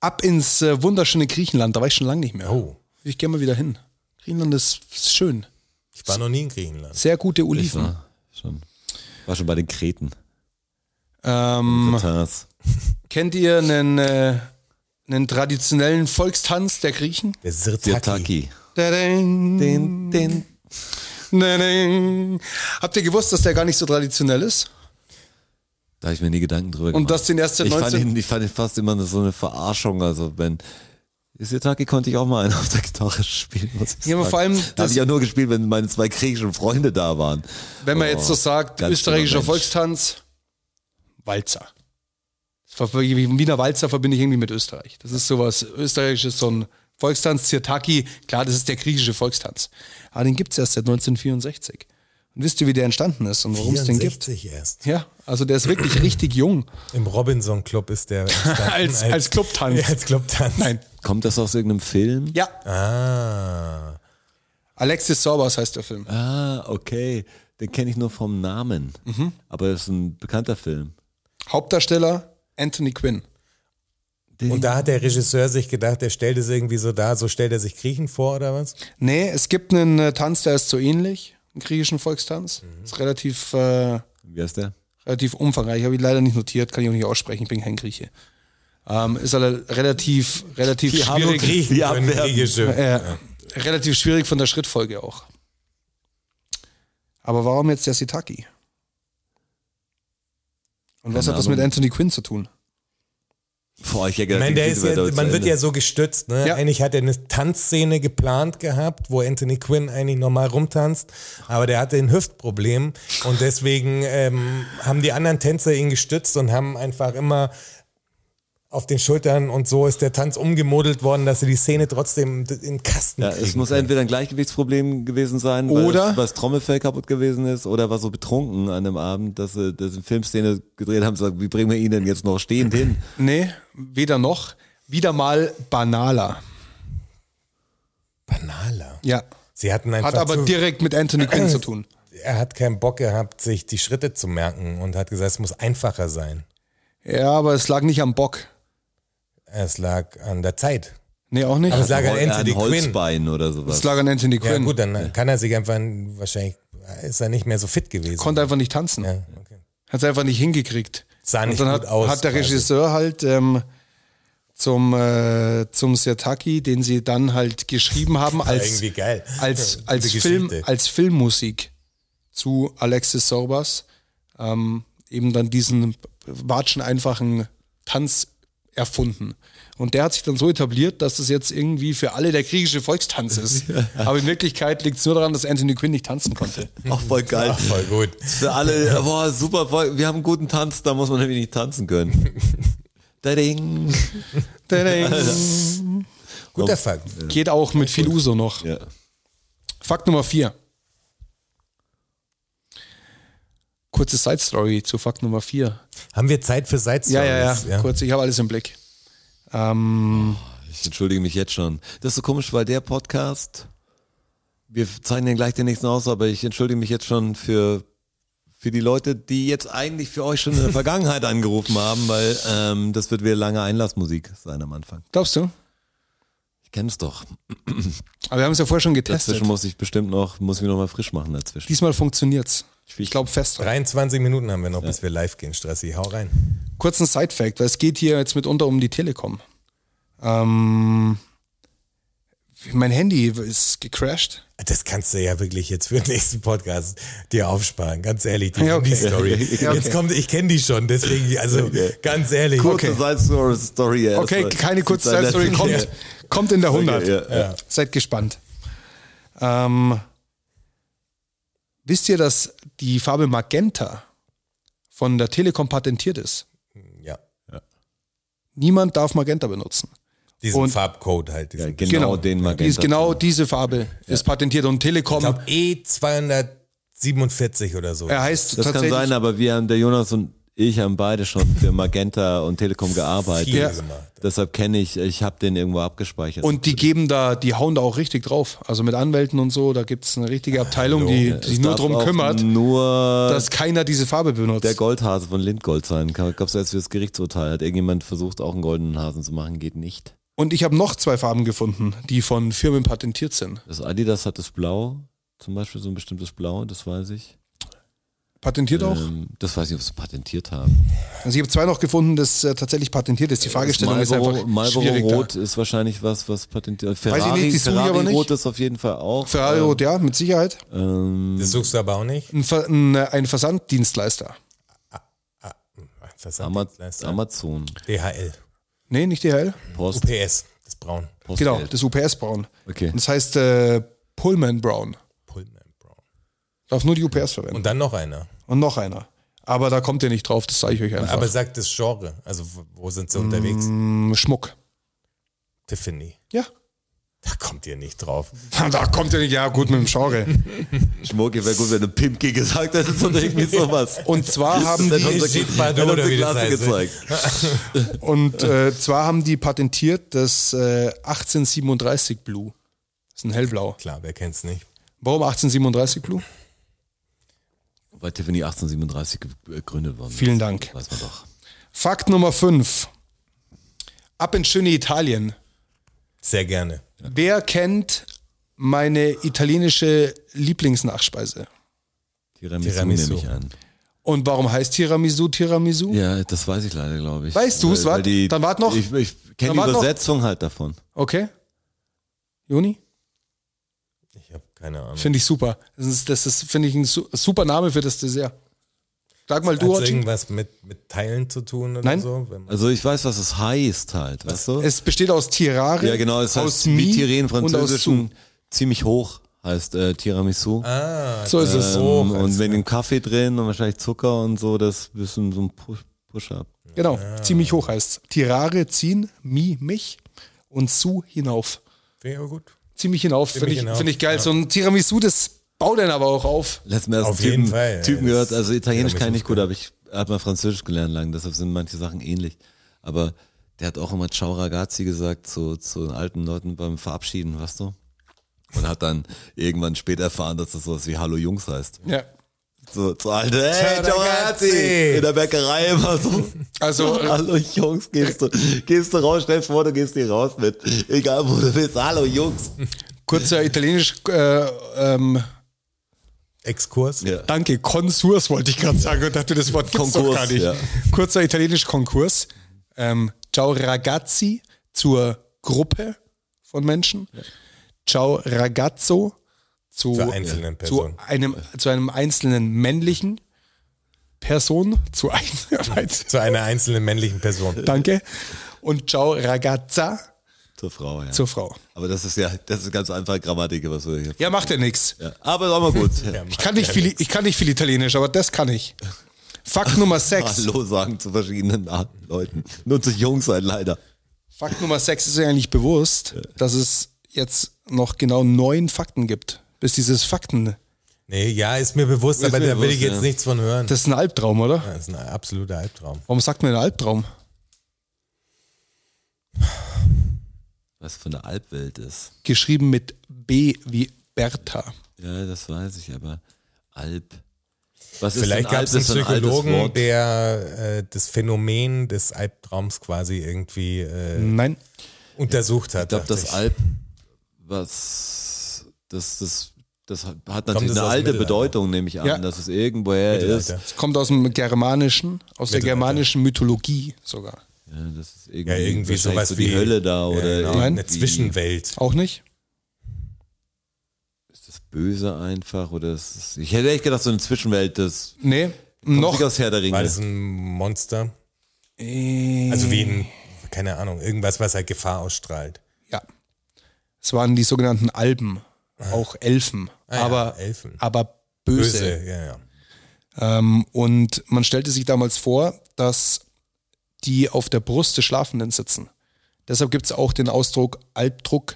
[SPEAKER 2] Ab ins äh, wunderschöne Griechenland, da war ich schon lange nicht mehr.
[SPEAKER 3] Oh.
[SPEAKER 2] Ich gehe mal wieder hin. Griechenland ist ist schön.
[SPEAKER 3] Ich war noch nie in Griechenland.
[SPEAKER 2] Sehr gute
[SPEAKER 4] Ich
[SPEAKER 2] Oliven.
[SPEAKER 3] Ah.
[SPEAKER 4] war schon, war schon bei den Kreten.
[SPEAKER 2] Ähm,
[SPEAKER 4] Tatars.
[SPEAKER 2] kennt ihr einen, äh, einen traditionellen Volkstanz der Griechen?
[SPEAKER 3] Der Sirtaki.
[SPEAKER 4] Sirtaki.
[SPEAKER 2] Da-ding,
[SPEAKER 4] Den, den.
[SPEAKER 2] da-ding. Habt ihr gewusst, dass der gar nicht so traditionell ist?
[SPEAKER 4] Da habe ich mir nie Gedanken drüber gemacht.
[SPEAKER 2] Und dass den erst seit
[SPEAKER 4] ich fand,
[SPEAKER 2] 19...
[SPEAKER 4] ihn, ich fand ihn fast immer so eine Verarschung. Also wenn Sirtaki konnte ich auch mal einen auf der Gitarre spielen. Muss ich
[SPEAKER 2] Ja, aber
[SPEAKER 4] sagen.
[SPEAKER 2] vor allem das-
[SPEAKER 4] habe ich ja nur gespielt, wenn meine zwei griechischen Freunde da waren.
[SPEAKER 2] Wenn man
[SPEAKER 4] Oh,
[SPEAKER 2] jetzt so sagt,
[SPEAKER 4] ganz
[SPEAKER 2] österreichischer
[SPEAKER 4] schlimmer Mensch.
[SPEAKER 2] Volkstanz, Walzer. Das ver- Wiener Walzer verbinde ich irgendwie mit Österreich. Das ist sowas österreichisches, so ein Volkstanz, Zirtaki. Klar, das ist der griechische Volkstanz. Aber den gibt's erst seit 1964. Und wisst ihr, wie der entstanden ist und warum es den gibt?
[SPEAKER 3] 64 erst.
[SPEAKER 2] Ja, also der ist wirklich richtig jung.
[SPEAKER 3] Im Robinson Club ist der entstanden
[SPEAKER 2] Als- als Clubtanz.
[SPEAKER 3] Ja, als Clubtanz.
[SPEAKER 2] Nein.
[SPEAKER 4] Kommt das aus irgendeinem Film?
[SPEAKER 2] Ja.
[SPEAKER 3] Ah.
[SPEAKER 2] Alexis Sorbas heißt der Film.
[SPEAKER 4] Ah, okay. Den kenne ich nur vom Namen.
[SPEAKER 2] Mhm.
[SPEAKER 4] Aber das ist ein bekannter Film.
[SPEAKER 2] Hauptdarsteller Anthony Quinn.
[SPEAKER 3] Und da hat der Regisseur sich gedacht, er stellt es irgendwie so dar, so stellt er sich Griechen vor oder was?
[SPEAKER 2] Nee, es gibt einen äh, Tanz, der ist so ähnlich, einen griechischen Volkstanz.
[SPEAKER 4] Mhm.
[SPEAKER 2] Ist relativ äh,
[SPEAKER 4] Wie heißt der?
[SPEAKER 2] relativ umfangreich. Habe ich leider nicht notiert, kann ich auch nicht aussprechen, ich bin kein Grieche. Ähm, ist halt relativ, relativ
[SPEAKER 4] Die haben
[SPEAKER 2] schwierig.
[SPEAKER 4] Krieg.
[SPEAKER 3] Die
[SPEAKER 4] Die
[SPEAKER 3] haben
[SPEAKER 4] Abwehr.
[SPEAKER 3] Kriege schön.
[SPEAKER 2] Äh, Relativ schwierig von der Schrittfolge auch. Aber warum jetzt der Sitaki? Und was
[SPEAKER 4] Keine
[SPEAKER 2] hat das
[SPEAKER 4] Ahnung.
[SPEAKER 2] mit Anthony Quinn zu tun?
[SPEAKER 4] Boah, ich hätte
[SPEAKER 3] Ich
[SPEAKER 4] gedacht,
[SPEAKER 3] meine,
[SPEAKER 4] die
[SPEAKER 3] der
[SPEAKER 4] Geschichte
[SPEAKER 3] ist
[SPEAKER 4] wäre
[SPEAKER 3] ja,
[SPEAKER 4] doll zu
[SPEAKER 3] man wird
[SPEAKER 4] Ende.
[SPEAKER 3] ja so gestützt. Ne?
[SPEAKER 2] Ja.
[SPEAKER 3] Eigentlich hat er eine Tanzszene geplant gehabt, wo Anthony Quinn eigentlich normal rumtanzt, aber der hatte ein Hüftproblem und deswegen ähm, haben die anderen Tänzer ihn gestützt und haben einfach immer auf den Schultern und so ist der Tanz umgemodelt worden, dass sie die Szene trotzdem in den Kasten
[SPEAKER 4] Ja,
[SPEAKER 3] kriegen.
[SPEAKER 4] es muss entweder ein Gleichgewichtsproblem gewesen sein, weil
[SPEAKER 2] Oder-
[SPEAKER 4] es, was Trommelfell kaputt gewesen ist, oder war so betrunken an dem Abend, dass sie dass sie eine Filmszene gedreht haben, sagt, wie bringen wir ihn denn jetzt noch stehend hin?
[SPEAKER 2] Nee, weder noch. Wieder mal banaler.
[SPEAKER 3] Banaler.
[SPEAKER 2] Ja.
[SPEAKER 3] Sie hatten einfach
[SPEAKER 2] Hat aber
[SPEAKER 3] zu,
[SPEAKER 2] direkt mit Anthony Quinn zu tun.
[SPEAKER 3] er hat keinen Bock gehabt, sich die Schritte zu merken und hat gesagt, es muss einfacher sein.
[SPEAKER 2] Ja, aber es lag nicht am Bock.
[SPEAKER 3] Es lag an der Zeit.
[SPEAKER 2] Nee, auch nicht.
[SPEAKER 3] Aber es lag
[SPEAKER 4] Hol-
[SPEAKER 3] an
[SPEAKER 4] ein
[SPEAKER 3] Anthony Quinn.
[SPEAKER 4] Holzbein oder
[SPEAKER 2] Es
[SPEAKER 4] sowas.
[SPEAKER 2] lag an Anthony
[SPEAKER 3] Ja,
[SPEAKER 2] Quinn.
[SPEAKER 3] gut, dann kann er sich einfach wahrscheinlich ist er nicht mehr so fit gewesen.
[SPEAKER 2] Konnte einfach nicht tanzen.
[SPEAKER 3] ja, okay.
[SPEAKER 2] Hat es einfach nicht hingekriegt.
[SPEAKER 3] Sah nicht
[SPEAKER 2] und dann
[SPEAKER 3] gut
[SPEAKER 2] hat,
[SPEAKER 3] aus,
[SPEAKER 2] hat der
[SPEAKER 3] quasi.
[SPEAKER 2] Regisseur halt ähm, zum, äh, zum Sertaki, den sie dann halt geschrieben haben, als,
[SPEAKER 3] irgendwie geil.
[SPEAKER 2] als,
[SPEAKER 3] Gute
[SPEAKER 2] als,
[SPEAKER 3] Geschichte.
[SPEAKER 2] Film, als Filmmusik zu Alexis Sorbas, ähm, eben dann diesen watschen einfachen Tanz erfunden. Und der hat sich dann so etabliert, dass es jetzt irgendwie für alle der griechische Volkstanz ist. Aber in Wirklichkeit liegt es nur daran, dass Anthony Quinn nicht tanzen konnte.
[SPEAKER 4] Auch voll geil.
[SPEAKER 3] Ach, voll gut.
[SPEAKER 4] Für alle, boah, super, voll, wir haben einen guten Tanz, da muss man nämlich nicht tanzen können. Da ding.
[SPEAKER 3] Guter Fakt.
[SPEAKER 2] Geht auch mit viel Uso noch.
[SPEAKER 4] Ja.
[SPEAKER 2] Fakt Nummer 4. Kurze Side Story zu Fakt Nummer 4.
[SPEAKER 3] Haben wir Zeit für Side
[SPEAKER 2] Ja, ja, ja,
[SPEAKER 3] Stories?
[SPEAKER 2] Kurz, ich habe alles im Blick. Ähm,
[SPEAKER 4] Ich entschuldige mich jetzt schon. Das ist so komisch, weil der Podcast, wir zeichnen gleich den nächsten aus, aber ich entschuldige mich jetzt schon für, für die Leute, die jetzt eigentlich für euch schon in der Vergangenheit angerufen haben, weil ähm, das wird wieder lange Einlassmusik sein am Anfang.
[SPEAKER 2] glaubst du?
[SPEAKER 4] Ich kenn's doch.
[SPEAKER 2] Aber wir haben es ja vorher schon getestet.
[SPEAKER 4] Dazwischen muss ich bestimmt noch, muss ich mich nochmal frisch machen dazwischen.
[SPEAKER 2] Diesmal funktioniert's. Ich glaube fest.
[SPEAKER 3] 23 Minuten haben wir noch, bis wir live gehen, Strassi. Hau rein.
[SPEAKER 2] Kurzen Side-Fact, weil es geht hier jetzt mitunter um die Telekom. Ähm, mein Handy ist gecrashed.
[SPEAKER 3] Das kannst du ja wirklich jetzt für den nächsten Podcast dir aufsparen. Ganz ehrlich, die,
[SPEAKER 2] Ja, okay.
[SPEAKER 3] die Story.
[SPEAKER 2] Ja, okay.
[SPEAKER 3] Jetzt kommt, ich kenne die schon, deswegen, also ganz ehrlich.
[SPEAKER 4] Kurze
[SPEAKER 2] Okay.
[SPEAKER 4] Side Story. ja, das
[SPEAKER 2] Okay,
[SPEAKER 4] war-
[SPEAKER 2] keine kurze
[SPEAKER 4] das
[SPEAKER 2] Side
[SPEAKER 4] war
[SPEAKER 2] Story
[SPEAKER 4] letztes
[SPEAKER 2] kommt,
[SPEAKER 4] Jahr.
[SPEAKER 2] kommt in der 100.
[SPEAKER 4] Ja, ja.
[SPEAKER 2] Seid gespannt. Ähm, wisst ihr, dass die Farbe Magenta von der Telekom patentiert ist?
[SPEAKER 3] Ja,
[SPEAKER 2] Niemand darf Magenta benutzen.
[SPEAKER 3] diesen
[SPEAKER 2] Und-
[SPEAKER 3] Farbcode halt. Diesen,
[SPEAKER 4] Ja, genau, den Magenta.
[SPEAKER 2] Die ist genau diese Farbe ist patentiert und Telekom.
[SPEAKER 3] Ich glaube E247 oder so.
[SPEAKER 2] er heißt
[SPEAKER 4] Das kann
[SPEAKER 2] tatsächlich
[SPEAKER 4] sein, aber wir haben, der Jonas und ich haben beide schon für Magenta und Telekom gearbeitet.
[SPEAKER 3] Viel
[SPEAKER 2] Ja.
[SPEAKER 3] gemacht.
[SPEAKER 4] Deshalb kenne ich, ich habe den irgendwo abgespeichert.
[SPEAKER 2] und die geben da, die hauen da auch richtig drauf. Also mit Anwälten und so, da gibt es eine richtige Abteilung, die, die sich nur
[SPEAKER 4] darf
[SPEAKER 2] drum
[SPEAKER 4] auch
[SPEAKER 2] kümmert,
[SPEAKER 4] Nur
[SPEAKER 2] dass keiner diese Farbe benutzt.
[SPEAKER 4] der Goldhase von Lindgold sein. Gab es erst für das Gerichtsurteil. Hat irgendjemand versucht, auch einen goldenen Hasen zu machen? Geht nicht.
[SPEAKER 2] Und ich habe noch zwei Farben gefunden, die von Firmen patentiert sind.
[SPEAKER 4] Das Adidas hat das Blau, zum Beispiel so ein bestimmtes Blau, das weiß ich.
[SPEAKER 2] Patentiert auch?
[SPEAKER 4] Ähm, das weiß ich, ob sie es patentiert haben.
[SPEAKER 2] Also ich habe zwei noch gefunden, das äh, tatsächlich patentiert ist. Die Fragestellung
[SPEAKER 4] Das Marlboro,
[SPEAKER 2] ist einfach schwierig.
[SPEAKER 4] Marlboro
[SPEAKER 2] da.
[SPEAKER 4] Rot ist wahrscheinlich was, was patentiert. Ferrari,
[SPEAKER 2] nicht, die suche ich
[SPEAKER 4] Ferrari
[SPEAKER 2] aber nicht.
[SPEAKER 4] Rot ist auf jeden Fall auch.
[SPEAKER 2] Ferrari Rot, ja, mit Sicherheit.
[SPEAKER 4] Ähm,
[SPEAKER 3] Das suchst du aber auch nicht.
[SPEAKER 2] Ein, Ver ein, äh, ein Versanddienstleister.
[SPEAKER 4] Ama
[SPEAKER 3] Versanddienstleister.
[SPEAKER 4] Amazon,
[SPEAKER 3] DHL.
[SPEAKER 2] Nee, nicht DHL.
[SPEAKER 4] Post,
[SPEAKER 3] UPS. Das Braun.
[SPEAKER 4] Postgeld.
[SPEAKER 2] Genau, das UPS-Braun.
[SPEAKER 4] Okay.
[SPEAKER 2] Und das heißt äh, Pullman Brown.
[SPEAKER 3] Pullman Braun.
[SPEAKER 2] Darf nur die UPS verwenden.
[SPEAKER 3] Und dann noch einer.
[SPEAKER 2] Und noch einer. Aber da kommt ihr nicht drauf, das zeige ich euch einfach.
[SPEAKER 3] Aber sagt das Genre. Also wo- wo sind sie unterwegs?
[SPEAKER 4] Mm.
[SPEAKER 2] Hm, Schmuck.
[SPEAKER 3] Tiffany.
[SPEAKER 2] Ja.
[SPEAKER 3] Da kommt ihr nicht drauf.
[SPEAKER 2] Da kommt ihr nicht, ja gut, mit dem Genre.
[SPEAKER 4] Schmuck, wäre gut, wenn du Pimki gesagt hättest oder irgendwie sowas.
[SPEAKER 2] Und zwar haben
[SPEAKER 4] Das
[SPEAKER 2] die...
[SPEAKER 4] hat
[SPEAKER 3] die
[SPEAKER 4] unser-
[SPEAKER 3] steht bei Dodo,
[SPEAKER 4] hat unsere
[SPEAKER 3] wie das
[SPEAKER 4] Klasse
[SPEAKER 3] heißt. ne?
[SPEAKER 4] gezeigt.
[SPEAKER 2] Und äh, zwar haben die patentiert das äh, 1837 Blue. Das ist ein hellblau.
[SPEAKER 3] Klar, wer kennt's nicht?
[SPEAKER 2] Warum 1837 Blue?
[SPEAKER 4] Weil Tiffany 1837 äh, gegründet worden ist.
[SPEAKER 2] Vielen Dank.
[SPEAKER 4] Weiß man doch.
[SPEAKER 2] Fakt Nummer 5. Ab ins schöne Italien.
[SPEAKER 3] Sehr gerne.
[SPEAKER 2] Wer kennt meine italienische Lieblingsnachspeise?
[SPEAKER 4] Tiramisu,
[SPEAKER 3] Tiramisu.
[SPEAKER 4] nehme ich an.
[SPEAKER 2] Und warum heißt Tiramisu Tiramisu?
[SPEAKER 4] Ja, das weiß ich leider, glaube ich.
[SPEAKER 2] Weißt du's?
[SPEAKER 4] Weil- weil
[SPEAKER 2] Wart-
[SPEAKER 4] die-
[SPEAKER 2] dann wart noch.
[SPEAKER 4] Ich, ich kenne
[SPEAKER 2] Dann
[SPEAKER 4] die
[SPEAKER 2] wart noch.
[SPEAKER 4] Übersetzung halt davon.
[SPEAKER 2] Okay. Juni?
[SPEAKER 3] Ich habe keine Ahnung.
[SPEAKER 2] Finde ich super. Das ist, das ist finde ich, ein su- super Name für das Dessert. Sag mal du,
[SPEAKER 3] Hat
[SPEAKER 2] Ochi.
[SPEAKER 3] irgendwas mit, mit Teilen zu tun oder
[SPEAKER 2] Nein.
[SPEAKER 3] so? Wenn man-
[SPEAKER 4] Also ich weiß, was es heißt halt, weißt du?
[SPEAKER 2] Es besteht aus Tirare.
[SPEAKER 4] ja, genau, es
[SPEAKER 2] aus
[SPEAKER 4] heißt wie
[SPEAKER 2] Mi
[SPEAKER 4] Tiren
[SPEAKER 2] und aus
[SPEAKER 4] Französischen ziemlich hoch heißt äh,
[SPEAKER 2] Su.
[SPEAKER 4] Tiramisu.
[SPEAKER 2] So ist Ah, es.
[SPEAKER 4] ähm,
[SPEAKER 3] hoch
[SPEAKER 4] und
[SPEAKER 3] heißt
[SPEAKER 4] wenn den Kaffee drin und wahrscheinlich Zucker und so, das ist ein bisschen so ein Push- Push-Up.
[SPEAKER 2] Genau, ziemlich hoch heißt Tirare ziehen, mi, mich und su hinauf.
[SPEAKER 3] Finde ich aber gut.
[SPEAKER 2] Ziemlich hinauf, finde
[SPEAKER 3] Ziemlich
[SPEAKER 2] ich,
[SPEAKER 3] hinauf,
[SPEAKER 2] finde ich geil.
[SPEAKER 3] ja.
[SPEAKER 2] So ein Tiramisu, das baut den aber auch auf.
[SPEAKER 4] Letzten ersten
[SPEAKER 3] Auf
[SPEAKER 4] Typen,
[SPEAKER 3] jeden Fall, ja.
[SPEAKER 4] Typen gehört, also Italienisch
[SPEAKER 3] Ja,
[SPEAKER 4] kann ich nicht gut,
[SPEAKER 3] ja.
[SPEAKER 4] aber ich habe mal Französisch gelernt lang, deshalb sind manche Sachen ähnlich. Aber der hat auch immer Ciao Ragazzi gesagt zu, zu den alten Leuten beim Verabschieden, weißt du? Und hat dann irgendwann später erfahren, dass das sowas wie Hallo Jungs heißt.
[SPEAKER 2] Ja.
[SPEAKER 4] So, zu alte, hey,
[SPEAKER 3] Ciao
[SPEAKER 4] Ciao
[SPEAKER 3] Ragazzi.
[SPEAKER 4] Ragazzi! In der Bäckerei immer so.
[SPEAKER 2] Also, äh,
[SPEAKER 4] Hallo Jungs, gehst du, gehst du raus, schnell vor, du gehst hier raus mit. Egal wo du bist, Hallo Jungs.
[SPEAKER 2] kurzer italienisch, äh, ähm,
[SPEAKER 3] Exkurs.
[SPEAKER 4] Ja.
[SPEAKER 2] danke, Konsurs wollte ich gerade sagen und dachte, das Wort gibt's doch
[SPEAKER 4] Konkurs,
[SPEAKER 2] gar nicht.
[SPEAKER 4] ja.
[SPEAKER 2] Kurzer italienisch Konkurs. Ähm, ciao ragazzi zur Gruppe von Menschen. Ciao ragazzo zu,
[SPEAKER 3] Zur einzelnen
[SPEAKER 2] zu
[SPEAKER 3] Person.
[SPEAKER 2] einem, zu einem einzelnen männlichen Person, zu einem,
[SPEAKER 3] Zu einer einzelnen männlichen Person.
[SPEAKER 2] danke. Und ciao ragazza
[SPEAKER 4] Zur Frau, ja.
[SPEAKER 2] zur Frau.
[SPEAKER 4] aber das ist ja, das ist ganz einfach Grammatik, was wir hier
[SPEAKER 2] Ja, macht ja nichts.
[SPEAKER 4] Ja, aber ist auch mal gut.
[SPEAKER 2] Ich kann nicht viel, ich kann nicht viel Italienisch, aber das kann ich. Fakt Nummer 6.
[SPEAKER 4] Hallo sagen zu verschiedenen Arten Leuten. Nur zu jung sein, leider.
[SPEAKER 2] Fakt Nummer 6 ist ja eigentlich bewusst, dass es jetzt noch genau neun Fakten gibt. Bis dieses Fakten.
[SPEAKER 3] Nee, ja, ist mir bewusst, aber
[SPEAKER 4] mir
[SPEAKER 3] da will ich
[SPEAKER 4] bewusst,
[SPEAKER 3] jetzt
[SPEAKER 4] ja.
[SPEAKER 3] nichts von hören.
[SPEAKER 2] Das ist ein Albtraum, oder?
[SPEAKER 3] Das ist ein absoluter Albtraum.
[SPEAKER 2] Warum sagt man ein Albtraum?
[SPEAKER 4] Was für eine Albwelt ist.
[SPEAKER 2] Geschrieben mit B wie Bertha.
[SPEAKER 4] Ja, das weiß ich, aber Alb. Was
[SPEAKER 3] Vielleicht gab es einen
[SPEAKER 4] Ist ein altes
[SPEAKER 3] Psychologen,
[SPEAKER 4] Wort.
[SPEAKER 3] der äh, das Phänomen des Albtraums quasi irgendwie äh,
[SPEAKER 2] Nein.
[SPEAKER 3] untersucht hat.
[SPEAKER 4] Ich glaube,
[SPEAKER 3] dachte
[SPEAKER 4] das Alb, was, das, das, das hat natürlich
[SPEAKER 3] das aus dem
[SPEAKER 4] eine alte
[SPEAKER 3] Mittelalter?
[SPEAKER 4] Bedeutung, nehme ich an,
[SPEAKER 2] Ja.
[SPEAKER 4] dass es irgendwoher ist.
[SPEAKER 3] Mittelalter.
[SPEAKER 2] Es kommt aus dem Germanischen, aus der
[SPEAKER 3] Mittelalter.
[SPEAKER 2] germanischen Mythologie sogar.
[SPEAKER 4] Ja, das ist irgendwie,
[SPEAKER 3] Ja, irgendwie
[SPEAKER 4] wahrscheinlich
[SPEAKER 3] sowas
[SPEAKER 4] so die
[SPEAKER 3] wie
[SPEAKER 4] Hölle da
[SPEAKER 3] Ja,
[SPEAKER 4] oder
[SPEAKER 3] genau,
[SPEAKER 4] irgendwie-
[SPEAKER 3] eine Zwischenwelt.
[SPEAKER 2] Auch nicht?
[SPEAKER 4] Ist das böse einfach oder ist das, ich hätte echt gedacht, so eine Zwischenwelt, das
[SPEAKER 2] Nee.
[SPEAKER 4] kommt
[SPEAKER 2] Noch.
[SPEAKER 4] nicht aus Herr der Ringe.
[SPEAKER 3] War das ein Monster?
[SPEAKER 2] Äh,
[SPEAKER 3] Also wie ein, keine Ahnung, irgendwas, was halt Gefahr ausstrahlt.
[SPEAKER 2] Ja. Es waren die sogenannten Alben, auch Elfen,
[SPEAKER 3] Ah ja,
[SPEAKER 2] aber,
[SPEAKER 3] Elfen.
[SPEAKER 2] aber böse.
[SPEAKER 3] Böse, ja, ja.
[SPEAKER 2] Ähm, und man stellte sich damals vor, dass die auf der Brust des Schlafenden sitzen. Deshalb gibt es auch den Ausdruck Albdruck,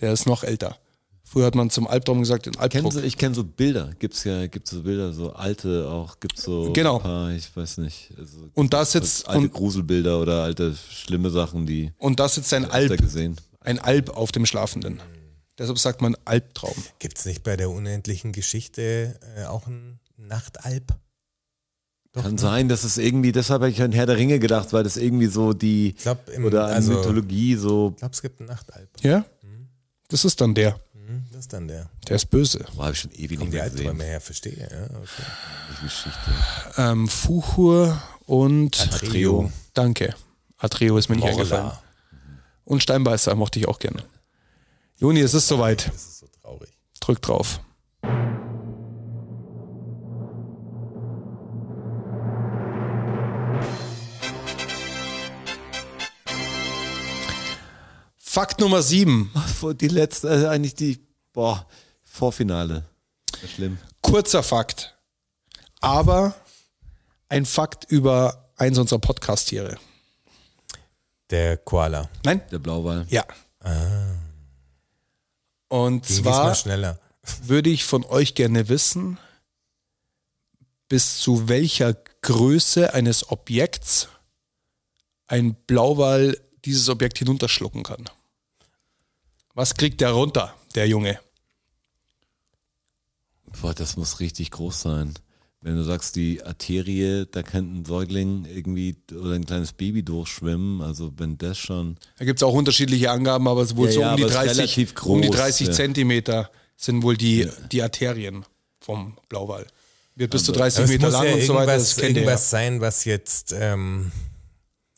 [SPEAKER 2] der ist noch älter. Früher hat man zum Albtraum gesagt, den
[SPEAKER 4] Kennen
[SPEAKER 2] Albdruck.
[SPEAKER 4] Sie, ich kenne so Bilder, gibt's ja, gibt's so Bilder, so alte auch, gibt's so
[SPEAKER 2] Genau.
[SPEAKER 4] ein paar, ich weiß nicht, also
[SPEAKER 2] Und da sitzt,
[SPEAKER 4] alte
[SPEAKER 2] und,
[SPEAKER 4] Gruselbilder oder alte schlimme Sachen, die
[SPEAKER 2] und da sitzt ein
[SPEAKER 4] Alp. da
[SPEAKER 2] Alb,
[SPEAKER 4] Mhm. gesehen.
[SPEAKER 2] ein Alb auf dem Schlafenden. Deshalb sagt man Albtraum.
[SPEAKER 3] Gibt es nicht bei der unendlichen Geschichte äh, auch ein Nachtalb? ne?
[SPEAKER 4] Kann sein, dass es irgendwie, deshalb habe ich an Herr der Ringe gedacht, weil das irgendwie so die
[SPEAKER 3] Ich glaube,
[SPEAKER 4] oder an
[SPEAKER 3] also, ich
[SPEAKER 4] Mythologie so,
[SPEAKER 3] glaube, es gibt einen Nachtalb.
[SPEAKER 2] Ja? Das ist dann der.
[SPEAKER 3] Hm, Das ist dann der.
[SPEAKER 2] Der ist böse.
[SPEAKER 4] boah, habe ich schon ewig
[SPEAKER 3] Kommen
[SPEAKER 4] nicht
[SPEAKER 3] die
[SPEAKER 4] mehr gesehen.
[SPEAKER 3] Albträume her, verstehe. Ja, okay.
[SPEAKER 4] Die Geschichte.
[SPEAKER 2] Ähm, Fuchur und
[SPEAKER 4] Atreo.
[SPEAKER 2] Danke. Atreo ist mir nicht eingefallen.
[SPEAKER 3] Morla.
[SPEAKER 2] Und Steinbeißer mochte ich auch gerne. Juni, es ist soweit.
[SPEAKER 3] Das ist so traurig.
[SPEAKER 2] Drück drauf. Fakt Nummer 7.
[SPEAKER 4] Vor- Die letzte, also eigentlich die, boah, Vorfinale. Das ist Schlimm.
[SPEAKER 2] Kurzer Fakt. Aber ein Fakt über eins unserer Podcast-Tiere.
[SPEAKER 3] Der Koala.
[SPEAKER 2] Nein?
[SPEAKER 4] Der Blauwal.
[SPEAKER 2] Ja.
[SPEAKER 3] Ah.
[SPEAKER 2] Und
[SPEAKER 3] Ging diesmal
[SPEAKER 2] zwar
[SPEAKER 3] schneller.
[SPEAKER 2] würde ich von euch gerne wissen, bis zu welcher Größe eines Objekts ein Blauwal dieses Objekt hinunterschlucken kann. Was kriegt der runter, der Junge?
[SPEAKER 4] Boah, das muss richtig groß sein. Wenn du sagst, die Arterie, da könnte ein Säugling irgendwie oder ein kleines Baby durchschwimmen, also wenn das schon.
[SPEAKER 2] Da gibt es auch unterschiedliche Angaben, aber es wohl
[SPEAKER 4] Ja,
[SPEAKER 2] so
[SPEAKER 4] ja,
[SPEAKER 2] um, die
[SPEAKER 4] aber es ist
[SPEAKER 2] 30,
[SPEAKER 4] relativ
[SPEAKER 2] um die
[SPEAKER 4] groß,
[SPEAKER 2] 30
[SPEAKER 4] ja.
[SPEAKER 2] Zentimeter sind wohl die, die Arterien vom Blauwal. Wird bis zu
[SPEAKER 3] Aber
[SPEAKER 2] 30
[SPEAKER 3] es
[SPEAKER 2] Meter
[SPEAKER 3] muss
[SPEAKER 2] lang
[SPEAKER 3] ja
[SPEAKER 2] und so weiter.
[SPEAKER 3] irgendwas,
[SPEAKER 2] Das kennt ihr ja.
[SPEAKER 3] irgendwas sein, was jetzt, ähm,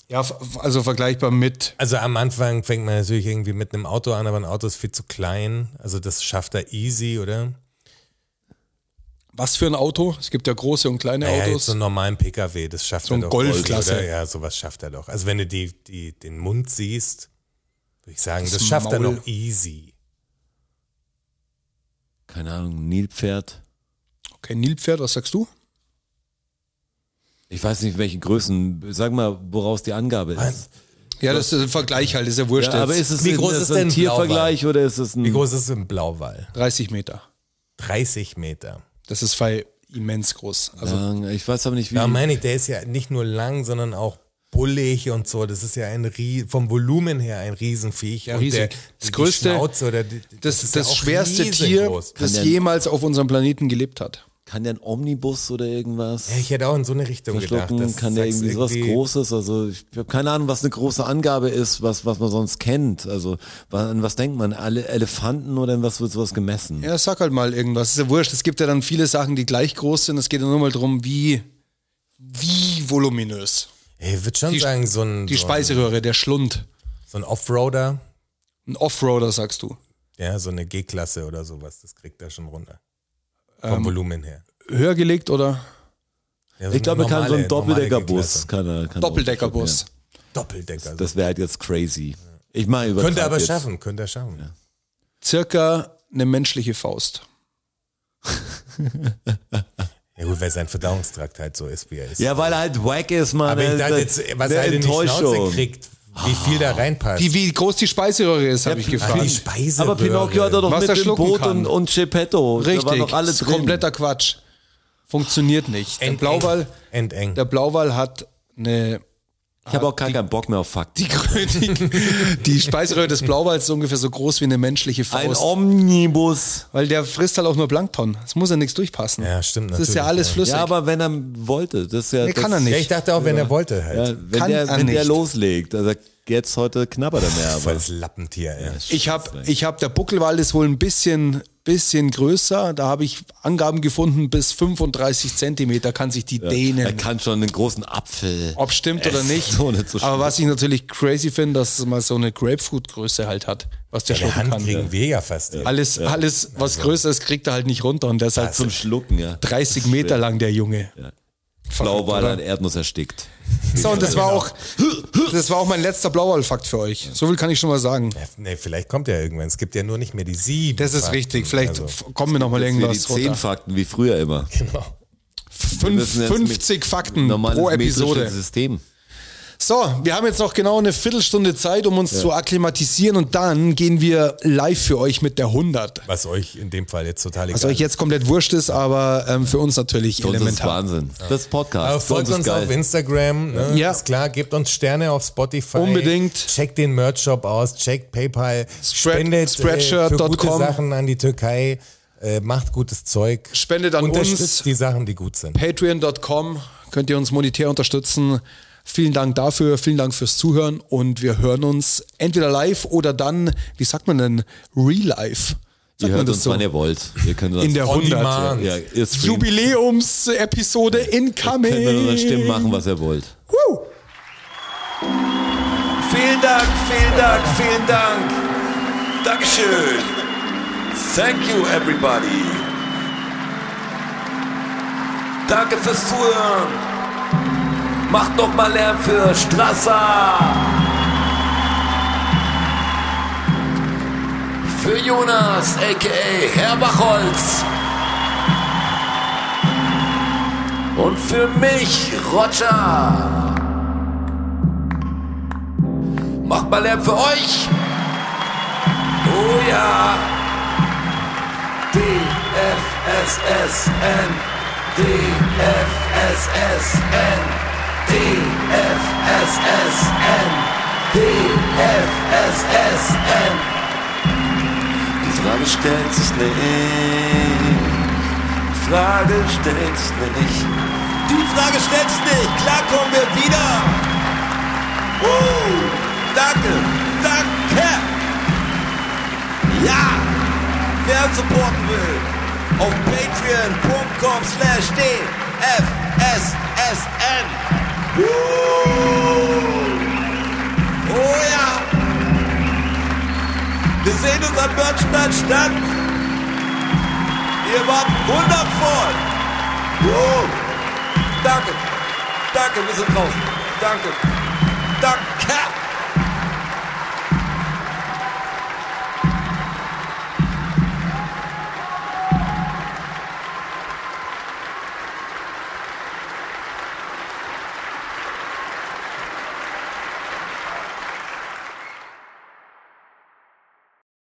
[SPEAKER 2] ja, f- also vergleichbar mit.
[SPEAKER 3] also am Anfang fängt man natürlich irgendwie mit einem Auto an, aber ein Auto ist viel zu klein. Also das schafft er easy, oder?
[SPEAKER 2] Was für ein Auto? Es gibt ja große und kleine
[SPEAKER 3] Naja, jetzt
[SPEAKER 2] Autos.
[SPEAKER 3] so einen normalen PKW, das schafft
[SPEAKER 2] So
[SPEAKER 3] er
[SPEAKER 2] ein
[SPEAKER 3] doch.
[SPEAKER 2] Golfklasse.
[SPEAKER 3] Golf, oder? Ja, sowas schafft er doch. Also wenn du die, die, den Mund siehst, würde ich sagen, das,
[SPEAKER 2] Das
[SPEAKER 3] schafft er
[SPEAKER 2] Maul.
[SPEAKER 3] noch easy.
[SPEAKER 4] Keine Ahnung, Nilpferd.
[SPEAKER 2] okay, Nilpferd, was sagst du?
[SPEAKER 4] Ich weiß nicht, welche Größen. Sag mal, woraus die Angabe ist.
[SPEAKER 2] Ja, das ist ein Vergleich halt, ist ja wurscht.
[SPEAKER 4] Ja, aber
[SPEAKER 2] jetzt.
[SPEAKER 4] ist es,
[SPEAKER 3] Wie groß
[SPEAKER 4] ist
[SPEAKER 3] ist
[SPEAKER 4] es
[SPEAKER 3] denn
[SPEAKER 4] ein
[SPEAKER 3] ein
[SPEAKER 4] Tiervergleich oder ist es ein.
[SPEAKER 3] Wie groß ist es im Blauwall?
[SPEAKER 2] 30 Meter.
[SPEAKER 3] 30 Meter.
[SPEAKER 2] Das ist weil immens groß. Also
[SPEAKER 4] Äh, Ich weiß aber nicht, wie.
[SPEAKER 3] Da meine ich, der ist ja nicht nur lang, sondern auch bullig und so. Das ist ja ein Rie vom Volumen her ein Riesenviech. Ja,
[SPEAKER 2] riesig.
[SPEAKER 3] Und der,
[SPEAKER 2] Das
[SPEAKER 3] die
[SPEAKER 2] größte-
[SPEAKER 3] Schnauze oder die,
[SPEAKER 2] das, das,
[SPEAKER 3] ist ja auch
[SPEAKER 2] schwerste Tier,
[SPEAKER 3] riesengroß.
[SPEAKER 2] das
[SPEAKER 4] der-
[SPEAKER 2] jemals auf unserem Planeten gelebt hat.
[SPEAKER 4] Kann der ein Omnibus oder irgendwas
[SPEAKER 3] Ja, ich hätte auch in so eine Richtung gedacht.
[SPEAKER 4] verschlucken?
[SPEAKER 3] dass
[SPEAKER 4] kann der
[SPEAKER 3] sagst
[SPEAKER 4] irgendwie sowas Großes? Also, ich habe keine Ahnung, was eine große Angabe ist, was, was man sonst kennt. Also, wa- an was denkt man? Alle Elefanten oder an was wird sowas gemessen?
[SPEAKER 2] Ja, sag halt mal irgendwas. Ist ja wurscht. Es gibt ja dann viele Sachen, die gleich groß sind. Es geht ja nur mal darum, wie, wie voluminös.
[SPEAKER 3] Ich würde schon
[SPEAKER 2] Die-
[SPEAKER 3] sagen, so ein,
[SPEAKER 2] Die
[SPEAKER 3] so ein,
[SPEAKER 2] Speiseröhre, der Schlund.
[SPEAKER 3] so ein Offroader,
[SPEAKER 2] Ein Offroader, sagst du.
[SPEAKER 3] ja, so eine G-Klasse oder sowas, das kriegt er schon runter. Vom Volumen her.
[SPEAKER 2] Höher gelegt oder?
[SPEAKER 3] Ja, so
[SPEAKER 4] Ähm, Ich glaube, er
[SPEAKER 3] eine
[SPEAKER 4] kann so
[SPEAKER 3] normale-
[SPEAKER 4] ein Doppeldeckerbus.
[SPEAKER 3] normale
[SPEAKER 4] Kann er, kann er
[SPEAKER 2] Doppeldeckerbus.
[SPEAKER 3] G-Klasse. Doppeldecker.
[SPEAKER 4] Das wäre halt jetzt crazy. Ich meine, über
[SPEAKER 3] könnte er aber schaffen, könnte er schaffen.
[SPEAKER 2] Circa eine menschliche Faust.
[SPEAKER 3] Ja gut, weil sein Verdauungstrakt halt so ist, wie er ist.
[SPEAKER 4] Ja, weil er halt wack ist, man.
[SPEAKER 3] aber ich
[SPEAKER 4] Der-
[SPEAKER 3] dachte jetzt, was
[SPEAKER 4] der
[SPEAKER 3] er halt in die Schnauze
[SPEAKER 4] Enttäuschung. Ah,
[SPEAKER 3] kriegt, wie viel da reinpasst.
[SPEAKER 2] Die, wie groß die Speiseröhre ist, habe ich
[SPEAKER 3] Ach, die
[SPEAKER 2] gefragt.
[SPEAKER 3] Speise.
[SPEAKER 4] Aber Pinocchio hat er doch
[SPEAKER 2] Was er
[SPEAKER 4] mit dem
[SPEAKER 2] schlucken
[SPEAKER 4] Boot
[SPEAKER 2] kann.
[SPEAKER 4] und, und Geppetto. Da waren
[SPEAKER 2] Richtig.
[SPEAKER 4] doch alle
[SPEAKER 2] Das ist
[SPEAKER 4] drin.
[SPEAKER 2] kompletter Quatsch. Funktioniert nicht. Der
[SPEAKER 3] Enteng.
[SPEAKER 2] Blauwall,
[SPEAKER 3] Enteng.
[SPEAKER 2] der Blauwall hat eine
[SPEAKER 4] Ich habe auch gar keinen Bock mehr auf Fakt.
[SPEAKER 2] Die, Gröning, die Speiseröhre des Blauwalds ist ungefähr so groß wie eine menschliche
[SPEAKER 4] Ein
[SPEAKER 2] Faust.
[SPEAKER 4] Omnibus.
[SPEAKER 2] weil der frisst halt auch nur Plankton. Es muss ja nichts durchpassen.
[SPEAKER 3] Ja, stimmt
[SPEAKER 2] Das ist ja
[SPEAKER 3] natürlich,
[SPEAKER 2] alles
[SPEAKER 3] ja.
[SPEAKER 2] flüssig.
[SPEAKER 4] Ja, aber wenn er wollte, das ist ja.
[SPEAKER 2] Nee,
[SPEAKER 4] das,
[SPEAKER 2] kann er
[SPEAKER 3] Ja,
[SPEAKER 2] nicht.
[SPEAKER 3] ich dachte auch, wenn er wollte halt.
[SPEAKER 4] Ja,
[SPEAKER 3] Ja.
[SPEAKER 4] Äh, wenn
[SPEAKER 2] Kann
[SPEAKER 4] der,
[SPEAKER 2] er
[SPEAKER 4] wenn der
[SPEAKER 2] nicht.
[SPEAKER 4] loslegt, also jetzt heute knabbert er mehr.
[SPEAKER 3] Das war
[SPEAKER 4] Aber
[SPEAKER 3] das Lappentier, ey.
[SPEAKER 2] ich habe, ich hab, der Buckelwald ist wohl ein bisschen, bisschen größer. Da habe ich Angaben gefunden, bis 35 Zentimeter kann sich die
[SPEAKER 4] er
[SPEAKER 2] dehnen.
[SPEAKER 4] kann schon einen großen Apfel.
[SPEAKER 2] Ob stimmt oder nicht.
[SPEAKER 4] so nicht so
[SPEAKER 2] aber
[SPEAKER 4] schlimm.
[SPEAKER 2] was ich natürlich crazy finde, dass es mal so eine Grapefruit-Größe halt hat, was der
[SPEAKER 3] Eine
[SPEAKER 2] schlucken
[SPEAKER 3] Hand
[SPEAKER 2] kann.
[SPEAKER 3] kriegen wir ja fast. ey.
[SPEAKER 2] Alles, alles,
[SPEAKER 4] Also.
[SPEAKER 2] was größer ist, kriegt er halt nicht runter. Und der ist halt
[SPEAKER 4] Zum Schlucken, ja.
[SPEAKER 2] 30 Meter lang, der Junge. Verrückt,
[SPEAKER 4] Blauwal
[SPEAKER 2] oder?
[SPEAKER 4] an Erdnuss erstickt.
[SPEAKER 2] So, und das war
[SPEAKER 4] Genau.
[SPEAKER 2] auch, das war auch mein letzter Blauwallfakt für euch. So viel kann ich schon mal sagen.
[SPEAKER 3] Ja, Nee, vielleicht kommt er irgendwann. Es gibt ja nur nicht mehr die sieben.
[SPEAKER 2] Das ist
[SPEAKER 3] Fakten.
[SPEAKER 2] richtig. Vielleicht
[SPEAKER 3] Also,
[SPEAKER 2] f- kommen wir nochmal
[SPEAKER 4] Jetzt hier die
[SPEAKER 2] irgendwas
[SPEAKER 4] zehn
[SPEAKER 2] runter.
[SPEAKER 4] Fakten wie früher immer.
[SPEAKER 3] genau.
[SPEAKER 2] Fünf,
[SPEAKER 4] müssen jetzt mit-
[SPEAKER 2] 50 Fakten
[SPEAKER 4] Normales
[SPEAKER 2] pro
[SPEAKER 4] metrisches
[SPEAKER 2] Episode.
[SPEAKER 4] System.
[SPEAKER 2] So, wir haben jetzt noch genau eine Viertelstunde Zeit, um uns zu akklimatisieren und dann gehen wir live für euch mit der 100.
[SPEAKER 3] Was euch in dem Fall jetzt total egal
[SPEAKER 2] Was euch jetzt komplett wurscht ist, aber ähm, für uns natürlich
[SPEAKER 4] Für uns ist
[SPEAKER 2] elementar. Also
[SPEAKER 4] Wahnsinn. Das ist Podcast.
[SPEAKER 3] Aber
[SPEAKER 4] Für
[SPEAKER 3] folgt
[SPEAKER 4] ist
[SPEAKER 3] uns
[SPEAKER 4] geil.
[SPEAKER 3] auf Instagram, ne?
[SPEAKER 2] Ja.
[SPEAKER 3] ist klar. Gebt uns Sterne auf Spotify.
[SPEAKER 2] Unbedingt.
[SPEAKER 3] Checkt den Merch-Shop aus, checkt PayPal,
[SPEAKER 2] Spread-
[SPEAKER 3] spendet äh, für gute
[SPEAKER 2] Spreadshirt.com.
[SPEAKER 3] Sachen an die Türkei, äh, macht gutes Zeug.
[SPEAKER 2] Spendet an
[SPEAKER 3] Unterstützt
[SPEAKER 2] uns.
[SPEAKER 3] die Sachen, die gut sind.
[SPEAKER 2] Patreon.com könnt ihr uns monetär unterstützen. Vielen Dank dafür, vielen Dank fürs Zuhören und wir hören uns entweder live oder dann, wie sagt man denn, real life. Sagt
[SPEAKER 4] Ihr
[SPEAKER 2] man
[SPEAKER 4] hört
[SPEAKER 2] das
[SPEAKER 4] uns,
[SPEAKER 2] so?
[SPEAKER 4] wann ihr wollt. Ihr könnt uns
[SPEAKER 2] In der
[SPEAKER 3] On
[SPEAKER 2] 100.
[SPEAKER 3] demand.
[SPEAKER 4] ja, ihr streamt.
[SPEAKER 2] Jubiläumsepisode
[SPEAKER 4] Könnt mit unseren Stimmen
[SPEAKER 2] incoming.
[SPEAKER 4] machen, was ihr wollt.
[SPEAKER 2] Woo!
[SPEAKER 5] Vielen Dank, vielen Dank, vielen Dank. Dankeschön. Thank you, everybody. Danke fürs Zuhören. Macht noch mal Lärm für Strasser. Für Jonas, a.k.a. Herr Wachholz. Und für mich, Roger. Macht mal Lärm für euch. Oh ja. DFSSN. DFSSN. DFSSN. DFSSN. Die Frage stellt sich nicht. Die Frage stellt sich nicht. Die Frage stellt sich nicht. Klar kommen wir wieder. Uh, danke, danke. Ja, wer uns supporten will, auf patreon.com slash dfssn. Uh. Woo! Oh ja! Wir sehen uns am Börnstein statt. Ihr wart wundervoll. Uh. Woo! Danke. Danke, wir sind draußen. Danke. Danke.